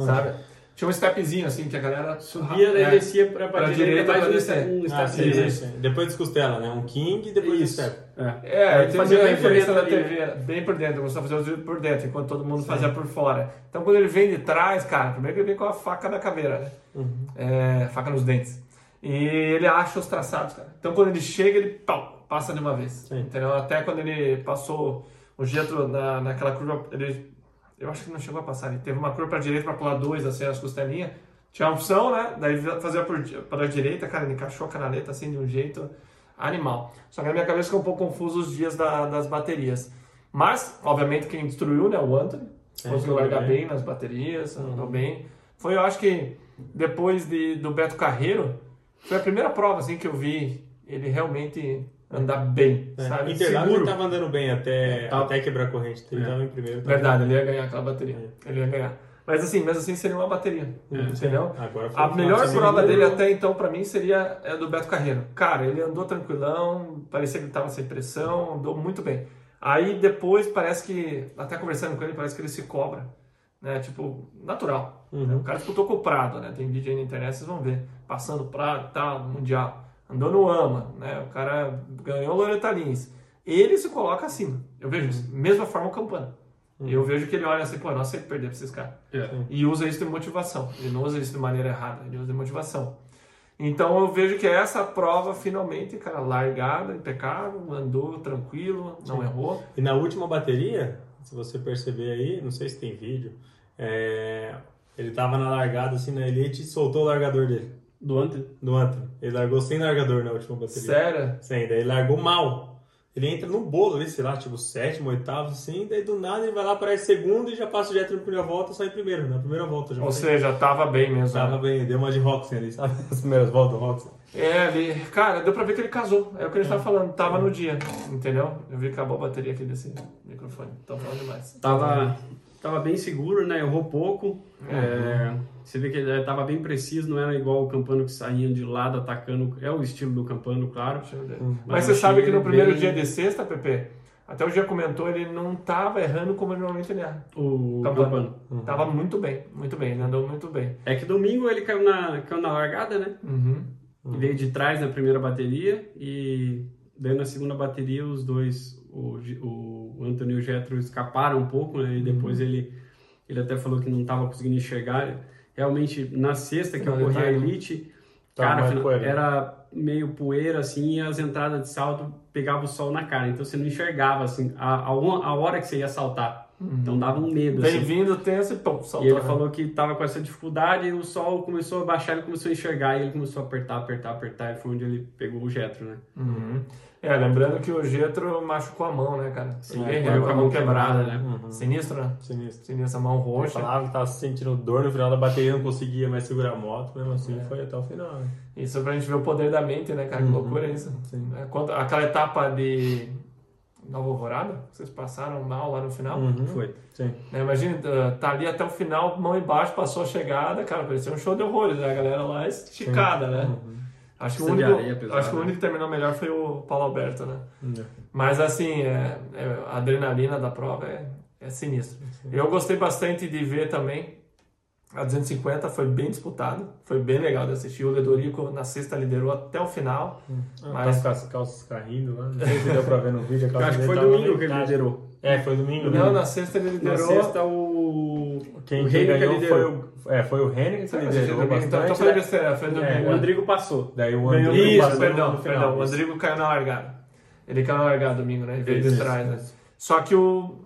Speaker 2: Sabe? Tinha um stepzinho assim que a galera
Speaker 4: Ah, é. Subia, daí
Speaker 2: É.
Speaker 4: descia pra, pra,
Speaker 2: Pra
Speaker 4: direita,
Speaker 2: direita, pra
Speaker 4: mais
Speaker 2: descer.
Speaker 4: um, um
Speaker 3: Ah, sim, sim,
Speaker 4: stepzinho.
Speaker 3: sim. Depois dos costela, né? Um king e depois
Speaker 4: Isso.
Speaker 3: o step.
Speaker 4: É.
Speaker 2: É, ele
Speaker 4: Ele
Speaker 2: fazia
Speaker 4: fazia
Speaker 2: bem
Speaker 4: bem
Speaker 2: por dentro
Speaker 4: por
Speaker 2: da
Speaker 4: dentro
Speaker 2: TV, bem por dentro, começou a fazer os vídeos por dentro, enquanto todo mundo fazia por fora. Então quando ele vem de trás, cara, primeiro que ele vem com a faca da caveira, né? É, faca nos dentes. E ele acha os traçados, cara. Então quando ele chega, ele pau, passa de uma vez. Entendeu? Até quando ele passou o Getro na, naquela curva, ele. Eu acho que não chegou a passar, ele teve uma curva pra direita pra pular dois, assim, as costelinhas. Tinha a opção, né? Daí fazia por, pra direita, cara, ele encaixou a canaleta assim de um jeito animal. Só que na minha cabeça ficou um pouco confuso os dias da- das baterias. Mas, obviamente, quem destruiu, né? O Anthony. Conseguiu
Speaker 3: tudo
Speaker 2: largar
Speaker 3: É, bem. Uhum.
Speaker 2: bem nas baterias, andou bem. Foi, eu acho que, depois de, do Beto Carreiro, foi a primeira prova, assim, que eu vi ele realmente andar bem, sabe?
Speaker 3: É. Né? Interlagos
Speaker 2: Seguro. É.
Speaker 3: ele tava andando bem até,
Speaker 4: Tá.
Speaker 3: até quebrar a corrente. Ele tava em primeiro. tava-
Speaker 2: Verdade, ele ia ganhar aquela bateria. Ele ia ganhar. Mas assim, mas assim seria uma bateria. entendeu?
Speaker 3: Agora foi
Speaker 2: a
Speaker 3: um
Speaker 2: melhor
Speaker 3: final de semana
Speaker 2: prova dele
Speaker 3: legal.
Speaker 2: até então, pra mim, seria a do Beto Carreiro. Cara, ele andou tranquilão, parecia que ele tava sem pressão, andou muito bem. Aí depois parece que, até conversando com ele, parece que ele se cobra. Né? Tipo, natural.
Speaker 3: Uhum.
Speaker 2: né? O cara disputou com o Prado, né? Tem vídeo aí na internet, vocês vão ver. Passando o Prado e tal, Mundial. Andou no AMA, né? O cara ganhou o Loreta Lins. Ele se coloca acima. Eu vejo isso. Mesma forma o Campana.
Speaker 3: Uhum.
Speaker 2: Eu vejo que ele olha assim, pô, eu não aceito perder pra esses caras.
Speaker 4: É.
Speaker 2: E usa isso de motivação. Ele não usa isso de maneira errada, ele usa de motivação. Então eu vejo que essa prova finalmente, cara, largada, impecável, andou tranquilo, não errou.
Speaker 3: E na última bateria, se você perceber aí, não sei se tem vídeo, é, ele tava na largada assim na elite e soltou o largador dele,
Speaker 4: Do Ante.
Speaker 3: do Anthem. Ele largou sem largador na última bateria.
Speaker 2: Sério?
Speaker 3: Sem, daí ele largou mal. Ele entra no bolo ali, sei lá, tipo sétimo, oitavo, assim, daí do nada ele vai lá para segundo e já passa direto na primeira volta, sai em primeiro, na primeira volta já.
Speaker 2: Ou
Speaker 3: Sai.
Speaker 2: seja, tava bem mesmo. né?
Speaker 3: Tava bem, deu uma de Roxen ali, sabe? [laughs] As primeiras voltas do Roxen.
Speaker 2: É, ele, cara, deu pra ver que ele casou. É o que a gente tava falando, tava no dia, entendeu? Eu vi que acabou a bateria aqui desse microfone. Tão falando demais.
Speaker 4: Tava, tava bem seguro, né? Errou pouco. É, você vê que ele tava bem preciso, não era igual o Campano que saía de lado atacando. É o estilo do Campano, claro.
Speaker 2: Deixa eu ver.
Speaker 4: Mas
Speaker 2: Hum, Mas você
Speaker 4: achei
Speaker 2: sabe que no
Speaker 4: ele
Speaker 2: primeiro
Speaker 4: bem-
Speaker 2: dia de sexta, Pepe, até o dia comentou, ele não tava errando como ele normalmente ele erra.
Speaker 4: O
Speaker 2: Campano.
Speaker 4: Campano.
Speaker 2: Tava muito bem, muito bem, ele andou muito bem.
Speaker 4: É que domingo ele caiu na, caiu na largada, né?
Speaker 2: Uhum.
Speaker 4: Veio de trás na primeira bateria e daí na segunda bateria os dois, o, G- o Anthony e o Getro escaparam um pouco, né? E
Speaker 3: Uhum.
Speaker 4: depois ele, ele até falou que não estava conseguindo enxergar. Realmente, na sexta que eu
Speaker 2: Não,
Speaker 4: corri a
Speaker 2: detalhe.
Speaker 4: elite,
Speaker 3: né? Tava
Speaker 4: cara,
Speaker 3: mais
Speaker 4: fina-
Speaker 3: poeira.
Speaker 4: era meio poeira assim e as entradas de salto pegava o sol na cara. Então você não enxergava assim a, a, on- a hora que você ia saltar.
Speaker 3: Uhum.
Speaker 4: Então dava um medo. assim.
Speaker 2: Bem-vindo, tenso e pum,
Speaker 4: E
Speaker 2: saltou.
Speaker 4: ele falou que tava com essa dificuldade e o sol começou a baixar, ele começou a enxergar e ele começou a apertar, apertar, apertar e foi onde ele pegou o Jetro, né?
Speaker 2: Uhum. É, lembrando que o Getro machucou a mão, né, cara? Sim,
Speaker 4: ele correu é, com a mão quebrada, Uhum.
Speaker 2: Sinistro, né?
Speaker 3: Sinistro.
Speaker 2: Sinistro, a mão
Speaker 3: Ele
Speaker 2: roxa.
Speaker 3: falava que tava sentindo dor no final da bateria, não conseguia mais segurar a moto, mesmo
Speaker 4: É.
Speaker 3: assim foi até o final. né?
Speaker 2: Isso é pra gente ver o poder da mente, né, cara? Que
Speaker 4: Uhum.
Speaker 2: loucura é isso. É, quanto- Aquela etapa de Nova Alvorada, que vocês passaram mal lá no
Speaker 4: Uhum.
Speaker 2: final.
Speaker 4: Foi.
Speaker 3: Sim.
Speaker 2: Né, imagina, tá- tá ali até o final, mão embaixo, passou a chegada, cara, parecia um show de horrores, né? A galera lá esticada, né? Acho, que o
Speaker 4: Pista Uhum. de
Speaker 2: único,
Speaker 4: areia pesada,
Speaker 2: acho que o
Speaker 4: né? Uhum.
Speaker 2: único que terminou melhor foi o Paulo Alberto, né? Mas assim, é- é- a adrenalina da prova é, é sinistra. Eu gostei bastante de ver também. A 250 foi bem disputado, foi bem legal de assistir. O Ledorico na sexta liderou até o final.
Speaker 4: Uhum.
Speaker 3: Mas...
Speaker 2: Mas-
Speaker 4: Ah,
Speaker 3: As calças caindo lá, não sei se deu pra ver no vídeo. a
Speaker 4: [laughs] Eu
Speaker 3: calça
Speaker 4: acho que
Speaker 3: dele
Speaker 4: foi
Speaker 3: tava
Speaker 4: domingo que ele
Speaker 3: arrebentada.
Speaker 4: liderou.
Speaker 3: É, foi domingo. né?
Speaker 2: Não, na sexta ele
Speaker 4: tá. Na
Speaker 2: liderou.
Speaker 4: sexta o,
Speaker 3: Quem,
Speaker 4: o
Speaker 3: quem
Speaker 4: Henrique
Speaker 3: ganhou
Speaker 4: liderou.
Speaker 3: foi o, é, foi o Henrique que
Speaker 2: Sabe, assisti
Speaker 3: liderou
Speaker 2: domingo, então,
Speaker 3: bastante.
Speaker 2: então foi
Speaker 3: né?
Speaker 2: besteira, foi domingo.
Speaker 4: O Rodrigo passou.
Speaker 3: Daí o
Speaker 4: Ganhou
Speaker 3: Andrigo
Speaker 4: no
Speaker 2: Isso,
Speaker 3: passou
Speaker 2: perdão,
Speaker 3: no final,
Speaker 2: perdão. O
Speaker 3: isso.
Speaker 2: Rodrigo caiu na largada. Ele caiu na largada domingo, né? Ele veio de
Speaker 3: Isso,
Speaker 2: trás, né?
Speaker 3: isso.
Speaker 2: Só que o,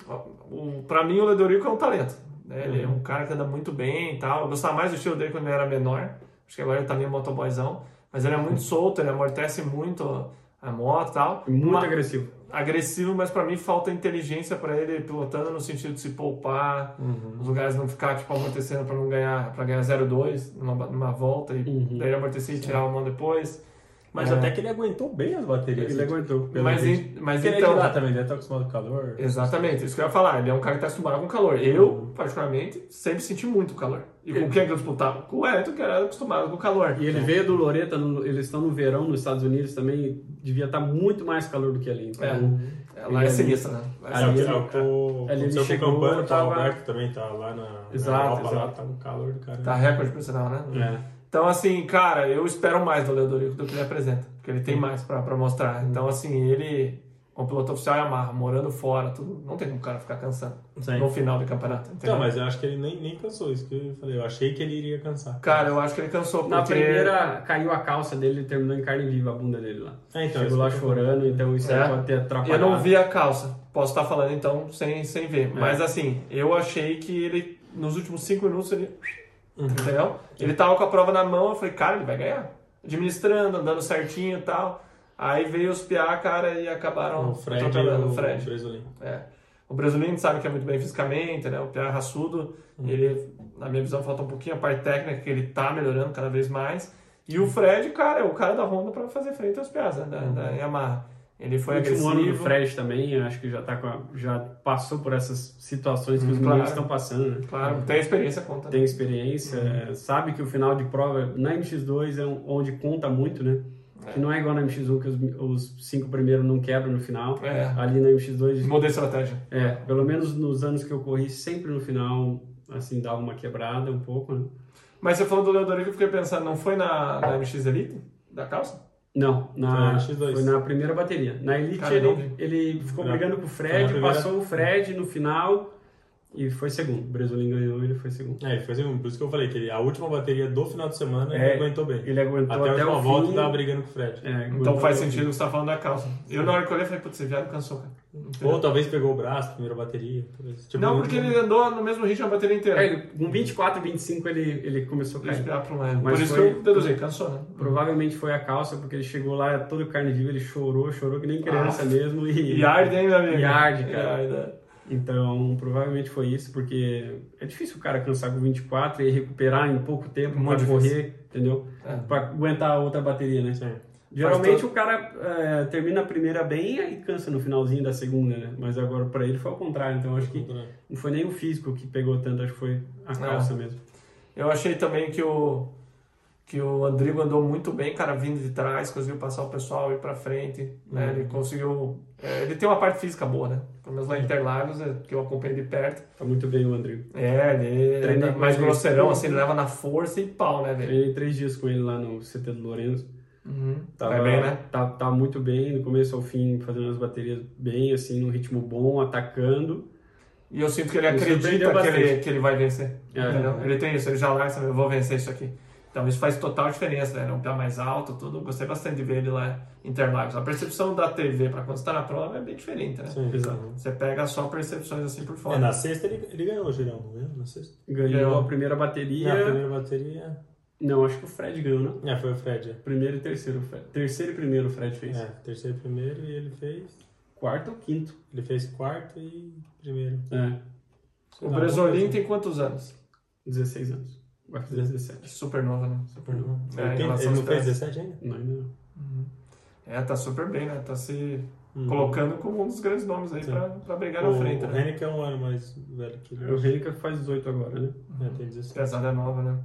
Speaker 2: o. Pra mim, o Ledorico é um talento. Né? Ele é
Speaker 4: Uhum.
Speaker 2: um cara que anda muito bem e tal. Eu gostava mais do estilo dele quando ele era menor. Acho que agora ele tá meio motoboyzão. Mas ele é
Speaker 4: Uhum.
Speaker 2: muito solto, ele amortece muito a moto e tal.
Speaker 4: Muito
Speaker 2: Uma-
Speaker 4: agressivo.
Speaker 2: agressivo, mas pra mim falta inteligência pra ele pilotando no sentido de se poupar, os lugares não ficar tipo amortecendo pra não ganhar, para ganhar 0-2 numa, numa volta e daí ele amortecer e tirar a mão depois.
Speaker 3: Mas
Speaker 2: É.
Speaker 3: até que ele aguentou bem as baterias.
Speaker 4: Ele aguentou.
Speaker 3: pelo
Speaker 2: Mas,
Speaker 3: vídeo.
Speaker 2: em- mas
Speaker 3: Porque ele é de
Speaker 2: então,
Speaker 3: lá também, deve estar acostumado com calor.
Speaker 4: É,
Speaker 2: Exatamente, isso que eu ia falar. Ele é um cara que tá acostumado com calor. Eu, particularmente, sempre senti muito calor. E com quem é que eu disputava? Com o Elton, que era acostumado com calor.
Speaker 4: E ele veio do Loreta, no- eles estão no verão nos Estados Unidos também, devia estar muito mais calor do que ali. Então,
Speaker 2: É, é, lá é
Speaker 4: Ele é
Speaker 2: sinistro, né? Lá é
Speaker 3: É, o
Speaker 4: Aí
Speaker 3: que-
Speaker 2: sinistro.
Speaker 4: ele- tá-
Speaker 3: é o que o
Speaker 4: ele
Speaker 3: aconteceu com o
Speaker 4: chegou,
Speaker 3: Campano, tá, o
Speaker 4: tava-
Speaker 3: Alberto também tá lá na,
Speaker 4: Exato,
Speaker 3: na Europa, lá,
Speaker 4: exato.
Speaker 3: tá um calor do caramba.
Speaker 2: Tá recorde por sinal, né?
Speaker 4: é.
Speaker 2: Então, assim, cara, eu espero mais do Leodorico do que ele apresenta, porque ele tem mais pra, pra mostrar. Então, assim, ele, como piloto oficial Yamaha, morando fora, tudo, não tem como o cara ficar cansando
Speaker 3: Sim.
Speaker 2: no final do campeonato. Entendeu?
Speaker 3: Não, mas eu acho que ele nem, nem cansou, isso que eu falei. Eu achei que ele iria cansar.
Speaker 2: Cara, eu acho que ele cansou.
Speaker 4: Na
Speaker 2: porque...
Speaker 4: primeira caiu a calça dele, ele terminou em carne viva a bunda dele lá.
Speaker 3: É, então, isso
Speaker 4: Chegou lá
Speaker 3: que eu tô
Speaker 4: chorando, então isso aí pode ter
Speaker 2: Eu
Speaker 4: atrapalhado.
Speaker 2: não vi a calça. Posso estar falando então sem, sem ver. Mas assim, eu achei que ele, nos últimos cinco minutos, ele. Entendeu? Ele tava com a prova na mão, eu falei, cara, ele vai ganhar. Administrando, andando certinho e tal. Aí veio os piar, cara, e acabaram
Speaker 3: O Fred,
Speaker 2: atropelando
Speaker 3: o,
Speaker 2: o Fred.
Speaker 3: Bresolin.
Speaker 2: É. O brasileiro sabe que é muito bem fisicamente, né? O Pierre Rassudo, ele, na minha visão, falta um pouquinho a parte técnica, que ele tá melhorando cada vez mais. E o Fred, cara, é o cara né? da Honda para fazer frente aos Piazza, da, da Yamaha. Ele foi
Speaker 4: o último ano do
Speaker 2: agressivo.
Speaker 4: Fred também, eu acho que já, tá com a- já passou por essas situações que os
Speaker 2: Claro.
Speaker 4: meninos estão passando, né?
Speaker 2: Claro, tem experiência, conta.
Speaker 4: Tem experiência,
Speaker 2: Uhum.
Speaker 4: é, sabe que o final de prova na MX2 é um- onde conta muito, né? Que não é igual na MX1 que os, os cinco primeiros não quebram no final.
Speaker 2: É.
Speaker 4: Ali na MX2
Speaker 2: Mudei a estratégia.
Speaker 4: É, pelo menos nos anos que eu corri, sempre no final, assim, dava uma quebrada um pouco, né?
Speaker 2: Mas você falou do Leodorico, eu fiquei pensando, não foi na, na MX Elite? Da calça?
Speaker 4: Não, na,
Speaker 3: Foi um na X2.
Speaker 4: Ah, foi na primeira bateria. Na Elite
Speaker 2: Cara, não
Speaker 4: ele,
Speaker 2: vi.
Speaker 4: ele ficou
Speaker 3: Não.
Speaker 4: brigando com o
Speaker 3: Foi na
Speaker 4: Fred,
Speaker 3: primeira- Uhum.
Speaker 4: passou o Fred no final e foi segundo. O Bresolim ganhou e ele foi segundo.
Speaker 3: É, ele fazia um. Por isso que eu falei que ele- a última bateria do final de semana
Speaker 4: É,
Speaker 3: ele aguentou bem.
Speaker 4: Ele aguentou
Speaker 3: até a
Speaker 4: até
Speaker 3: última
Speaker 4: o fim.
Speaker 3: volta tava brigando com o Fred.
Speaker 4: É,
Speaker 2: Então
Speaker 4: aguentou
Speaker 2: faz
Speaker 4: até o
Speaker 2: sentido que você tá falando da calça. Eu na hora que eu olhei falei, putz, esse viado cansou, cara.
Speaker 3: Ou talvez pegou o braço, primeira bateria. talvez. Tipo,
Speaker 2: Não, porque ele andou no mesmo ritmo a bateria
Speaker 4: fim.
Speaker 2: inteira.
Speaker 4: É, ele- com 24, 25 ele, ele começou a cair.
Speaker 2: Respirar pra um lado.
Speaker 4: Mas
Speaker 2: Por isso
Speaker 4: foi-
Speaker 2: que eu deduzi, cansou, né?
Speaker 4: Provavelmente foi a calça, porque ele chegou lá todo carne viva, ele chorou, chorou que nem
Speaker 3: Ah.
Speaker 4: criança mesmo. E,
Speaker 2: E arde, hein, meu amigo?
Speaker 4: E arde, cara.
Speaker 2: E arde. é.
Speaker 4: Então, provavelmente foi isso, porque é difícil o cara cansar com 24 e recuperar em pouco tempo
Speaker 2: Muito
Speaker 4: pra
Speaker 2: difícil.
Speaker 4: correr, entendeu?
Speaker 2: É.
Speaker 4: Pra aguentar a outra bateria, né?
Speaker 3: Sim.
Speaker 4: Geralmente
Speaker 2: todo-
Speaker 4: o cara é, termina a primeira bem e aí cansa no finalzinho da segunda, né? Mas agora pra ele foi ao contrário, então acho que não foi nem o físico que pegou tanto, acho que foi a calça mesmo.
Speaker 2: Eu achei também que o que o Andrigo andou muito bem, cara, vindo de trás, conseguiu passar o pessoal ir para frente, né?
Speaker 4: Uhum.
Speaker 2: Ele conseguiu, é, ele tem uma parte física boa, né? Pelo menos lá em Interlagos, é, que eu acompanhei de perto.
Speaker 4: Tá muito bem o André.
Speaker 2: É, ele
Speaker 4: Treinei
Speaker 2: anda
Speaker 4: com
Speaker 2: mais
Speaker 4: ele.
Speaker 2: grosseirão, assim, ele leva na força e pau, né, velho?
Speaker 4: Treinei três dias com ele lá no CT do Lourenço.
Speaker 2: Uhum.
Speaker 4: Tava,
Speaker 2: Vai bem, né?
Speaker 4: Tá, tá muito bem, do começo ao fim, fazendo as baterias bem, assim, num ritmo bom, atacando.
Speaker 2: E eu sinto que ele
Speaker 4: Ele surpreendeu
Speaker 2: acredita que ele,
Speaker 4: bastante.
Speaker 2: que ele vai vencer.
Speaker 4: É.
Speaker 2: entendeu? Ele tem isso, ele já larga, sabe, eu vou vencer isso aqui. Então isso faz total diferença, né? Não tá mais alto, tudo. Gostei bastante de ver ele lá em Interlagos. A percepção da TV para quando você tá na prova é bem diferente, né?
Speaker 3: Sim.
Speaker 4: Exato.
Speaker 2: Você pega só percepções assim por
Speaker 3: É,
Speaker 2: fora.
Speaker 3: na sexta ele, ele ganhou o geral, não ganhou? Na sexta?
Speaker 4: Ganhou
Speaker 2: Ganhou.
Speaker 4: a primeira bateria.
Speaker 3: Na primeira bateria.
Speaker 4: Não, acho que o Fred ganhou, né?
Speaker 3: É, foi o Fred. é.
Speaker 4: Primeiro e terceiro, o Fred. Terceiro e primeiro o Fred fez.
Speaker 3: É, terceiro e primeiro e ele fez.
Speaker 4: Quarto ou quinto?
Speaker 3: Ele fez quarto e primeiro.
Speaker 4: É,
Speaker 2: o Bresolim tem quantos anos?
Speaker 4: 16 anos. Vai fazer 17.
Speaker 2: Super novo, né? Super novo. É,
Speaker 3: ele,
Speaker 2: em
Speaker 3: tem-
Speaker 2: relação
Speaker 3: ele não
Speaker 2: aos
Speaker 3: fez
Speaker 2: testes.
Speaker 3: 17 ainda?
Speaker 4: Não, ainda não.
Speaker 2: É, tá super bem, né? Tá se
Speaker 3: Hum.
Speaker 2: colocando como um dos grandes nomes aí
Speaker 3: Sim.
Speaker 2: pra, pra brigar
Speaker 3: O,
Speaker 2: na frente,
Speaker 3: o
Speaker 2: né?
Speaker 3: Henrique é um ano mais velho que ele.
Speaker 4: É O Henrique faz 18 agora, né?
Speaker 3: É, tem 17.
Speaker 2: Pesada nova, né?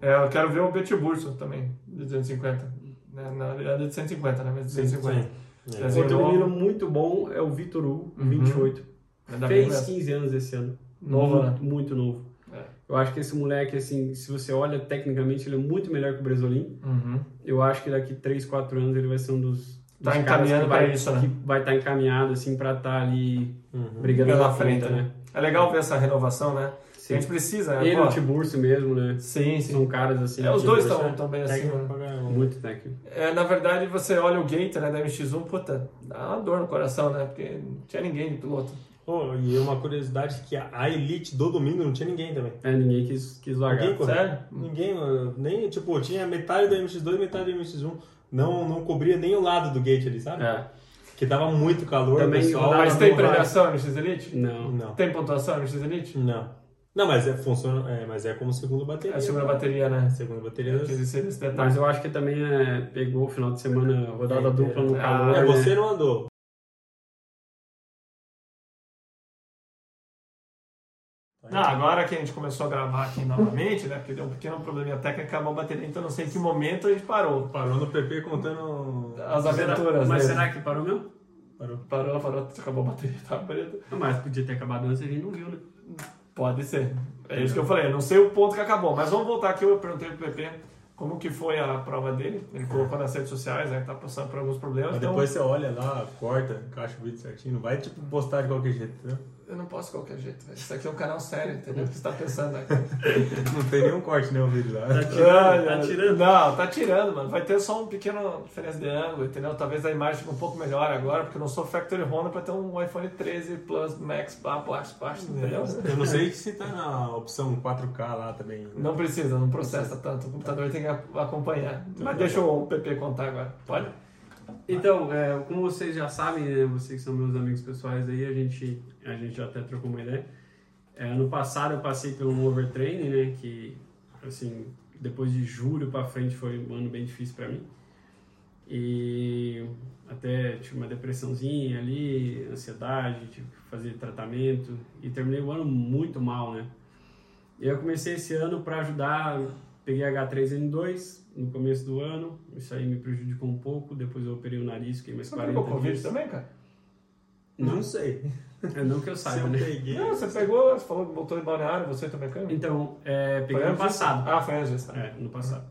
Speaker 2: É, eu quero ver o Betty Burso também, de 250. né? Na verdade, de 150, né? Mas de 150.
Speaker 3: Sim.
Speaker 2: Quer dizer,
Speaker 4: Outro
Speaker 2: novo,
Speaker 4: menino muito bom é o Vitor Hugo,
Speaker 2: Uhum.
Speaker 4: 28.
Speaker 2: ainda bem
Speaker 4: Fez
Speaker 2: mesmo.
Speaker 4: 15 anos esse ano.
Speaker 2: Novo,
Speaker 4: muito,
Speaker 2: né?
Speaker 4: muito novo.
Speaker 2: É.
Speaker 4: Eu acho que esse moleque, assim, se você olha tecnicamente, ele é muito melhor que o Bresolim.
Speaker 2: Uhum.
Speaker 4: Eu acho que daqui 3, 4 anos ele vai ser um dos. dos
Speaker 2: Tá
Speaker 4: caras
Speaker 2: encaminhando
Speaker 4: que
Speaker 2: pra
Speaker 4: vai,
Speaker 2: isso, né?
Speaker 4: Que vai estar encaminhado, assim, pra estar ali
Speaker 3: Uhum.
Speaker 4: brigando
Speaker 2: Pela
Speaker 4: na frente,
Speaker 2: frente,
Speaker 4: né?
Speaker 2: É legal ver essa renovação, né?
Speaker 4: Sim.
Speaker 2: A gente precisa, né?
Speaker 4: Ele tipo, e
Speaker 2: Pô,
Speaker 4: o Tiburcio mesmo, né?
Speaker 2: Sim, sim.
Speaker 4: São caras assim.
Speaker 2: É, os
Speaker 4: que
Speaker 2: dois
Speaker 3: Então,
Speaker 4: você-
Speaker 2: estão tão bem assim,
Speaker 3: Técnico
Speaker 2: né?
Speaker 3: pra caramba.
Speaker 4: Muito técnico.
Speaker 2: É, na verdade, você olha o Gator né, da MX1, puta, dá uma dor no coração, né? Porque não tinha ninguém de piloto.
Speaker 3: Pô, e uma curiosidade que a a elite do domingo não tinha ninguém também.
Speaker 4: É, ninguém quis, quis largar.
Speaker 3: Ninguém correu.
Speaker 2: Sério?
Speaker 3: Ninguém, mano, nem, tipo, tinha metade da MX2 e metade da MX1. Não, não cobria nem o lado do gate ali, sabe?
Speaker 4: É.
Speaker 3: Que dava muito calor,
Speaker 4: Também
Speaker 3: o pessoal.
Speaker 4: rodava Ah,
Speaker 2: Mas
Speaker 4: não
Speaker 2: tem
Speaker 4: vai.
Speaker 2: premiação MX Elite?
Speaker 4: Não.
Speaker 3: Não,
Speaker 2: Tem pontuação MX Elite?
Speaker 3: não. Não, mas é, funciona, é, mas é como segunda É bateria.
Speaker 2: É a segunda
Speaker 3: né?
Speaker 2: bateria, né?
Speaker 3: Segunda bateria.
Speaker 2: Eu quis dizer esse detalhe.
Speaker 4: Mas eu acho que também é, pegou o final de semana, rodada
Speaker 3: É,
Speaker 4: dupla no
Speaker 2: é.
Speaker 4: calor.
Speaker 3: É,
Speaker 4: né?
Speaker 3: você não andou.
Speaker 2: Não, agora que a gente começou a gravar aqui novamente, né? Porque deu um pequeno probleminha técnica, acabou a bateria, então não sei em que momento a gente parou.
Speaker 3: Parou no PP contando.
Speaker 2: As
Speaker 4: Será-
Speaker 2: aventuras,
Speaker 4: Mas
Speaker 2: né?
Speaker 4: será que parou mesmo?
Speaker 3: Parou.
Speaker 2: Parou, parou, acabou a bateria, tá preta.
Speaker 4: Não, mas podia ter acabado antes, a gente não viu, né?
Speaker 2: Pode ser. É isso que eu falei, eu não sei o ponto que acabou, mas vamos voltar aqui, eu perguntei pro PP como que foi a prova dele, ele colocou nas redes sociais, né, tá passando por alguns problemas,
Speaker 3: Mas
Speaker 2: então
Speaker 3: depois você olha lá, corta, encaixa o vídeo certinho. Não vai, tipo, postar de qualquer jeito, entendeu? [laughs]
Speaker 2: eu não posso de qualquer jeito, velho. isso aqui é um canal sério, entendeu, o que você tá pensando, né?
Speaker 3: Não tem nenhum corte, né, o vídeo lá.
Speaker 4: tirando, tá
Speaker 2: Olha,
Speaker 4: tirando.
Speaker 2: Não, tá tirando, mano, vai ter só um pequeno diferença de ângulo, entendeu, talvez a imagem fique um pouco melhor agora, porque eu não sou Factory Honda pra ter um iPhone 13 Plus Max, pá, baixo, baixo, entendeu?
Speaker 4: É.
Speaker 3: Eu não sei se tá na opção 4K lá também.
Speaker 2: Não precisa, não processa tanto, o computador tem que acompanhar,
Speaker 4: É.
Speaker 2: mas deixa o PP contar agora, pode?
Speaker 4: Então, é, como vocês já sabem, né, vocês que são meus amigos pessoais aí, a gente, a gente já até trocou uma ideia. É, ano passado eu passei por um overtraining, né, que, assim, depois de julho pra frente foi um ano bem difícil pra mim. E até tive uma depressãozinha ali, ansiedade, tive que fazer tratamento e terminei o ano muito mal, né? E eu comecei esse ano para ajudar, peguei H3N2 no começo do ano, isso aí me prejudicou um pouco, depois eu operei o nariz, fiquei mais
Speaker 2: Você
Speaker 4: 40
Speaker 2: pegou é Covid
Speaker 4: dias.
Speaker 2: também, cara?
Speaker 3: Não sei.
Speaker 4: É, não que eu
Speaker 3: Se
Speaker 4: saiba,
Speaker 3: eu
Speaker 4: né?
Speaker 3: peguei.
Speaker 2: Não, você pegou, você falou que voltou em balneário, você também caiu?
Speaker 4: Então, é,
Speaker 2: Foi
Speaker 4: peguei ano
Speaker 2: antes disso?
Speaker 4: passado.
Speaker 2: Ah, foi antes disso.
Speaker 4: É, ano passado.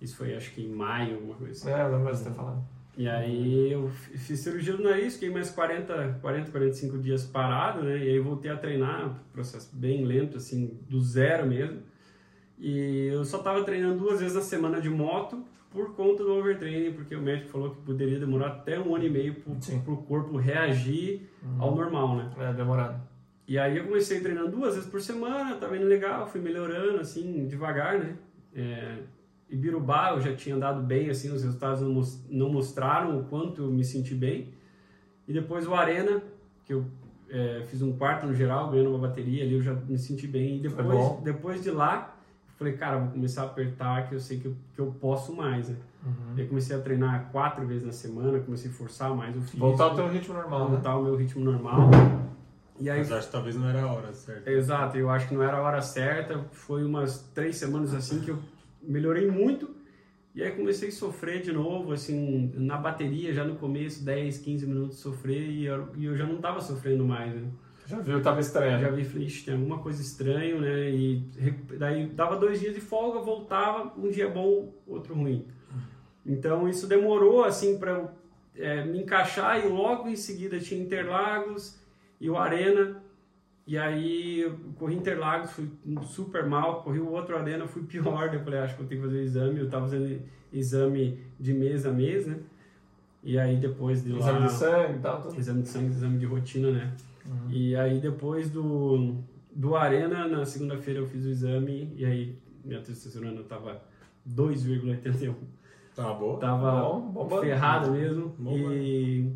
Speaker 4: Isso foi acho que em maio, alguma coisa assim.
Speaker 2: É, eu lembro de você ter falado.
Speaker 4: E aí eu f- fiz cirurgia do nariz, fiquei mais 40, 40, 45 dias parado, né? E aí voltei a treinar, processo bem lento, assim, do zero mesmo. E eu só tava treinando duas vezes na semana de moto por conta do overtraining, porque o médico falou que poderia demorar até um ano e meio pro,
Speaker 2: Sim. Uhum.
Speaker 4: pro corpo reagir ao normal, né?
Speaker 2: É, demorado.
Speaker 4: E aí eu comecei treinando duas vezes por semana, tava indo legal, fui melhorando, assim, devagar, né? É, Ibirubá eu já tinha andado bem, assim, os resultados não, mos- não mostraram o quanto eu me senti bem. E depois o Arena, que eu é, fiz um quarto no geral, ganhando uma bateria ali, eu já me senti bem. E
Speaker 2: Foi
Speaker 4: depois,
Speaker 2: bom.
Speaker 4: depois de lá, eu falei, cara, vou começar a apertar, que eu sei que eu, que eu posso mais, né?
Speaker 2: Uhum.
Speaker 4: E aí comecei a treinar quatro vezes na semana, comecei a forçar mais o físico.
Speaker 2: Voltar ao teu ritmo normal, né?
Speaker 4: voltar ao meu ritmo normal. E aí
Speaker 3: Mas acho que talvez não era a hora, certo?
Speaker 4: Exato, eu acho que não era a hora certa. Foi umas três semanas assim que eu melhorei muito. E aí comecei a sofrer de novo, assim, na bateria, já no começo, 10, 15 minutos sofrer e eu, e eu já não tava sofrendo mais, né?
Speaker 2: Já viu, tava
Speaker 4: Eu
Speaker 2: estranho.
Speaker 4: já vi, e falei, "Ixi, tem alguma coisa estranha, né? E recu- daí dava dois dias de folga, voltava, um dia bom, outro ruim. Então isso demorou, assim, para eu é, me encaixar e logo em seguida tinha Interlagos e o Arena. E aí eu corri Interlagos, fui super mal, corri o outro Arena, fui pior. [laughs] Daí eu falei, "Ah, acho que eu tenho que fazer exame. Eu tava fazendo exame de mês a mês, né? E aí depois de lá
Speaker 2: Exame de sangue e tal, tudo.
Speaker 4: exame de sangue, exame de rotina, né?
Speaker 2: Uhum.
Speaker 4: E aí depois do, do Arena, na segunda-feira eu fiz o exame e aí minha testosterona tava 2,81.
Speaker 3: Tá uma boa?
Speaker 4: Tava
Speaker 2: Bom, bombando.
Speaker 4: ferrada mesmo. E...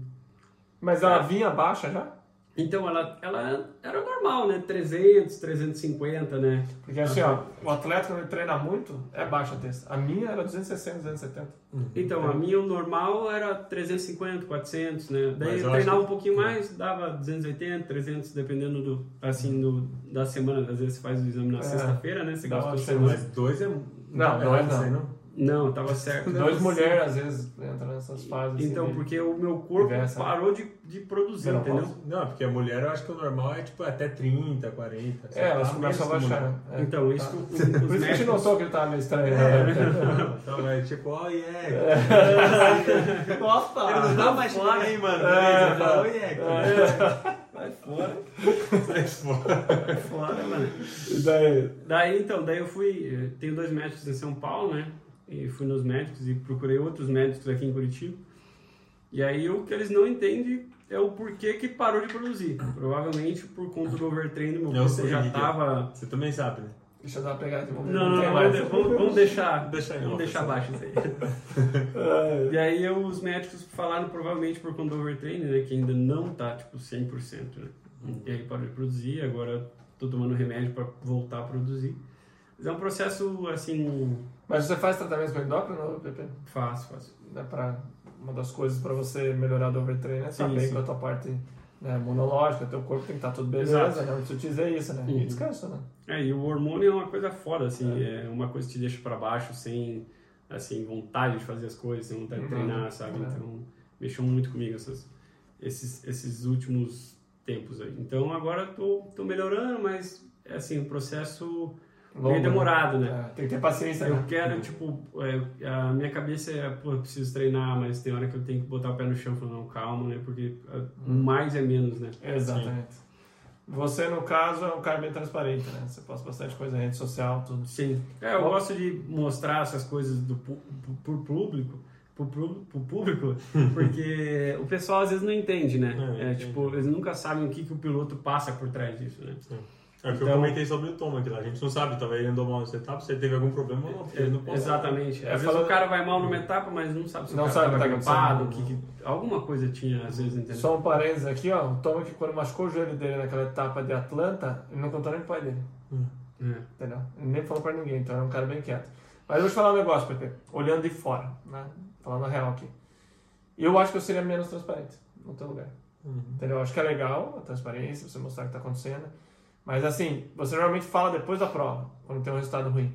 Speaker 2: Mas
Speaker 4: É.
Speaker 2: ela vinha baixa já?
Speaker 4: Então ela, ela era normal, né? 300, 350, né?
Speaker 2: Porque assim, ó, o atleta quando ele treina muito, é baixa a testa. A minha era 260, 270.
Speaker 4: Então, a minha o normal era 350, 400, né? Daí
Speaker 3: Mas
Speaker 4: eu
Speaker 3: eu
Speaker 4: treinava
Speaker 3: acho
Speaker 4: um pouquinho mais, dava 280, 300, dependendo do, assim, do, da semana. Às vezes você faz o exame na
Speaker 2: É.
Speaker 4: sexta-feira, né? Você
Speaker 2: Dá
Speaker 4: gastou
Speaker 2: uma
Speaker 4: semana.
Speaker 3: Mas dois é.
Speaker 2: Não, dois não.
Speaker 3: sei,
Speaker 4: Não, tava certo.
Speaker 2: Dois mulheres às vezes entram nessas fases.
Speaker 4: Então,
Speaker 2: assim, de-
Speaker 4: porque o meu corpo
Speaker 2: Diversa. né?
Speaker 4: parou de, de produzir,
Speaker 2: Menopausa.
Speaker 4: entendeu?
Speaker 3: Não, porque a mulher eu acho que o normal é tipo até Tá 30, 40.
Speaker 2: É, elas começam a baixar. né? É.
Speaker 4: Tá Então, né?
Speaker 2: [laughs]
Speaker 4: isso que os
Speaker 2: Por isso que a gente
Speaker 4: médicos...
Speaker 2: notou que ele tava meio estranho. né?
Speaker 3: Então, é tipo, oh yeah.
Speaker 2: É. Nossa!
Speaker 3: Ele não dá mais fora, hein, mano?
Speaker 2: É,
Speaker 3: Beleza, fala, oh yeah.
Speaker 4: Vai fora,
Speaker 3: [laughs] Sai fora.
Speaker 4: [laughs] vai fora, né, mano.
Speaker 2: E daí?
Speaker 4: Daí, então, daí eu fui... eh, Tenho dois médicos em São Paulo, né? E fui nos médicos e procurei outros médicos aqui em Curitiba. E aí, o que eles não entendem é o porquê que parou de produzir. Provavelmente por conta do overtraining, meu
Speaker 3: Eu
Speaker 4: corpo
Speaker 3: sei,
Speaker 4: já
Speaker 3: Rick.
Speaker 4: tava...
Speaker 3: Você também sabe, né?
Speaker 2: Deixa eu dar uma pegada de volta.
Speaker 4: Não, não,
Speaker 2: tem
Speaker 4: não,
Speaker 2: mais.
Speaker 4: vamos, de- vamos- vamos deixar,
Speaker 3: Deixa aí,
Speaker 4: vamos
Speaker 3: uma
Speaker 4: deixar
Speaker 3: pessoa.
Speaker 4: baixo isso aí. E aí eu- os médicos falaram provavelmente por conta do overtraining, né? Que ainda não tá, tipo, 100%, né? E aí parou de produzir, agora eu tô tomando remédio para voltar a produzir. Mas é um processo, assim,
Speaker 2: Mas você faz tratamento com endócrino, Pepe?
Speaker 4: fácil, fácil.
Speaker 2: Dá pra... Uma das coisas pra você melhorar do overtraining é saber
Speaker 4: sim.
Speaker 2: que a tua parte né, imunológica, teu corpo tem que estar tudo beleza,
Speaker 4: Exato.
Speaker 2: né? Não precisa isso, né? E descanso, né?
Speaker 4: É, e o hormônio é uma coisa foda, assim, é, uma coisa que te deixa para baixo sem, assim, vontade de fazer as coisas, sem vontade de
Speaker 2: Uhum.
Speaker 4: treinar, sabe?
Speaker 2: É.
Speaker 4: Então, mexeu muito comigo essas, esses, esses últimos tempos aí. Então, agora eu tô, tô melhorando, mas, é assim, o processo meio
Speaker 2: Longo,
Speaker 4: demorado, né?
Speaker 2: É, tem que ter paciência,
Speaker 4: Eu
Speaker 2: né?
Speaker 4: quero, tipo, é, a minha cabeça é, pô, eu preciso treinar, mas tem hora que eu tenho que botar o pé no chão e falar, não, calma, né? Porque é,
Speaker 2: Uhum.
Speaker 4: mais é menos, né?
Speaker 2: Exatamente. Você, no caso, é um cara bem transparente, né? Você posta bastante coisa na rede social, tudo.
Speaker 4: Sim. É, eu
Speaker 2: Bom.
Speaker 4: gosto de mostrar essas coisas do, pu- pu- por público, por, pu-
Speaker 2: [laughs]
Speaker 4: pro público, porque o pessoal às vezes não entende, né?
Speaker 3: Não,
Speaker 4: É,
Speaker 3: entende.
Speaker 4: tipo, eles nunca sabem o que, que o piloto passa por trás disso, né?
Speaker 3: É o que eu
Speaker 4: Então-
Speaker 3: comentei sobre o Tom aqui lá. A gente não sabe, talvez ele andou mal nesse etapa, se ele teve algum problema ou não, porque ele não pode.
Speaker 4: Exatamente.
Speaker 2: É,
Speaker 4: Às vezes
Speaker 2: falando-
Speaker 4: o cara vai mal numa etapa, mas não sabe se
Speaker 2: Não
Speaker 4: o cara
Speaker 2: sabe o
Speaker 4: tava
Speaker 2: que tá
Speaker 4: gripado, o que,
Speaker 2: acontecendo.
Speaker 4: que- alguma coisa tinha, às vezes, entendeu?
Speaker 2: Só um parênteses aqui, ó. O Tom, que quando machucou o joelho dele naquela etapa de Atlanta, ele não contou nem pro pai dele.
Speaker 4: É.
Speaker 2: Entendeu? Ele nem falou pra ninguém, então era um cara bem quieto. Mas eu vou te falar um negócio, Pepe. Olhando de fora, né? Falando a real aqui. Eu acho que eu seria menos transparente no teu lugar. Entendeu? Eu acho que é legal a transparência, você mostrar o que está acontecendo. Mas assim, você normalmente fala depois da prova, quando tem um resultado ruim.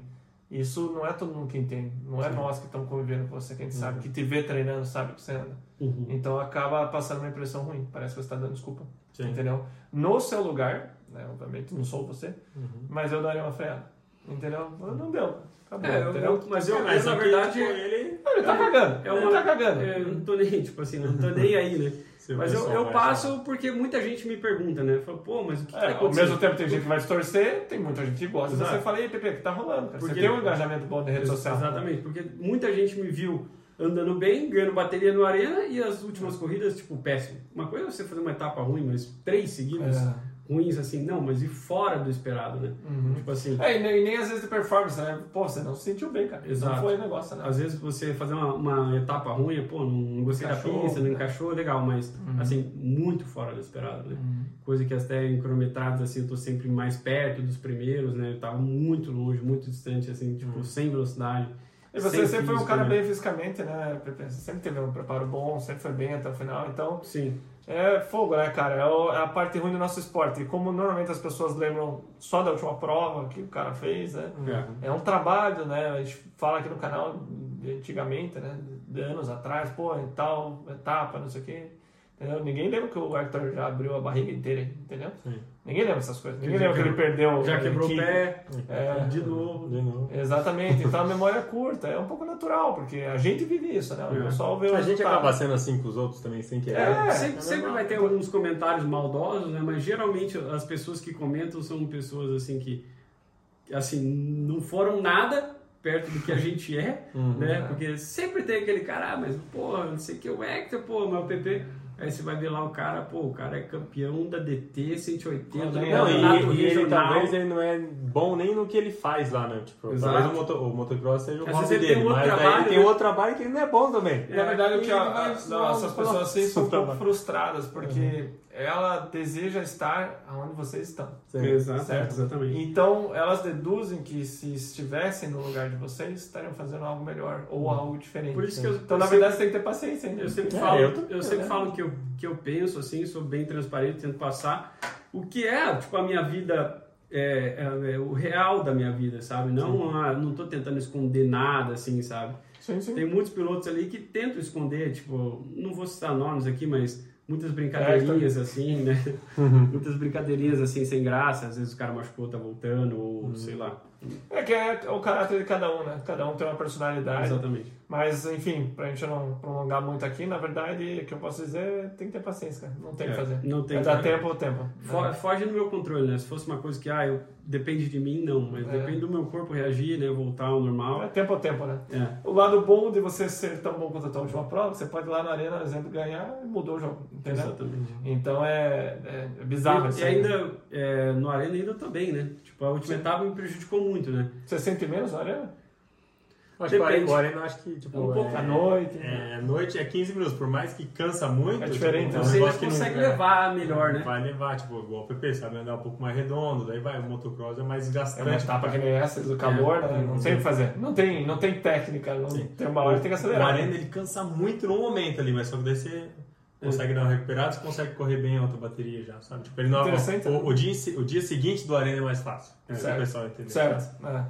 Speaker 2: Isso não é todo mundo que entende. Não é nós que estamos convivendo com você, que a gente sabe, que te vê treinando, sabe que você anda.
Speaker 4: Uhum.
Speaker 2: Então acaba passando uma impressão ruim. Parece que você está dando desculpa.
Speaker 3: Sim.
Speaker 2: Entendeu? No seu lugar, né, obviamente, não sou você,
Speaker 4: Uhum.
Speaker 2: mas eu daria uma freada. Entendeu? Não deu. Acabou.
Speaker 4: É, eu,
Speaker 2: entendeu?
Speaker 4: eu- mas eu,
Speaker 3: Mas
Speaker 4: na
Speaker 3: aqui,
Speaker 4: verdade,
Speaker 3: tipo, ele.
Speaker 2: Não, ele tá cagando.
Speaker 4: é
Speaker 2: ele
Speaker 4: uma,
Speaker 2: tá cagando.
Speaker 4: é, eu não tô nem, tipo assim, eu não tô nem
Speaker 2: [laughs]
Speaker 4: aí, né?
Speaker 2: um
Speaker 3: Se o
Speaker 4: Mas eu,
Speaker 3: pessoal
Speaker 4: eu
Speaker 3: vai-
Speaker 4: passo porque muita gente me pergunta, né? Fala, pô, mas o que, que tá
Speaker 2: É, ao
Speaker 4: acontecendo?
Speaker 2: mesmo tempo tem gente que vai se torcer, tem muita gente que gosta.
Speaker 3: Exato.
Speaker 2: Você fala, ei, Pepe, o que tá rolando? cara? Você
Speaker 4: Porque-
Speaker 2: tem um engajamento bom na rede social.
Speaker 4: Exatamente, porque muita gente me viu andando bem, ganhando bateria no arena e as últimas corridas, tipo, péssimo. Uma coisa é você fazer uma etapa ruim, mas três seguidas
Speaker 2: É.
Speaker 4: ruins, assim, não, mas e fora do esperado, né? Tipo assim,
Speaker 2: É, e nem, e nem às vezes de performance, né? Pô, você não se sentiu bem, cara.
Speaker 4: Exato.
Speaker 2: Não foi negócio, né?
Speaker 4: às vezes você fazer uma, uma etapa ruim, é, pô, não, não gostei da
Speaker 2: Encaixou,
Speaker 4: pista, não
Speaker 2: né? Uhum.
Speaker 4: encaixou, legal, mas, assim, muito fora do esperado, né? Coisa que até em cronometradas, assim, eu tô sempre mais perto dos primeiros, né? Eu tava muito longe, muito distante, assim, tipo, sem velocidade.
Speaker 2: Uhum. E você
Speaker 4: sem
Speaker 2: sempre foi um
Speaker 4: físico,
Speaker 2: cara
Speaker 4: né?
Speaker 2: bem fisicamente, né, Pepe? Você sempre teve um preparo bom, sempre foi bem até o final. Então,
Speaker 4: Sim.
Speaker 2: é fogo, né, cara? É o- é a parte ruim do nosso esporte. E como normalmente as pessoas lembram só da última prova que o cara fez, né?
Speaker 4: É.
Speaker 2: É um trabalho, né? A gente fala aqui no canal de antigamente, né? De anos atrás, pô, em tal etapa, não sei o quê. Entendeu? Ninguém lembra que o Hector já abriu a barriga inteira, entendeu? Ninguém lembra essas coisas. Ninguém
Speaker 4: Já
Speaker 2: lembra que ele
Speaker 4: quebrou-
Speaker 2: perdeu.
Speaker 4: Já
Speaker 2: ele
Speaker 4: quebrou o
Speaker 2: quinto.
Speaker 4: pé,
Speaker 2: É.
Speaker 4: de novo.
Speaker 3: De novo.
Speaker 2: Exatamente, então a memória é curta, é um pouco natural, porque a gente vive isso, né? O pessoal
Speaker 4: Então,
Speaker 2: vê o
Speaker 3: A gente
Speaker 2: resultado.
Speaker 3: acaba sendo assim com os outros também, sem querer.
Speaker 2: É,
Speaker 4: sempre,
Speaker 3: é
Speaker 4: sempre
Speaker 3: normal.
Speaker 4: vai ter alguns comentários maldosos, né? Mas geralmente as pessoas que comentam são pessoas assim que assim não foram nada perto do que a
Speaker 3: [laughs]
Speaker 4: gente é,
Speaker 3: Uhum,
Speaker 4: né? Porque sempre tem aquele cara, ah, mas porra, não sei o que o Hector, pô, mas o PP Aí você vai ver lá o cara, pô, o cara é campeão da DT 180, do
Speaker 3: Não,
Speaker 4: né? campeonato
Speaker 3: e, e ele
Speaker 4: regional.
Speaker 3: talvez ele não é bom nem no que ele faz lá, né? Tipo,
Speaker 4: Exato.
Speaker 3: talvez o, moto, o motocross seja o
Speaker 4: Às
Speaker 3: hobby
Speaker 4: vezes ele
Speaker 3: dele,
Speaker 4: tem outro
Speaker 3: mas aí
Speaker 4: trabalho,
Speaker 3: ele tem
Speaker 4: né?
Speaker 3: outro trabalho que ele não é bom também.
Speaker 2: Na verdade, o que
Speaker 3: Ele
Speaker 2: a,
Speaker 3: vai
Speaker 2: a,
Speaker 3: zoar
Speaker 2: essas
Speaker 3: o
Speaker 2: pessoas assim são um pouco
Speaker 3: trabalho.
Speaker 2: frustradas, porque
Speaker 4: Uhum.
Speaker 2: ela deseja estar onde vocês estão.
Speaker 4: Exato,
Speaker 2: Certo.
Speaker 4: exatamente.
Speaker 2: Então, elas deduzem que se estivessem no lugar de vocês, estariam fazendo algo melhor
Speaker 4: Uhum.
Speaker 2: ou algo diferente.
Speaker 4: Por isso que eu-
Speaker 2: então, na verdade, você tem que ter paciência, né?
Speaker 4: Eu sempre
Speaker 3: É,
Speaker 4: falo,
Speaker 3: eu
Speaker 4: eu,
Speaker 3: também,
Speaker 4: sempre
Speaker 3: né?
Speaker 4: falo que eu, que eu penso assim, sou bem transparente, tento passar o que é, tipo, a minha vida, é, é, é o real da minha vida, sabe? Não, a- não tô tentando esconder nada, assim, sabe?
Speaker 2: Sim, sim.
Speaker 4: Tem muitos pilotos ali que tentam esconder, tipo, não vou citar nomes aqui, mas muitas
Speaker 2: É,
Speaker 4: brincadeirinhas assim, né?
Speaker 3: Uhum.
Speaker 4: [laughs] muitas brincadeirinhas assim, sem graça, às vezes o cara machucou, tá voltando, ou
Speaker 3: Uhum.
Speaker 4: sei lá.
Speaker 2: É que é o caráter de cada um, né? Cada um tem uma personalidade.
Speaker 4: Exatamente.
Speaker 2: Mas, enfim, pra gente não prolongar muito aqui, na verdade, o que eu posso dizer é tem que ter paciência, cara. Não tem o
Speaker 4: É,
Speaker 2: que fazer.
Speaker 4: não tem
Speaker 2: é
Speaker 4: que
Speaker 2: dar
Speaker 4: fazer.
Speaker 2: tempo ao tempo.
Speaker 4: Fo- Foge do meu controle, né? Se fosse uma coisa que, ah, eu, depende de mim, não. Mas
Speaker 2: É.
Speaker 4: depende do meu corpo reagir, né? Voltar ao
Speaker 2: É
Speaker 4: normal.
Speaker 2: tempo ao tempo, né?
Speaker 4: É.
Speaker 2: O lado bom de você ser tão bom quanto a tua última prova, você pode ir lá na arena, por exemplo, ganhar e mudou o jogo, entendeu?
Speaker 4: Exatamente.
Speaker 2: Então é, é bizarro
Speaker 4: E,
Speaker 2: isso
Speaker 4: e
Speaker 2: aí.
Speaker 4: ainda, é, no Arena ainda também, né? Tipo, a última etapa me prejudicou muito, né?
Speaker 2: Você sente menos na arena?
Speaker 3: Acho que o
Speaker 4: Depende.
Speaker 3: Arena, acho que, tipo,
Speaker 4: Um pouco
Speaker 3: é-
Speaker 2: À noite?
Speaker 3: É, noite é 15 minutos, por mais que cansa muito.
Speaker 2: É diferente,
Speaker 3: tipo,
Speaker 2: né?
Speaker 3: um
Speaker 4: Você ainda
Speaker 3: negócio que
Speaker 4: consegue
Speaker 3: não- é,
Speaker 4: levar melhor, né?
Speaker 3: Vai levar, tipo, igual o PP, sabe andar um pouco mais redondo, daí vai, o motocross é mais
Speaker 2: É
Speaker 3: desgastante.
Speaker 2: uma etapa que nem essa, do calor,
Speaker 4: É,
Speaker 2: né? Não tem o que fazer. Não tem, não tem técnica, não tem uma hora que tem que
Speaker 3: O
Speaker 2: acelerar. né?
Speaker 3: Arena ele cansa muito no momento ali, mas só que daí você
Speaker 2: É.
Speaker 3: consegue dar uma recuperada, você consegue correr bem a alta bateria já, sabe? Tipo, ele não,
Speaker 2: Interessante. né?
Speaker 3: o, o dia, se- o dia seguinte do Arena é mais fácil. É,
Speaker 2: Certo.
Speaker 3: O pessoal entender.
Speaker 2: Certo. É,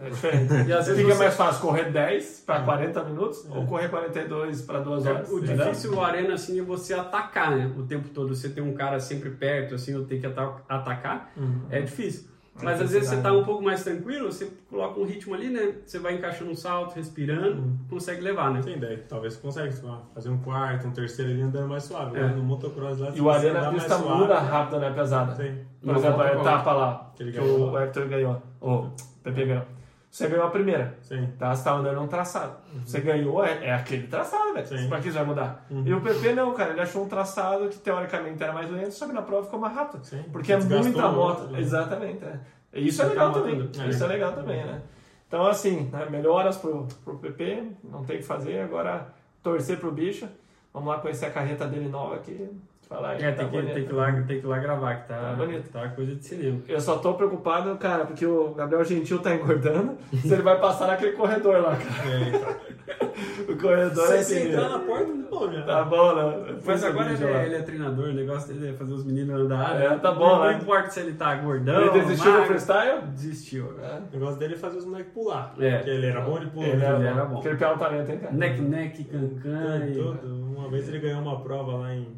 Speaker 2: é diferente.
Speaker 4: [laughs] E às vezes
Speaker 2: Fica
Speaker 4: você- Hum. É.
Speaker 2: mais fácil correr 10 para 40 minutos ou correr 42 para 2 horas.
Speaker 4: O
Speaker 2: entendeu?
Speaker 4: difícil do Arena, assim, é você atacar, né? O tempo todo. Você tem um cara sempre perto, assim, eu tenho que ata- atacar. É difícil. Mas às vezes você tá um pouco mais tranquilo, você coloca um ritmo ali, né? Você vai encaixando um salto, respirando, consegue levar, né?
Speaker 3: Tem daí, talvez Então, você consegue sei lá, fazer um quarto, um terceiro ali andando mais suave. né? No motocross lá,
Speaker 2: É. E o
Speaker 3: andar
Speaker 2: Arena a
Speaker 3: mais
Speaker 2: pista
Speaker 3: suave,
Speaker 2: muda rápido, né? Pesada.
Speaker 3: Sim.
Speaker 2: Por exemplo, a
Speaker 4: volta pra
Speaker 2: etapa lá
Speaker 3: Que ele
Speaker 2: que
Speaker 3: ganhou.
Speaker 2: o Hector ganhou, ou o Pepe ganhou. Você ganhou a primeira.
Speaker 3: Sim. Uhum.
Speaker 2: Tá, você tava andando um traçado. Você ganhou, é, é aquele traçado, velho.
Speaker 3: Sim. Uhum.
Speaker 2: Pra que isso vai mudar? E o PP não, cara, ele achou um traçado que teoricamente era mais lento, só que na prova ficou mais rápido.
Speaker 3: Sim.
Speaker 2: Porque é
Speaker 3: Desgastou
Speaker 2: muita
Speaker 3: o
Speaker 2: moto.
Speaker 3: outro, né?
Speaker 2: Exatamente. É. E Isso é
Speaker 4: Fica
Speaker 2: legal também.
Speaker 4: matando.
Speaker 2: Isso é
Speaker 3: É.
Speaker 2: legal também, né? Então, assim, né, melhoras pro, pro PP, não tem o que fazer. Agora, torcer pro bicho. Vamos lá conhecer a carreta dele nova, que, que Falar que
Speaker 4: É,
Speaker 2: tá
Speaker 4: tem que,
Speaker 2: bonito.
Speaker 4: tem, que ir lá, tem que ir lá gravar, que tá,
Speaker 2: Tá bonito.
Speaker 4: tá coisa de cinema.
Speaker 2: Eu só tô preocupado, cara, porque o Gabriel Gentil tá engordando, [laughs] se ele vai passar naquele corredor lá, cara. [laughs] o corredor é
Speaker 3: Se
Speaker 2: terrível.
Speaker 3: entrar na porta, não pode, né?
Speaker 2: Tá bom, né?
Speaker 4: Mas
Speaker 2: Pensa
Speaker 4: agora
Speaker 2: nisso
Speaker 4: ele
Speaker 2: lá.
Speaker 4: é, ele é treinador, o negócio dele é fazer os meninos andar.
Speaker 2: É, tá
Speaker 4: Não-
Speaker 2: bom,
Speaker 4: Não
Speaker 2: né?
Speaker 4: importa se ele tá gordão.
Speaker 2: Ele desistiu do
Speaker 4: magro,
Speaker 2: freestyle?
Speaker 4: Desistiu agora.
Speaker 3: O negócio dele é fazer os moleques pular.
Speaker 4: É.
Speaker 3: Porque ele era bom, né? ele pulou.
Speaker 2: Ele
Speaker 4: era
Speaker 2: era
Speaker 4: bom.
Speaker 2: bom. Porque ele pega um talento, hein, cara?
Speaker 4: Neck, neck, cancan
Speaker 3: Ganhou
Speaker 4: e...
Speaker 3: tudo. Uma vez ele ganhou uma prova lá em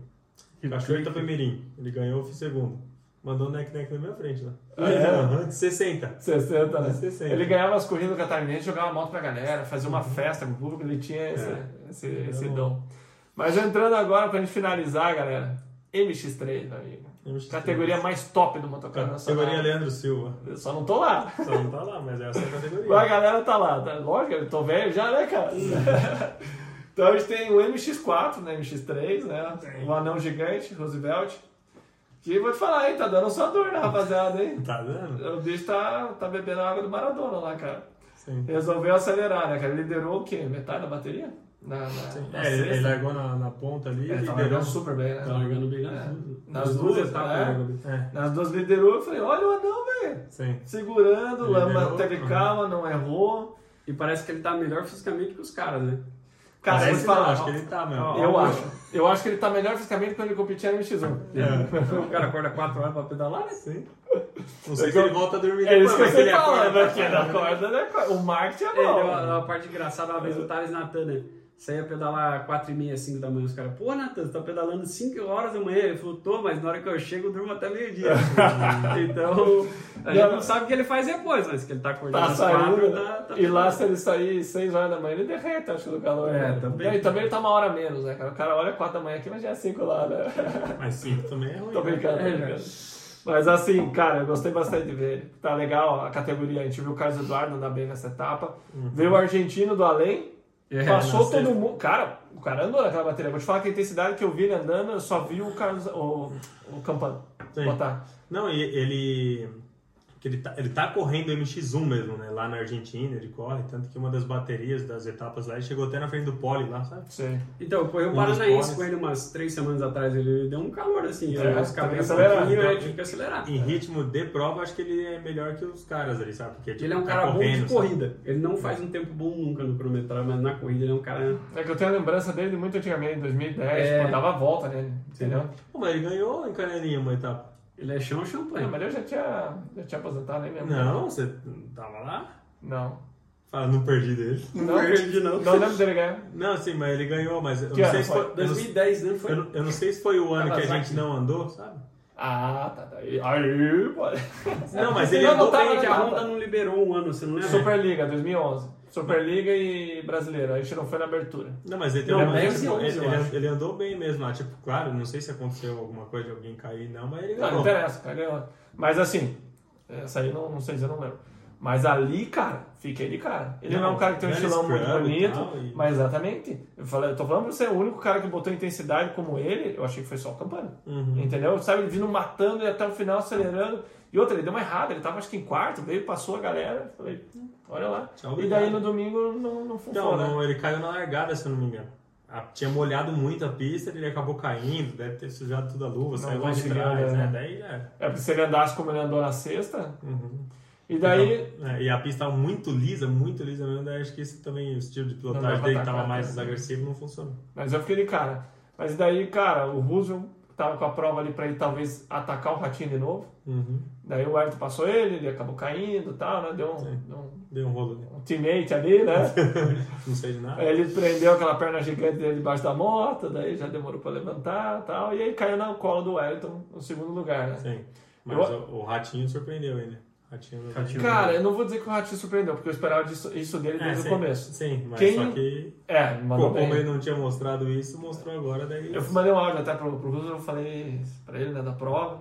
Speaker 4: Rio
Speaker 3: Cachoeira
Speaker 4: Creek.
Speaker 3: Itapemirim. Ele ganhou, eu fui segundo. Mandou um neck-neck na minha frente lá.
Speaker 2: Ah, é?
Speaker 3: Aham, de 60.
Speaker 2: 60, né?
Speaker 3: 60.
Speaker 2: Ele ganhava as corridas do catarinense, jogava moto pra galera, fazia uma festa com o público, ele tinha esse, esse, esse dom. Mas entrando agora pra gente finalizar, galera, MX3, amigo.
Speaker 3: MX3.
Speaker 2: Categoria mais top do motocross nacional.
Speaker 3: É, Categoria Leandro Silva.
Speaker 2: Eu só não tô lá.
Speaker 3: Só não tá lá, mas é essa a
Speaker 2: Mas a
Speaker 3: categoria.
Speaker 2: galera tá lá, tá? lógico, eu tô velho já, né, cara? [laughs] então a gente tem o MX4, né, MX3, né, o anão gigante, Roosevelt, que vou te falar, hein, tá dando só dor, né, rapaziada, hein?
Speaker 3: Tá dando?
Speaker 2: O bicho tá, tá bebendo água do Maradona lá, cara.
Speaker 3: Sim.
Speaker 2: Resolveu acelerar, né, cara? Ele Liderou o quê? Metade da bateria? Na, na, na
Speaker 3: É, ele, ele
Speaker 2: sexta?
Speaker 3: largou na, na ponta ali.
Speaker 2: Ele
Speaker 3: e
Speaker 2: tá
Speaker 3: deu- um
Speaker 2: largando super bem, né?
Speaker 4: Tá largando bem nas
Speaker 2: É.
Speaker 4: duas.
Speaker 2: Nas
Speaker 4: Nas
Speaker 2: duas,
Speaker 4: duas etapas,
Speaker 2: né?
Speaker 4: né, Gabi?
Speaker 3: É,
Speaker 2: Nas duas liderou, eu falei, olha o anão, velho.
Speaker 3: sim.
Speaker 2: Segurando,
Speaker 3: Ele
Speaker 2: lama
Speaker 3: liderou,
Speaker 2: teve
Speaker 3: uhum.
Speaker 2: calma, não errou.
Speaker 4: E parece que ele tá melhor fisicamente que os caras, né?
Speaker 2: Cara,
Speaker 3: Parece
Speaker 2: vou te falar,
Speaker 3: não, acho que ele tá mesmo.
Speaker 2: Eu acho. Eu acho que ele tá melhor fisicamente quando ele competia no X1.
Speaker 3: É
Speaker 4: O cara acorda 4 horas pra pedalar, né?
Speaker 3: Sim. Não sei se ele volta a dormir
Speaker 2: É isso que eu
Speaker 3: mas se
Speaker 2: sei
Speaker 3: ele
Speaker 2: falar,
Speaker 3: acorda,
Speaker 2: porque na corda, né? O marketing é
Speaker 4: É, deu
Speaker 2: bom.
Speaker 4: uma, uma parte engraçada, uma vez o Thales Natan, né? Saía pedalar 4 e meia, 5 da manhã. Os caras, pô, Natan, você tá pedalando 5 horas da manhã. Ele falou, tô, mas na hora que eu chego, eu durmo até
Speaker 2: [laughs]
Speaker 4: meio-dia. então, a gente não sabe o que ele faz depois, mas que ele tá acordando
Speaker 2: Tá
Speaker 4: às 4,
Speaker 2: saindo.
Speaker 4: tá, tá
Speaker 2: e lá, se ele sair 6 horas da manhã, ele derrete, acho, do calor.
Speaker 4: É,
Speaker 2: né?
Speaker 4: também.
Speaker 2: E aí, também ele tá uma hora menos, né, cara? O cara olha 4 da manhã aqui, mas já é 5 lá,
Speaker 4: [laughs]
Speaker 2: né?
Speaker 3: Mas sim, também é ruim.
Speaker 2: Tô
Speaker 3: né?
Speaker 2: brincando, tô
Speaker 4: É,
Speaker 2: brincando. Mas assim, cara, eu gostei bastante de ver. Tá legal a categoria. A gente viu o Carlos Eduardo andar bem nessa etapa. Veio o argentino do além.
Speaker 4: É,
Speaker 2: passou
Speaker 4: na
Speaker 2: todo mundo. Cara, o cara andou naquela bateria. Vou te falar que a intensidade que eu vi ele andando, eu só vi o Carlos. O, o Campano.
Speaker 3: Sim.
Speaker 2: Botar.
Speaker 3: Não, e ele. que Ele tá, ele tá correndo MX1 mesmo, né? Lá na Argentina ele corre, tanto que uma das baterias das etapas lá, ele chegou até na frente do pole lá, sabe?
Speaker 2: Sim.
Speaker 4: Então, foi o
Speaker 3: Um dos
Speaker 4: Paranaense
Speaker 3: bons.
Speaker 4: com ele umas três semanas atrás, ele deu um calor assim,
Speaker 2: É,
Speaker 4: os cabelos
Speaker 2: tem que acelerar,
Speaker 4: pouquinho,
Speaker 2: então.
Speaker 4: aí tinha que acelerar.
Speaker 3: Em ritmo de prova, acho que ele é melhor que os caras ali, sabe? Porque tipo,
Speaker 4: Ele é um
Speaker 3: tá
Speaker 4: cara bom
Speaker 3: correndo,
Speaker 4: de
Speaker 2: assim.
Speaker 3: sabe?
Speaker 4: corrida. Ele não faz um tempo bom nunca no cronometragem, mas na corrida ele é um cara.
Speaker 2: É que eu tenho a lembrança dele de muito antigamente, em 2010,
Speaker 4: É.
Speaker 2: tipo, dava a volta nele, entendeu?
Speaker 3: Pô, mas ele ganhou em Canarinha uma etapa.
Speaker 4: Ele é chão
Speaker 2: É,
Speaker 4: champanhe.
Speaker 2: mas eu já tinha, já tinha aposentado, nem lembro.
Speaker 3: Não, você tava lá?
Speaker 2: Não.
Speaker 3: Fala, não perdi dele.
Speaker 2: Não, [laughs]
Speaker 4: não.
Speaker 2: Não lembro dele ganhar.
Speaker 3: Não, sim, mas ele ganhou, mas eu
Speaker 2: Que
Speaker 3: não
Speaker 2: ano
Speaker 3: sei se
Speaker 2: foi?
Speaker 3: foi. eu não-
Speaker 4: 2010, né? Foi.
Speaker 3: Eu não, eu não sei se foi o ano que a
Speaker 4: Kawasaki.
Speaker 3: gente não andou, sabe?
Speaker 2: Ah, tá. tá. Aí, aí, pô.
Speaker 3: Não, mas
Speaker 4: Você
Speaker 3: ele
Speaker 4: não
Speaker 3: andou
Speaker 4: notava
Speaker 3: bem
Speaker 4: que
Speaker 3: de
Speaker 4: a
Speaker 3: arrumar.
Speaker 4: Honda não liberou um ano, você não lembra?
Speaker 2: Superliga, 2011. Superliga e Brasileiro. A gente não foi na abertura.
Speaker 3: Não, mas ele tem
Speaker 4: Não,
Speaker 3: uma-
Speaker 2: é
Speaker 4: dez
Speaker 3: tipo,
Speaker 4: e onze,
Speaker 3: ele,
Speaker 4: eu
Speaker 3: ele-
Speaker 4: acho.
Speaker 3: ele andou bem mesmo lá. Tipo, claro, não sei se aconteceu alguma coisa de alguém cair, não, mas ele
Speaker 2: Não, não
Speaker 3: ganhou.
Speaker 2: interessa, cara. ganhou. Mas assim, essa aí não, não sei se eu não lembro. Mas ali, cara, fiquei de cara. Ele não, é um cara que tem um
Speaker 3: Velho
Speaker 2: estilão muito
Speaker 3: scrub e
Speaker 2: bonito,
Speaker 3: tal, e-
Speaker 2: mas exatamente. Eu, falei, eu tô falando pra você, o único cara que botou intensidade como ele, eu achei que foi só o Campana.
Speaker 3: Uhum.
Speaker 2: Entendeu? Sabe, ele vindo matando e até o final acelerando. E outra, ele deu uma errada, ele tava acho que em quarto, veio, passou a galera. Eu Falei, "Hum, olha lá.
Speaker 3: Tchau,
Speaker 2: e
Speaker 3: obrigado.
Speaker 2: daí no domingo não, não
Speaker 3: Então,
Speaker 2: funcionou. né?
Speaker 3: não, ele caiu na largada, se eu não me engano. A- tinha molhado muito a pista, ele acabou caindo, deve ter sujado toda a luva, saiu lá de
Speaker 2: conseguiu,
Speaker 3: trás,
Speaker 2: né?
Speaker 3: né? Daí já era.
Speaker 2: É porque se ele andasse como ele andou na sexta.
Speaker 3: Uhum.
Speaker 2: E daí.
Speaker 3: É, e a pista tava muito lisa, muito lisa mesmo, daí acho que esse também, o estilo de
Speaker 2: Não dá
Speaker 3: pilotagem
Speaker 2: pra
Speaker 3: dele que
Speaker 2: atacar,
Speaker 3: tava mais
Speaker 2: né?
Speaker 3: agressivo, não funcionou.
Speaker 2: Mas eu fiquei de cara. Mas daí, cara, o Russell tava com a prova ali pra ele talvez atacar o ratinho de novo.
Speaker 3: Uhum.
Speaker 2: Daí o Ayrton passou ele, ele acabou caindo e tal, né? Deu um, deu um-
Speaker 3: Deu
Speaker 2: [laughs]
Speaker 3: um rolo ali.
Speaker 2: um teammate ali,
Speaker 3: [laughs]
Speaker 2: né?
Speaker 3: Não sei de nada.
Speaker 2: Aí ele prendeu aquela perna gigante dele debaixo da moto, daí já demorou pra levantar e tal. E aí caiu na cola do Ayrton no segundo lugar, né?
Speaker 3: Sim. Mas
Speaker 2: Eu-
Speaker 3: o, o Ratinho surpreendeu ele. né? Ratinho,
Speaker 4: Ratinho.
Speaker 2: Cara, eu não vou dizer que o Ratinho surpreendeu, porque eu esperava isso, isso dele desde
Speaker 3: É, Ah, sim,
Speaker 2: o começo.
Speaker 3: Sim, mas
Speaker 2: Quem-
Speaker 3: só que.
Speaker 2: É, mandou
Speaker 3: Pô,
Speaker 2: bem.
Speaker 3: como ele não tinha mostrado isso, mostrou agora, daí.
Speaker 2: Eu mandei um áudio até pro, pro Russo, eu falei pra ele, né, da prova,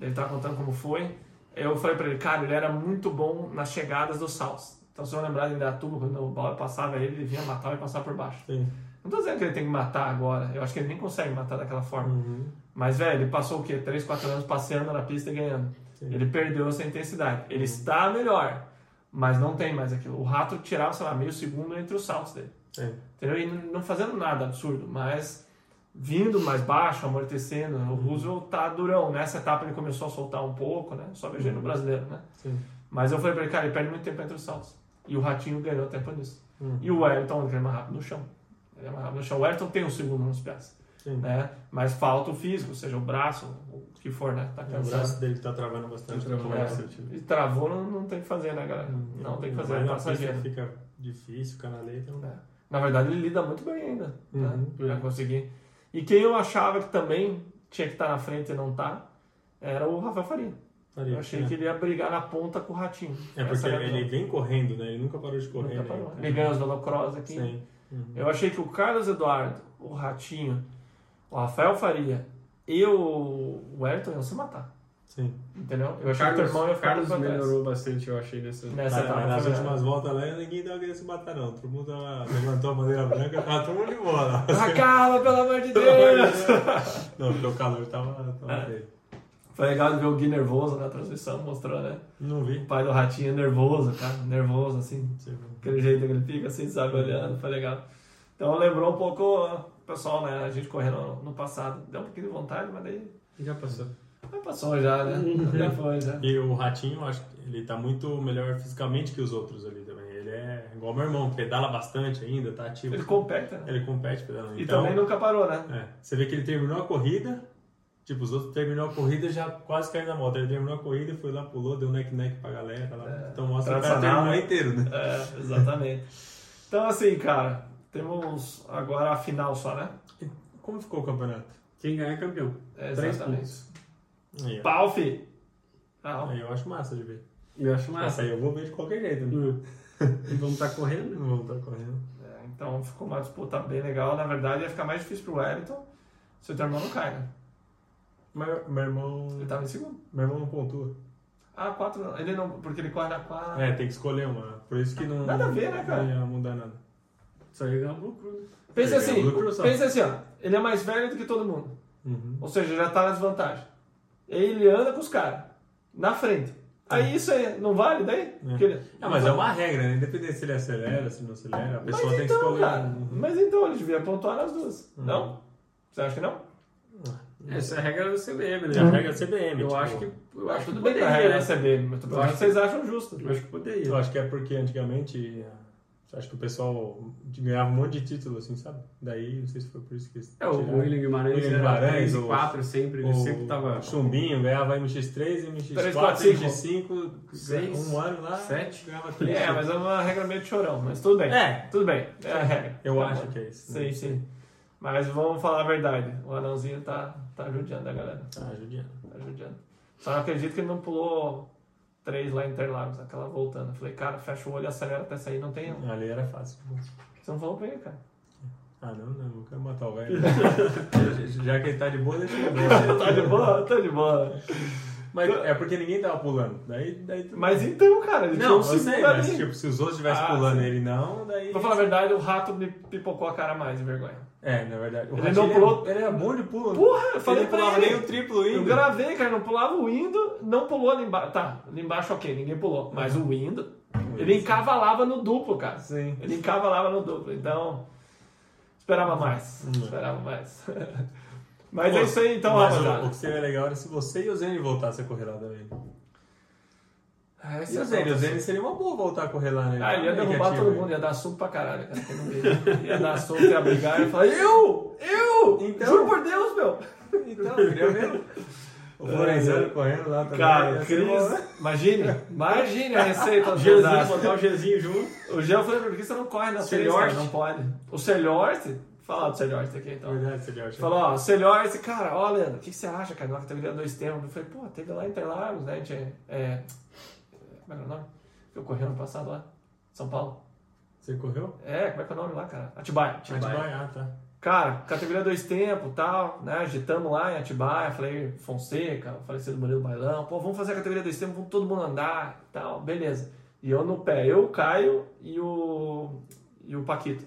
Speaker 2: ele tava contando como foi. Eu falei pra ele, cara, ele era muito bom nas chegadas dos saltos. Então, se eu lembrar de Indaiatuba, quando o Bauer passava ele, ele vinha matar e passar por baixo.
Speaker 3: Sim.
Speaker 2: Não tô dizendo que ele tem que matar agora, eu acho que ele nem consegue matar daquela forma.
Speaker 3: Hum. Uhum.
Speaker 2: Mas, velho, ele passou o quê? 3, 4 anos passeando na pista e ganhando. Ele perdeu essa intensidade. Ele está melhor, mas não tem mais aquilo. O rato tirava, sei lá, meio segundo entre os saltos dele
Speaker 3: Sim.
Speaker 2: entendeu? E não fazendo nada absurdo, mas vindo mais baixo, amortecendo.
Speaker 3: Uhum.
Speaker 2: O Roosevelt tá durão. Nessa etapa ele começou a soltar um pouco, né? Só veja no brasileiro, né?
Speaker 3: Uhum. Sim.
Speaker 2: Mas eu falei pra ele, cara, ele perde muito tempo entre os saltos. E o Ratinho ganhou tempo nisso.
Speaker 3: Uhum.
Speaker 2: E o Wellington, ele é mais rápido no chão. Ele é mais rápido no chão. O Wellington tem um segundo nos pés.
Speaker 3: Sim.
Speaker 2: Né? Mas falta o físico, ou seja, o braço, o que for, né? Tá
Speaker 3: O
Speaker 2: cansado.
Speaker 3: braço dele tá travando bastante.
Speaker 4: Tá travando
Speaker 3: É.
Speaker 4: bastante.
Speaker 2: E travou, não, não tem o que fazer, né, galera? Não tem o que fazer,
Speaker 3: Mas
Speaker 2: é
Speaker 3: na
Speaker 2: passageiro.
Speaker 3: pista Fica difícil, canaleta. Não...
Speaker 2: É. Na verdade, ele lida muito bem ainda. Né?
Speaker 3: Uhum.
Speaker 2: Pra conseguir. E quem eu achava que também tinha que estar na frente e não tá, era o Rafael Faria.
Speaker 3: Faria,
Speaker 2: eu achei
Speaker 3: é.
Speaker 2: que ele ia brigar na ponta com o Ratinho.
Speaker 3: É porque
Speaker 2: Essa era a
Speaker 3: ele
Speaker 2: minha-
Speaker 3: vem correndo, né? Ele nunca parou de correr.
Speaker 2: Nunca
Speaker 3: né?
Speaker 2: parou. assim.
Speaker 3: Então,
Speaker 2: Ele ganha os velocross aqui.
Speaker 3: Sim. Uhum.
Speaker 2: Eu achei que o Carlos Eduardo, o Ratinho, o Rafael Faria e o Wellington iam se matar.
Speaker 3: Sim.
Speaker 2: Entendeu? Eu achei que o
Speaker 4: Carlos,
Speaker 2: teu irmão ia ficar
Speaker 4: Carlos
Speaker 2: pra trás.
Speaker 4: melhorou bastante, eu achei, nessa.
Speaker 2: Nessa
Speaker 3: Mas,
Speaker 2: etapa.
Speaker 3: mas nas
Speaker 2: foi melhor.
Speaker 3: últimas voltas lá, ninguém tava querendo se matar, não. Todo mundo tava- levantou a bandeira branca, tava todo mundo de bola.
Speaker 2: Acaba, pelo amor
Speaker 3: [laughs]
Speaker 2: de Ah, Deus! É.
Speaker 3: Não, porque o calor tava. tava feio.
Speaker 2: Foi legal de ver o Gui nervoso na transmissão, mostrou, né?
Speaker 3: Não
Speaker 2: O
Speaker 3: vi.
Speaker 2: pai do ratinho nervoso, cara, nervoso, assim. Aquele jeito que ele fica, assim, sabe, olhando, foi legal. Então lembrou um pouco ó, o pessoal, né? A gente correndo no- no passado. Deu um pouquinho de vontade, mas daí.
Speaker 4: Já passou.
Speaker 2: Mas passou já,
Speaker 4: [laughs]
Speaker 2: né? Já foi, já.
Speaker 3: E o Ratinho, eu acho que ele tá muito melhor fisicamente que os outros ali também. Ele é igual meu irmão, pedala bastante ainda, tá ativo.
Speaker 2: Ele compete, né?
Speaker 3: Ele compete pedalando.
Speaker 2: E
Speaker 3: então,
Speaker 2: também nunca parou, né?
Speaker 3: É, você vê que ele terminou a corrida, tipo, os outros terminou a corrida e já quase caiu na moto. Ele terminou a corrida, foi lá, pulou, deu neck-neck pra galera. Lá. então mostra que o cara
Speaker 2: É, tradicional,
Speaker 3: terminou
Speaker 2: né?
Speaker 3: inteiro, né?
Speaker 2: É, exatamente. Então, assim, cara, temos agora a final só, né?
Speaker 3: Como ficou o campeonato?
Speaker 4: Quem ganhar é campeão.
Speaker 2: É,
Speaker 4: Três
Speaker 2: exatamente.
Speaker 4: pontos.
Speaker 3: Aí, ó.
Speaker 2: Pau, fi! Ah, Não,
Speaker 3: Aí eu acho massa de ver.
Speaker 4: Eu acho
Speaker 3: Essa
Speaker 4: massa.
Speaker 3: aí eu vou ver de qualquer jeito. né?
Speaker 2: Uhum.
Speaker 4: Hum. E vamos estar correndo, né?
Speaker 3: Não vou estar correndo.
Speaker 2: é, então ficou uma disputa bem legal. Na verdade, ia ficar mais difícil pro Wellington se o teu irmão não cai, né?
Speaker 3: Meu, meu irmão.
Speaker 2: Ele tava em segundo.
Speaker 3: Meu irmão não pontua.
Speaker 2: Ah, quatro não. Ele não, porque ele corre na quatro.
Speaker 3: É, tem que escolher uma. Por isso que não.
Speaker 2: Nada a ver, né, cara?
Speaker 3: Não ia mudar nada.
Speaker 4: Só um ia ganhar o Blue Crew.
Speaker 2: Pensa
Speaker 3: É,
Speaker 2: assim,
Speaker 3: o lucro só.
Speaker 2: pensa assim, ó. Ele é mais velho do que todo mundo.
Speaker 3: Uhum.
Speaker 2: Ou seja, já tá na desvantagem. Ele anda com os caras. Na frente.
Speaker 3: É.
Speaker 2: Aí isso aí não vale daí? Porque ele-
Speaker 3: Ah, mas é uma regra, né? Independente se ele acelera, se não acelera, a
Speaker 2: Mas
Speaker 3: pessoa tem que
Speaker 2: então,
Speaker 3: escolher.
Speaker 2: cara.
Speaker 3: um. Uhum.
Speaker 2: Mas então ele devia pontuar nas duas. Não? Você acha que não?
Speaker 4: Essa é a regra do CBM,
Speaker 3: É a
Speaker 4: né?
Speaker 3: regra CBM.
Speaker 4: Eu
Speaker 3: tipo,
Speaker 4: acho que. Eu acho que
Speaker 2: Tudo bem que a
Speaker 4: poderia,
Speaker 2: regra
Speaker 4: né?
Speaker 2: é CB, mas tô
Speaker 4: Eu acho
Speaker 2: perguntando
Speaker 4: que-
Speaker 2: se vocês acham justo.
Speaker 4: Eu acho que poderia.
Speaker 3: Eu acho que é porque antigamente eh, acho que o pessoal ganhava um monte de título, assim, sabe? Daí, não sei se foi por isso que eles
Speaker 4: É, o
Speaker 3: tiraram.
Speaker 4: William Guimarães,
Speaker 3: William
Speaker 4: era
Speaker 3: Guimarães,
Speaker 4: 3
Speaker 3: o-
Speaker 4: e 4 sempre, ele
Speaker 3: o
Speaker 4: sempre tava
Speaker 3: Chumbinho ganhava MX3,
Speaker 2: Três,
Speaker 3: MX4,
Speaker 2: quatro,
Speaker 3: MX5,
Speaker 4: Seis,
Speaker 3: um ano lá,
Speaker 4: sete.
Speaker 3: ganhava três.
Speaker 2: É, mas é uma regra meio de chorão, mas tudo bem.
Speaker 3: É.
Speaker 2: Tudo bem. É a regra.
Speaker 3: Eu
Speaker 2: Tá
Speaker 3: acho
Speaker 2: bom.
Speaker 3: que é isso.
Speaker 2: Sim, sim. Mas vamos falar a verdade. O anãozinho tá, tá ajudando a galera.
Speaker 3: Ah, Juliano.
Speaker 2: Tá judiando. Só não acredito que ele não pulou três lá em Interlagos, aquela voltando. Eu Falei, cara, fecha o olho e acelera até sair, não tem. um.
Speaker 3: Ali era fácil.
Speaker 2: Você não falou pra ele, cara.
Speaker 3: Ah, não, não, eu quero matar o velho.
Speaker 4: [laughs]
Speaker 3: Já que ele tá de boa, deixa ele
Speaker 2: Tá de boa, tá de boa.
Speaker 3: Mas é porque ninguém tava pulando. Daí, daí tu-
Speaker 2: Mas então, cara, ele tinha
Speaker 3: não,
Speaker 2: um
Speaker 3: eu sei,
Speaker 2: segundo
Speaker 3: mas
Speaker 2: ali.
Speaker 3: tipo, se os outros estivessem
Speaker 2: Ah,
Speaker 3: pulando
Speaker 2: sim.
Speaker 3: ele não, daí...
Speaker 2: Pra falar a verdade, o rato me pipocou a cara mais de vergonha.
Speaker 3: É, na verdade. O
Speaker 2: Ele
Speaker 3: Ratinho,
Speaker 2: não pulou-
Speaker 3: Ele era bom de pulo. né?
Speaker 2: Porra, eu falei
Speaker 3: ele
Speaker 2: pra
Speaker 3: não pulava
Speaker 2: ele.
Speaker 3: nem o triplo
Speaker 2: Eu
Speaker 3: ainda.
Speaker 2: gravei, cara, não pulava o indo, não pulou ali embaixo. Tá, ali embaixo ok, ninguém pulou. Mas o indo, ele encavalava no duplo, cara.
Speaker 3: Sim.
Speaker 2: Ele encavalava no duplo, então. Esperava mais. Esperava mais. Mas é isso aí então,
Speaker 3: [laughs] Mas
Speaker 2: rapaziada.
Speaker 3: o, o que seria legal era se você e o Zene voltassem a correr lá também.
Speaker 2: Ah, esse
Speaker 3: E
Speaker 2: é
Speaker 3: o Zene,
Speaker 2: bom.
Speaker 3: o Zene seria uma boa voltar a correr lá, né?
Speaker 2: Ah, ele ia
Speaker 3: Também
Speaker 2: derrubar
Speaker 3: quietinho,
Speaker 2: todo
Speaker 3: né?
Speaker 2: mundo, ia dar suco pra caralho, cara. que eu não ia, ia dar suco, ia brigar, ia falar, eu! Eu!
Speaker 3: Então-
Speaker 2: Juro por Deus, meu!
Speaker 3: Então, eu queria ver. O Florenzano correndo lá também.
Speaker 2: Cara,
Speaker 3: ia ser bom, né?
Speaker 2: Cris, imagine, imagine a receita do
Speaker 4: Jezinho,
Speaker 2: desastre.
Speaker 4: né? botar o Jezinho junto.
Speaker 2: O Jean, eu falei, por que você não corre na
Speaker 4: Celhorte?
Speaker 2: Celhorte? Não pode. O Celhorte, falar do Celhorte aqui então.
Speaker 3: É Verdade, seria ótimo.
Speaker 2: Falou, ó, Celhorte, cara, ó, Leandro, o que, que você acha, cara, na categoria dois tempos? Eu falei, pô, teve lá em Interlagos, né, a gente, é, é, como é que é o nome? Que eu corri ano passado lá, São Paulo.
Speaker 3: Você correu?
Speaker 2: É, como é que é o nome lá, cara? Atibaia.
Speaker 3: Atibaia, ah, tá.
Speaker 2: Cara, categoria dois tempos tal, né? Agitamos lá em Atibaia, falei Fonseca, falecido Murilo Bailão, pô, vamos fazer a categoria dois tempos, vamos todo mundo andar e tal, beleza. E eu no pé, eu, o Caio e o. e o Paquito.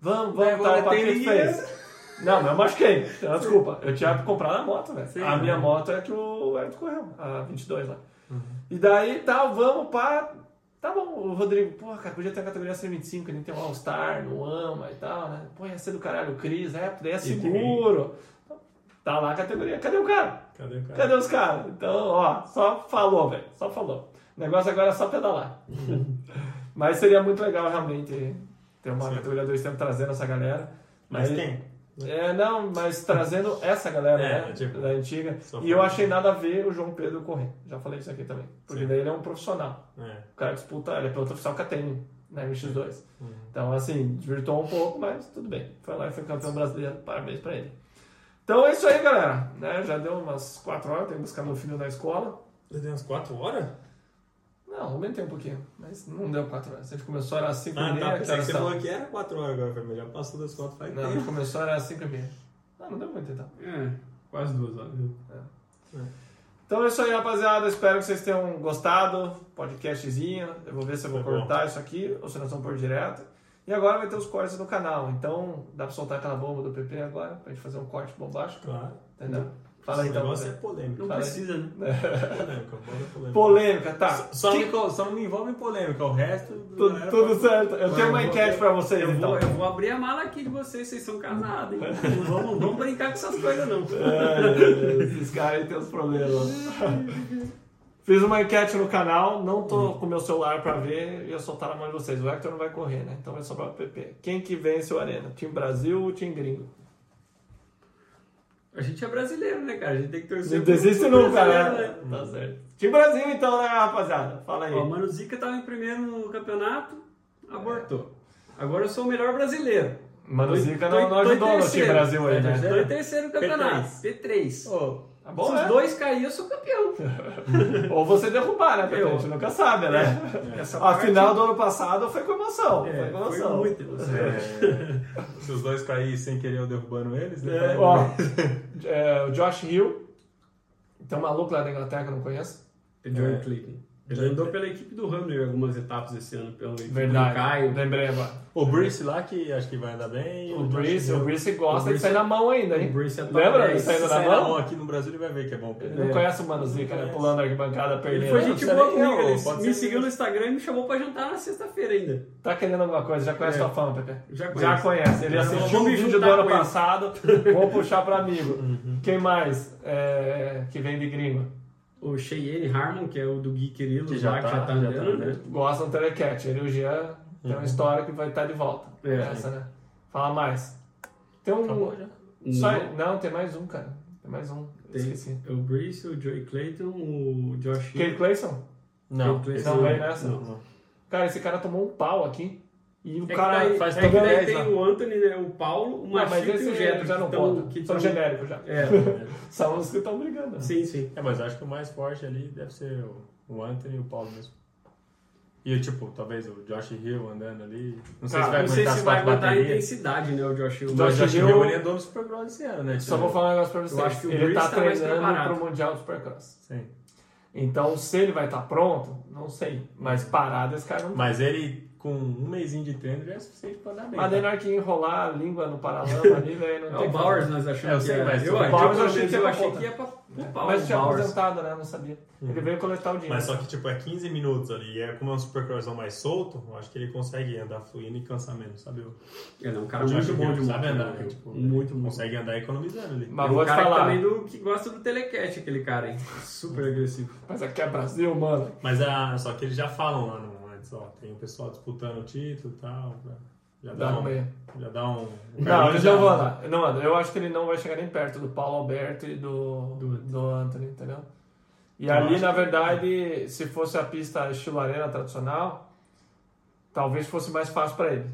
Speaker 2: Vamos, vamos,
Speaker 3: Agora
Speaker 2: tal, o Paquito
Speaker 3: tem
Speaker 2: fez. Não, mas eu machuquei. Então, desculpa, eu tinha que comprar na moto,
Speaker 3: Sim,
Speaker 2: velho. A
Speaker 3: né?
Speaker 2: minha moto é que o Everton correu, a 22 lá. E daí, tal, vamos, pá. Tá bom, o Rodrigo, porra, cara, podia ter a categoria 125, ele tem um All-Star, não ama e tal, né? Pô, ia ser do caralho o Cris, é, daí é seguro. Tá lá a categoria, cadê o cara?
Speaker 3: Cadê o cara?
Speaker 2: Cadê os caras? Então, ó, só falou, velho, só falou. O negócio agora é só
Speaker 3: [laughs]
Speaker 2: pedalar. Mas seria muito legal, realmente, ter uma categoria dois tempos trazendo essa galera.
Speaker 3: Mas
Speaker 2: Aí-
Speaker 3: tem.
Speaker 2: É, não, mas trazendo essa galera,
Speaker 3: É,
Speaker 2: né,
Speaker 3: tipo,
Speaker 2: da antiga.
Speaker 3: só
Speaker 2: E eu
Speaker 3: foi-
Speaker 2: achei nada a ver o João Pedro correr. Já falei isso aqui também. Porque
Speaker 3: Sim.
Speaker 2: daí ele é um profissional.
Speaker 3: É.
Speaker 2: O cara disputa, ele é piloto oficial Catene, né, na MX2.
Speaker 3: Uhum.
Speaker 2: Então, assim, desvirtuou um pouco, mas tudo bem. Foi lá e foi campeão brasileiro, parabéns pra ele. Então é isso aí, galera. Né, Já deu umas 4 horas, tem que buscar meu filho na escola.
Speaker 3: Já tem umas 4 horas?
Speaker 2: Não, aumentei um pouquinho, mas não deu 4 horas. A gente começou, era 5
Speaker 3: Ah,
Speaker 2: h
Speaker 3: tá.
Speaker 2: 30
Speaker 3: Pensei que você falou que era 4 horas agora, família. Já passou das 4 faz
Speaker 2: Não, a gente
Speaker 3: tempo.
Speaker 2: começou, era 5 h 30 Não, não deu muito então.
Speaker 4: É, quase duas horas.
Speaker 2: Então é isso aí, rapaziada. Espero que vocês tenham gostado. Podcastzinho. Eu vou ver se eu vou
Speaker 3: Foi Tá bom.
Speaker 2: cortar isso aqui ou se nós vamos por direto. E agora vai ter os cortes no canal. Então dá pra soltar aquela bomba do PP agora pra gente fazer um corte bombástico.
Speaker 3: Claro.
Speaker 2: Entendeu? Fala aí
Speaker 3: Esse
Speaker 2: então.
Speaker 3: negócio é
Speaker 2: Pepe.
Speaker 3: polêmico.
Speaker 4: Não
Speaker 2: Fala aí.
Speaker 4: precisa, né?
Speaker 3: Polêmica, bola é
Speaker 2: [laughs]
Speaker 3: polêmica.
Speaker 2: Polêmica, tá.
Speaker 3: Só- Só, um-
Speaker 2: Que-
Speaker 3: não me- só não me envolve em polêmica, o resto.
Speaker 2: tu-
Speaker 3: galera
Speaker 2: Tudo
Speaker 3: pode-
Speaker 2: certo. Eu tenho uma
Speaker 3: eu vou-
Speaker 2: enquete pra vocês
Speaker 4: Eu
Speaker 2: então.
Speaker 4: vou, eu vou abrir a mala aqui de vocês, vocês são casados, hein? Não vamos, não vamos brincar com essas coisas, não.
Speaker 2: É, Esses caras aí têm os problemas. Fiz uma enquete no canal, não tô
Speaker 4: Hum.
Speaker 2: com meu celular pra ver, ia soltar tá na mão de vocês. O Hector não vai correr, né? Então vai sobrar o PP. Quem que vence o Arena? Time Brasil ou time gringo?
Speaker 4: A gente é brasileiro, né, cara? A gente tem que torcer.
Speaker 2: Não
Speaker 4: pro-
Speaker 2: desiste
Speaker 4: pro
Speaker 2: nunca,
Speaker 4: brasileiro,
Speaker 2: né? Tá certo. Time Brasil então, né, rapaziada? Fala aí.
Speaker 4: Ó, mano, o Zica tava em primeiro no campeonato, abortou. Agora eu sou o melhor brasileiro.
Speaker 2: Mano, o É. Zica
Speaker 4: Tô em-
Speaker 2: não, não
Speaker 4: tô em
Speaker 2: ajudou no time
Speaker 4: terceiro.
Speaker 2: Brasil aí, né?
Speaker 4: Tô em terceiro no campeonato, P3.
Speaker 3: Ô,
Speaker 2: Tá
Speaker 4: Se
Speaker 2: bom,
Speaker 4: os
Speaker 2: né?
Speaker 4: dois caírem, eu sou campeão.
Speaker 2: Ou você derrubar, né? Pepe? A gente nunca sabe, né?
Speaker 4: É. Essa
Speaker 2: A
Speaker 4: parte-
Speaker 2: final do ano passado foi com emoção.
Speaker 4: É,
Speaker 2: foi com
Speaker 4: foi
Speaker 2: emoção. É.
Speaker 4: muito emoção.
Speaker 3: é, se [laughs] os dois caírem sem querer eu derrubando eles, né?
Speaker 2: É, ó, é, o Josh Hill, tem um maluco lá na Inglaterra que eu não conheço.
Speaker 4: É John
Speaker 3: É.
Speaker 4: Clayton. Ele andou pela equipe do Hamler em algumas etapas esse ano, pela equipe do Caio.
Speaker 2: Lembrei agora.
Speaker 3: O Bruce lá, que acho que vai andar bem. e
Speaker 2: O
Speaker 3: Josh
Speaker 2: Bruce,
Speaker 3: Hill.
Speaker 2: o Bruce gosta
Speaker 4: o
Speaker 2: de sair na
Speaker 4: Bruce-
Speaker 2: mão ainda, hein?
Speaker 4: o Bruce é top
Speaker 2: Lembra ele
Speaker 4: 10,
Speaker 2: saindo na
Speaker 3: Sai na mão
Speaker 2: mão?
Speaker 3: aqui no Brasil, ele vai ver que é bom. pra
Speaker 2: Ele não conhece o Mano Zica, né?
Speaker 3: Conhece.
Speaker 2: Pulando a arquibancada,
Speaker 4: Ele é
Speaker 2: perdendo.
Speaker 4: foi
Speaker 3: Não
Speaker 4: gente
Speaker 3: precisa
Speaker 4: boa
Speaker 3: nem
Speaker 4: comigo,
Speaker 3: eu,
Speaker 4: ele
Speaker 3: pode
Speaker 4: me
Speaker 3: ser
Speaker 4: seguiu
Speaker 3: eu.
Speaker 4: no Instagram e me chamou pra jantar na sexta-feira ainda.
Speaker 2: Tá querendo alguma coisa, já conhece tua fama, Pepe?
Speaker 4: É. Já conheço.
Speaker 2: Já conhece. Ele
Speaker 4: Já
Speaker 2: assistiu o
Speaker 4: vamos
Speaker 2: vídeo do
Speaker 4: juntar
Speaker 2: ano
Speaker 4: com ele. Uhum.
Speaker 2: passado, vou puxar pra
Speaker 4: [laughs]
Speaker 2: amigo. Quem mais é, que vem de gringo?
Speaker 4: O Cheyenne Harmon, que é o do Gui Querido,
Speaker 3: Que
Speaker 4: já,
Speaker 3: já
Speaker 4: que já
Speaker 3: tá,
Speaker 4: tá
Speaker 3: já tá,
Speaker 4: andando,
Speaker 3: né?
Speaker 4: né?
Speaker 2: Gosta do Telecat. Ele e o Jean tem uma história que vai estar de volta.
Speaker 4: Uhum. É.
Speaker 2: Essa, né? Fala mais. Tem um. Só-
Speaker 4: Não,
Speaker 2: Não, tem mais um, cara. Tem mais um.
Speaker 4: tem
Speaker 2: Esqueci.
Speaker 4: o Brice, o Joey Clayton, o Josh É Hill.
Speaker 2: Kate Clayson?
Speaker 3: Não,
Speaker 4: Clayton.
Speaker 3: esse
Speaker 2: Não vai nessa.
Speaker 4: Não.
Speaker 2: Cara, esse cara tomou um pau aqui. E o
Speaker 4: É que
Speaker 2: cara
Speaker 4: daí,
Speaker 2: faz
Speaker 4: é que
Speaker 2: top
Speaker 4: daí
Speaker 2: 10
Speaker 4: tem
Speaker 2: lá.
Speaker 4: o Anthony, né, o Paulo, o
Speaker 2: Não, Ah, mas
Speaker 4: Machito e
Speaker 2: esse
Speaker 4: o Jetro.
Speaker 2: já não
Speaker 4: que tão-
Speaker 2: conta.
Speaker 4: que
Speaker 2: São
Speaker 4: tão-
Speaker 2: genéricos já.
Speaker 4: É,
Speaker 2: São os que estão brigando. né?
Speaker 4: sim, sim.
Speaker 3: É, mas eu acho que o mais forte ali deve ser o- o Anthony e o Paulo mesmo. E tipo, talvez o Josh Hill andando ali. Não sei se vai
Speaker 4: Ah, Não sei
Speaker 3: aguentar
Speaker 4: se
Speaker 3: as
Speaker 4: vai
Speaker 3: quatro
Speaker 4: aguentar a
Speaker 3: baterias.
Speaker 4: intensidade, né, o Josh Hill.
Speaker 3: Mas
Speaker 2: Josh
Speaker 3: o Josh
Speaker 2: Hill-
Speaker 4: é
Speaker 3: Hill é ele andou no um Super Bowl esse ano, né?
Speaker 2: Só
Speaker 3: tipo,
Speaker 2: vou falar um negócio pra vocês.
Speaker 4: acho que o
Speaker 2: ele
Speaker 4: Bruce
Speaker 2: tá
Speaker 4: tá mais
Speaker 2: treinando
Speaker 4: preparado.
Speaker 2: pro Mundial do Supercross.
Speaker 3: Sim.
Speaker 2: Então, se ele vai estar pronto, não sei. Mas parado, esse cara não tá.
Speaker 3: Mas ele, com um mesinho de treino, já é suficiente pra andar bem.
Speaker 2: Mas daí na hora que enrolar a língua no
Speaker 4: [laughs]
Speaker 2: paralama ali, velho,
Speaker 4: né? É
Speaker 2: não tem
Speaker 4: o
Speaker 2: que
Speaker 4: Bowers,
Speaker 2: fazer.
Speaker 4: nós
Speaker 3: É, eu
Speaker 4: achamos que
Speaker 3: sei,
Speaker 4: era.
Speaker 3: mas
Speaker 4: Eu
Speaker 3: o
Speaker 4: achei-
Speaker 2: Bowers
Speaker 4: pelo
Speaker 2: eu achei
Speaker 4: menos
Speaker 2: que
Speaker 4: eu
Speaker 2: era
Speaker 4: achei
Speaker 2: ponta.
Speaker 4: que ia pra o Paulo,
Speaker 2: Mas
Speaker 4: o
Speaker 2: tinha
Speaker 4: Bowers. Uhum.
Speaker 2: aposentado, né? Não sabia. Ele veio coletar o dinheiro.
Speaker 3: Mas só que, tipo, é 15 minutos ali. E é como é um supercrossão mais solto, eu acho que ele consegue andar fluindo e cansar menos, sabe? O
Speaker 4: Ele é um cara
Speaker 3: Josh
Speaker 4: muito bom
Speaker 3: Hill
Speaker 4: de moto.
Speaker 3: sabe andar,
Speaker 4: né,
Speaker 3: né?
Speaker 4: meu?
Speaker 3: Tipo,
Speaker 4: muito bom.
Speaker 3: Consegue andar economizando ali.
Speaker 2: Mas
Speaker 4: É um
Speaker 2: vou te
Speaker 4: cara que
Speaker 2: falar.
Speaker 4: também do, que gosta do telecat, aquele cara, hein? Super agressivo.
Speaker 2: Mas aqui é Brasil, mano.
Speaker 3: Mas a, só que eles já falam lá no antes, ó. Tem o pessoal disputando o título e tal. pra-
Speaker 4: É
Speaker 3: Já dá,
Speaker 2: Dá
Speaker 3: um.
Speaker 2: meia.
Speaker 3: Já dá um. o
Speaker 2: Não,
Speaker 3: Carlinhos
Speaker 2: eles
Speaker 3: já- né?
Speaker 2: não vão lá. Não, mano, eu acho que ele não vai chegar nem perto do Paulo Alberto e do, do, Anthony, entendeu? E
Speaker 3: Eu
Speaker 2: ali,
Speaker 3: acho
Speaker 2: na
Speaker 3: que-
Speaker 2: verdade, se fosse a pista estilo arena tradicional, talvez fosse mais fácil pra ele,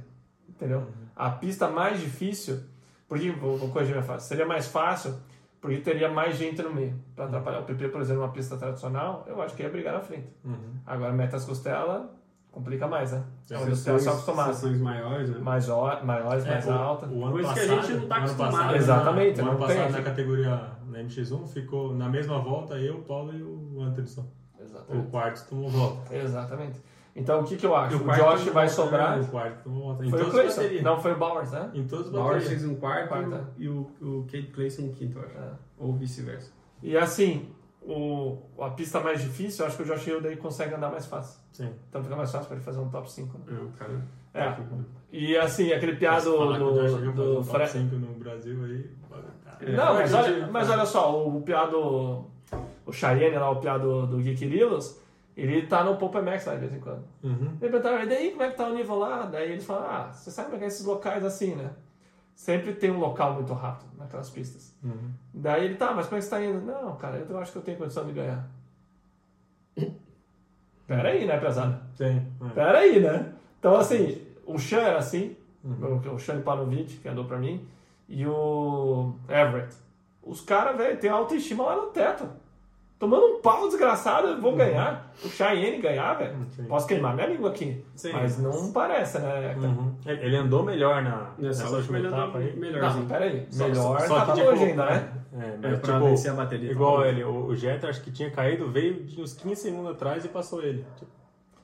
Speaker 2: entendeu?
Speaker 3: Uhum.
Speaker 2: A pista mais difícil, porque, vou, vou corrigir minha frase, seria mais fácil porque teria mais gente no meio
Speaker 3: Uhum.
Speaker 2: pra atrapalhar. O PP, por exemplo, uma pista tradicional, eu acho que ia brigar na frente.
Speaker 3: Uhum.
Speaker 2: Agora, mete as costelas, complica mais, né?
Speaker 3: É,
Speaker 2: As costelas só acostumadas.
Speaker 4: Sessões maiores, né?
Speaker 2: Mais É, o- maiores, mais
Speaker 3: É, o-
Speaker 2: alta.
Speaker 3: O ano
Speaker 4: Coisa que a
Speaker 3: passado,
Speaker 4: gente não tá
Speaker 3: o ano
Speaker 4: acostumado.
Speaker 3: passado,
Speaker 2: Exatamente,
Speaker 3: Na, né? o ano
Speaker 2: não tem
Speaker 3: passado na
Speaker 2: aqui.
Speaker 3: categoria na MX1 ficou na mesma volta eu, o Paulo e o Anderson. O
Speaker 2: Exatamente.
Speaker 3: quarto tomou volta.
Speaker 2: Exatamente. Então o que, que eu acho?
Speaker 4: E o
Speaker 2: O,
Speaker 4: quarto
Speaker 2: Josh vai
Speaker 4: não vai
Speaker 2: sobrar.
Speaker 3: O quarto tomou volta. Em
Speaker 2: Foi o
Speaker 3: todas as
Speaker 2: Clayson.
Speaker 3: baterias.
Speaker 2: Não, foi o Bowers, né?
Speaker 3: Em todas as
Speaker 4: Bowers
Speaker 3: baterias.
Speaker 4: fez um quarto
Speaker 2: Quarta.
Speaker 4: e o, o Kate Clayson um quinto, eu acho.
Speaker 2: É.
Speaker 4: Ou vice-versa.
Speaker 2: E assim, o, a pista mais difícil, eu acho que o Josh Hill daí consegue andar mais fácil.
Speaker 3: Sim.
Speaker 2: Então fica mais fácil para ele fazer um top 5. Né?
Speaker 4: É, o cara.
Speaker 2: É. E assim, aquele piado
Speaker 3: Falar que o Josh
Speaker 2: do,
Speaker 3: Hill faz
Speaker 2: do
Speaker 3: um top
Speaker 2: Fred.
Speaker 3: 5 no Brasil aí. valeu, cara.
Speaker 2: Não, é. mas olha, mas olha só, o piado. O Cheyenne lá, o piado do Gui Quirilos, ele tá no Pope Max lá de vez em quando.
Speaker 3: Uhum.
Speaker 2: Ele perguntava, e daí como é que tá o nível lá? Daí eles falam, ah, você sabe que esses locais assim, né? Sempre tem um local muito rápido naquelas pistas.
Speaker 3: Uhum.
Speaker 2: Daí ele, tá, mas como é que você tá indo? Não, cara, eu acho que eu tenho condição de ganhar. Pera aí, né, pesada?
Speaker 3: Sim. é.
Speaker 2: Pera aí, né? Então, assim, o Sean era assim, o Sean Panovic, que andou pra mim, e o Everett. Os caras, velho, tem autoestima lá no teto. Tomando um pau desgraçado, eu vou ganhar. O Cheyenne ganhar, velho.
Speaker 3: Sim.
Speaker 2: Posso queimar minha língua aqui.
Speaker 4: Sim.
Speaker 2: Mas não parece, né? cara?
Speaker 3: Uhum. Ele ele andou melhor na,
Speaker 4: Nessa última ele andava
Speaker 2: Não, tá.
Speaker 4: melhorzinho.
Speaker 2: pera aí.
Speaker 3: Só-
Speaker 2: Melhor
Speaker 3: só
Speaker 2: tava
Speaker 3: que, tipo,
Speaker 2: longe ainda, né?
Speaker 3: É,
Speaker 4: É,
Speaker 3: mas
Speaker 4: pra
Speaker 3: tipo,
Speaker 4: vencer a bateria, tá
Speaker 3: Igual
Speaker 4: bom.
Speaker 3: ele, o, o Jeter acho que tinha caído, veio de uns 15 segundos atrás e passou ele. Tipo,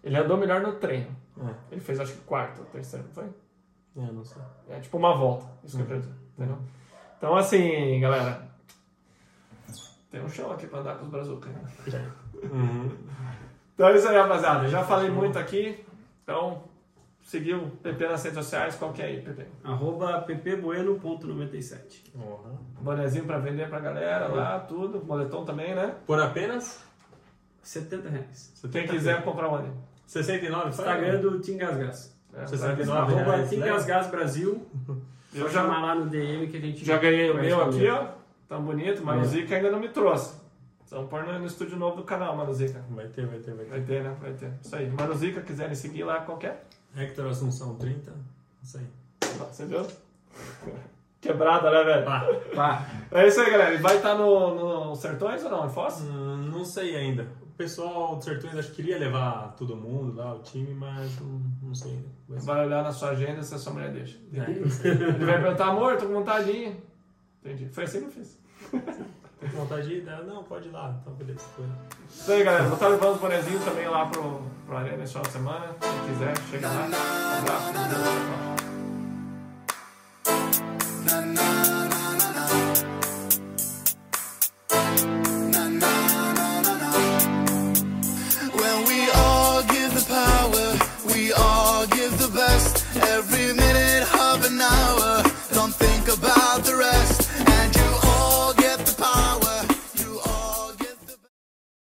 Speaker 2: Ele andou melhor no treino.
Speaker 3: é,
Speaker 2: Ele fez, acho que, quarto, terceiro, não foi?
Speaker 3: é, não sei.
Speaker 2: É tipo uma volta. Isso que eu
Speaker 4: Uhum.
Speaker 2: quero dizer, entendeu? Então, assim, galera. Tem um chão aqui pra andar com os brazucas. né?
Speaker 3: Uhum.
Speaker 2: Então é isso aí, rapaziada. Já falei muito aqui. Então, seguiu o PP nas redes sociais. Qual que é aí, PP?
Speaker 4: Arroba ppbueno.97.
Speaker 2: Bonezinho pra vender pra galera
Speaker 4: Uhum.
Speaker 2: lá, tudo. Moletom também, né?
Speaker 3: Por apenas
Speaker 4: 70 reais.
Speaker 2: Quem quiser comprar onde?
Speaker 3: 69,
Speaker 2: Tá.
Speaker 4: Instagram do Tim Gasgas.
Speaker 2: É,
Speaker 3: 69
Speaker 4: Arroba
Speaker 3: reais.
Speaker 4: Tim
Speaker 3: né?
Speaker 4: Gasgas Brasil.
Speaker 2: Eu
Speaker 4: Só
Speaker 2: já
Speaker 4: chamar lá no DM que a gente.
Speaker 2: Já ganhei o
Speaker 4: vai Uhum.
Speaker 2: meu aqui,
Speaker 4: responder.
Speaker 2: ó. Tá bonito, mas o Zica ainda não me trouxe. Então pôr no no estúdio novo do canal, Mano Zica.
Speaker 3: Vai ter, vai ter, vai
Speaker 2: Vai
Speaker 3: ter.
Speaker 2: ter, né? Vai ter. Isso aí. Mano Zica, quiserem seguir lá, é? qualquer.
Speaker 3: Hector Assunção 30. Isso aí.
Speaker 2: Você viu? Quebrada, né, velho?
Speaker 3: Pá.
Speaker 4: Pá.
Speaker 2: É isso aí, galera. E Vai estar no, no Sertões ou não? Em Foz?
Speaker 3: Hum, não sei ainda. O pessoal do Sertões acho que queria levar todo mundo lá, o time, mas não, não sei ainda. Vai ser.
Speaker 2: Vai olhar na sua agenda se a sua mulher deixa.
Speaker 3: É,
Speaker 2: Ele vai perguntar, amor, tô com vontade. Entendi. Foi assim que eu fiz.
Speaker 3: tem vontade de ir? Né? Não, pode ir lá. Então, beleza. Foi.
Speaker 2: Isso aí, galera. Vou estar levando os bonezinhos também lá pro, pro Arena esse final de semana. Quem quiser, chega lá. Um abraço. um beijo, tchau.
Speaker 6: When we all give the power, we all give the best. Every minute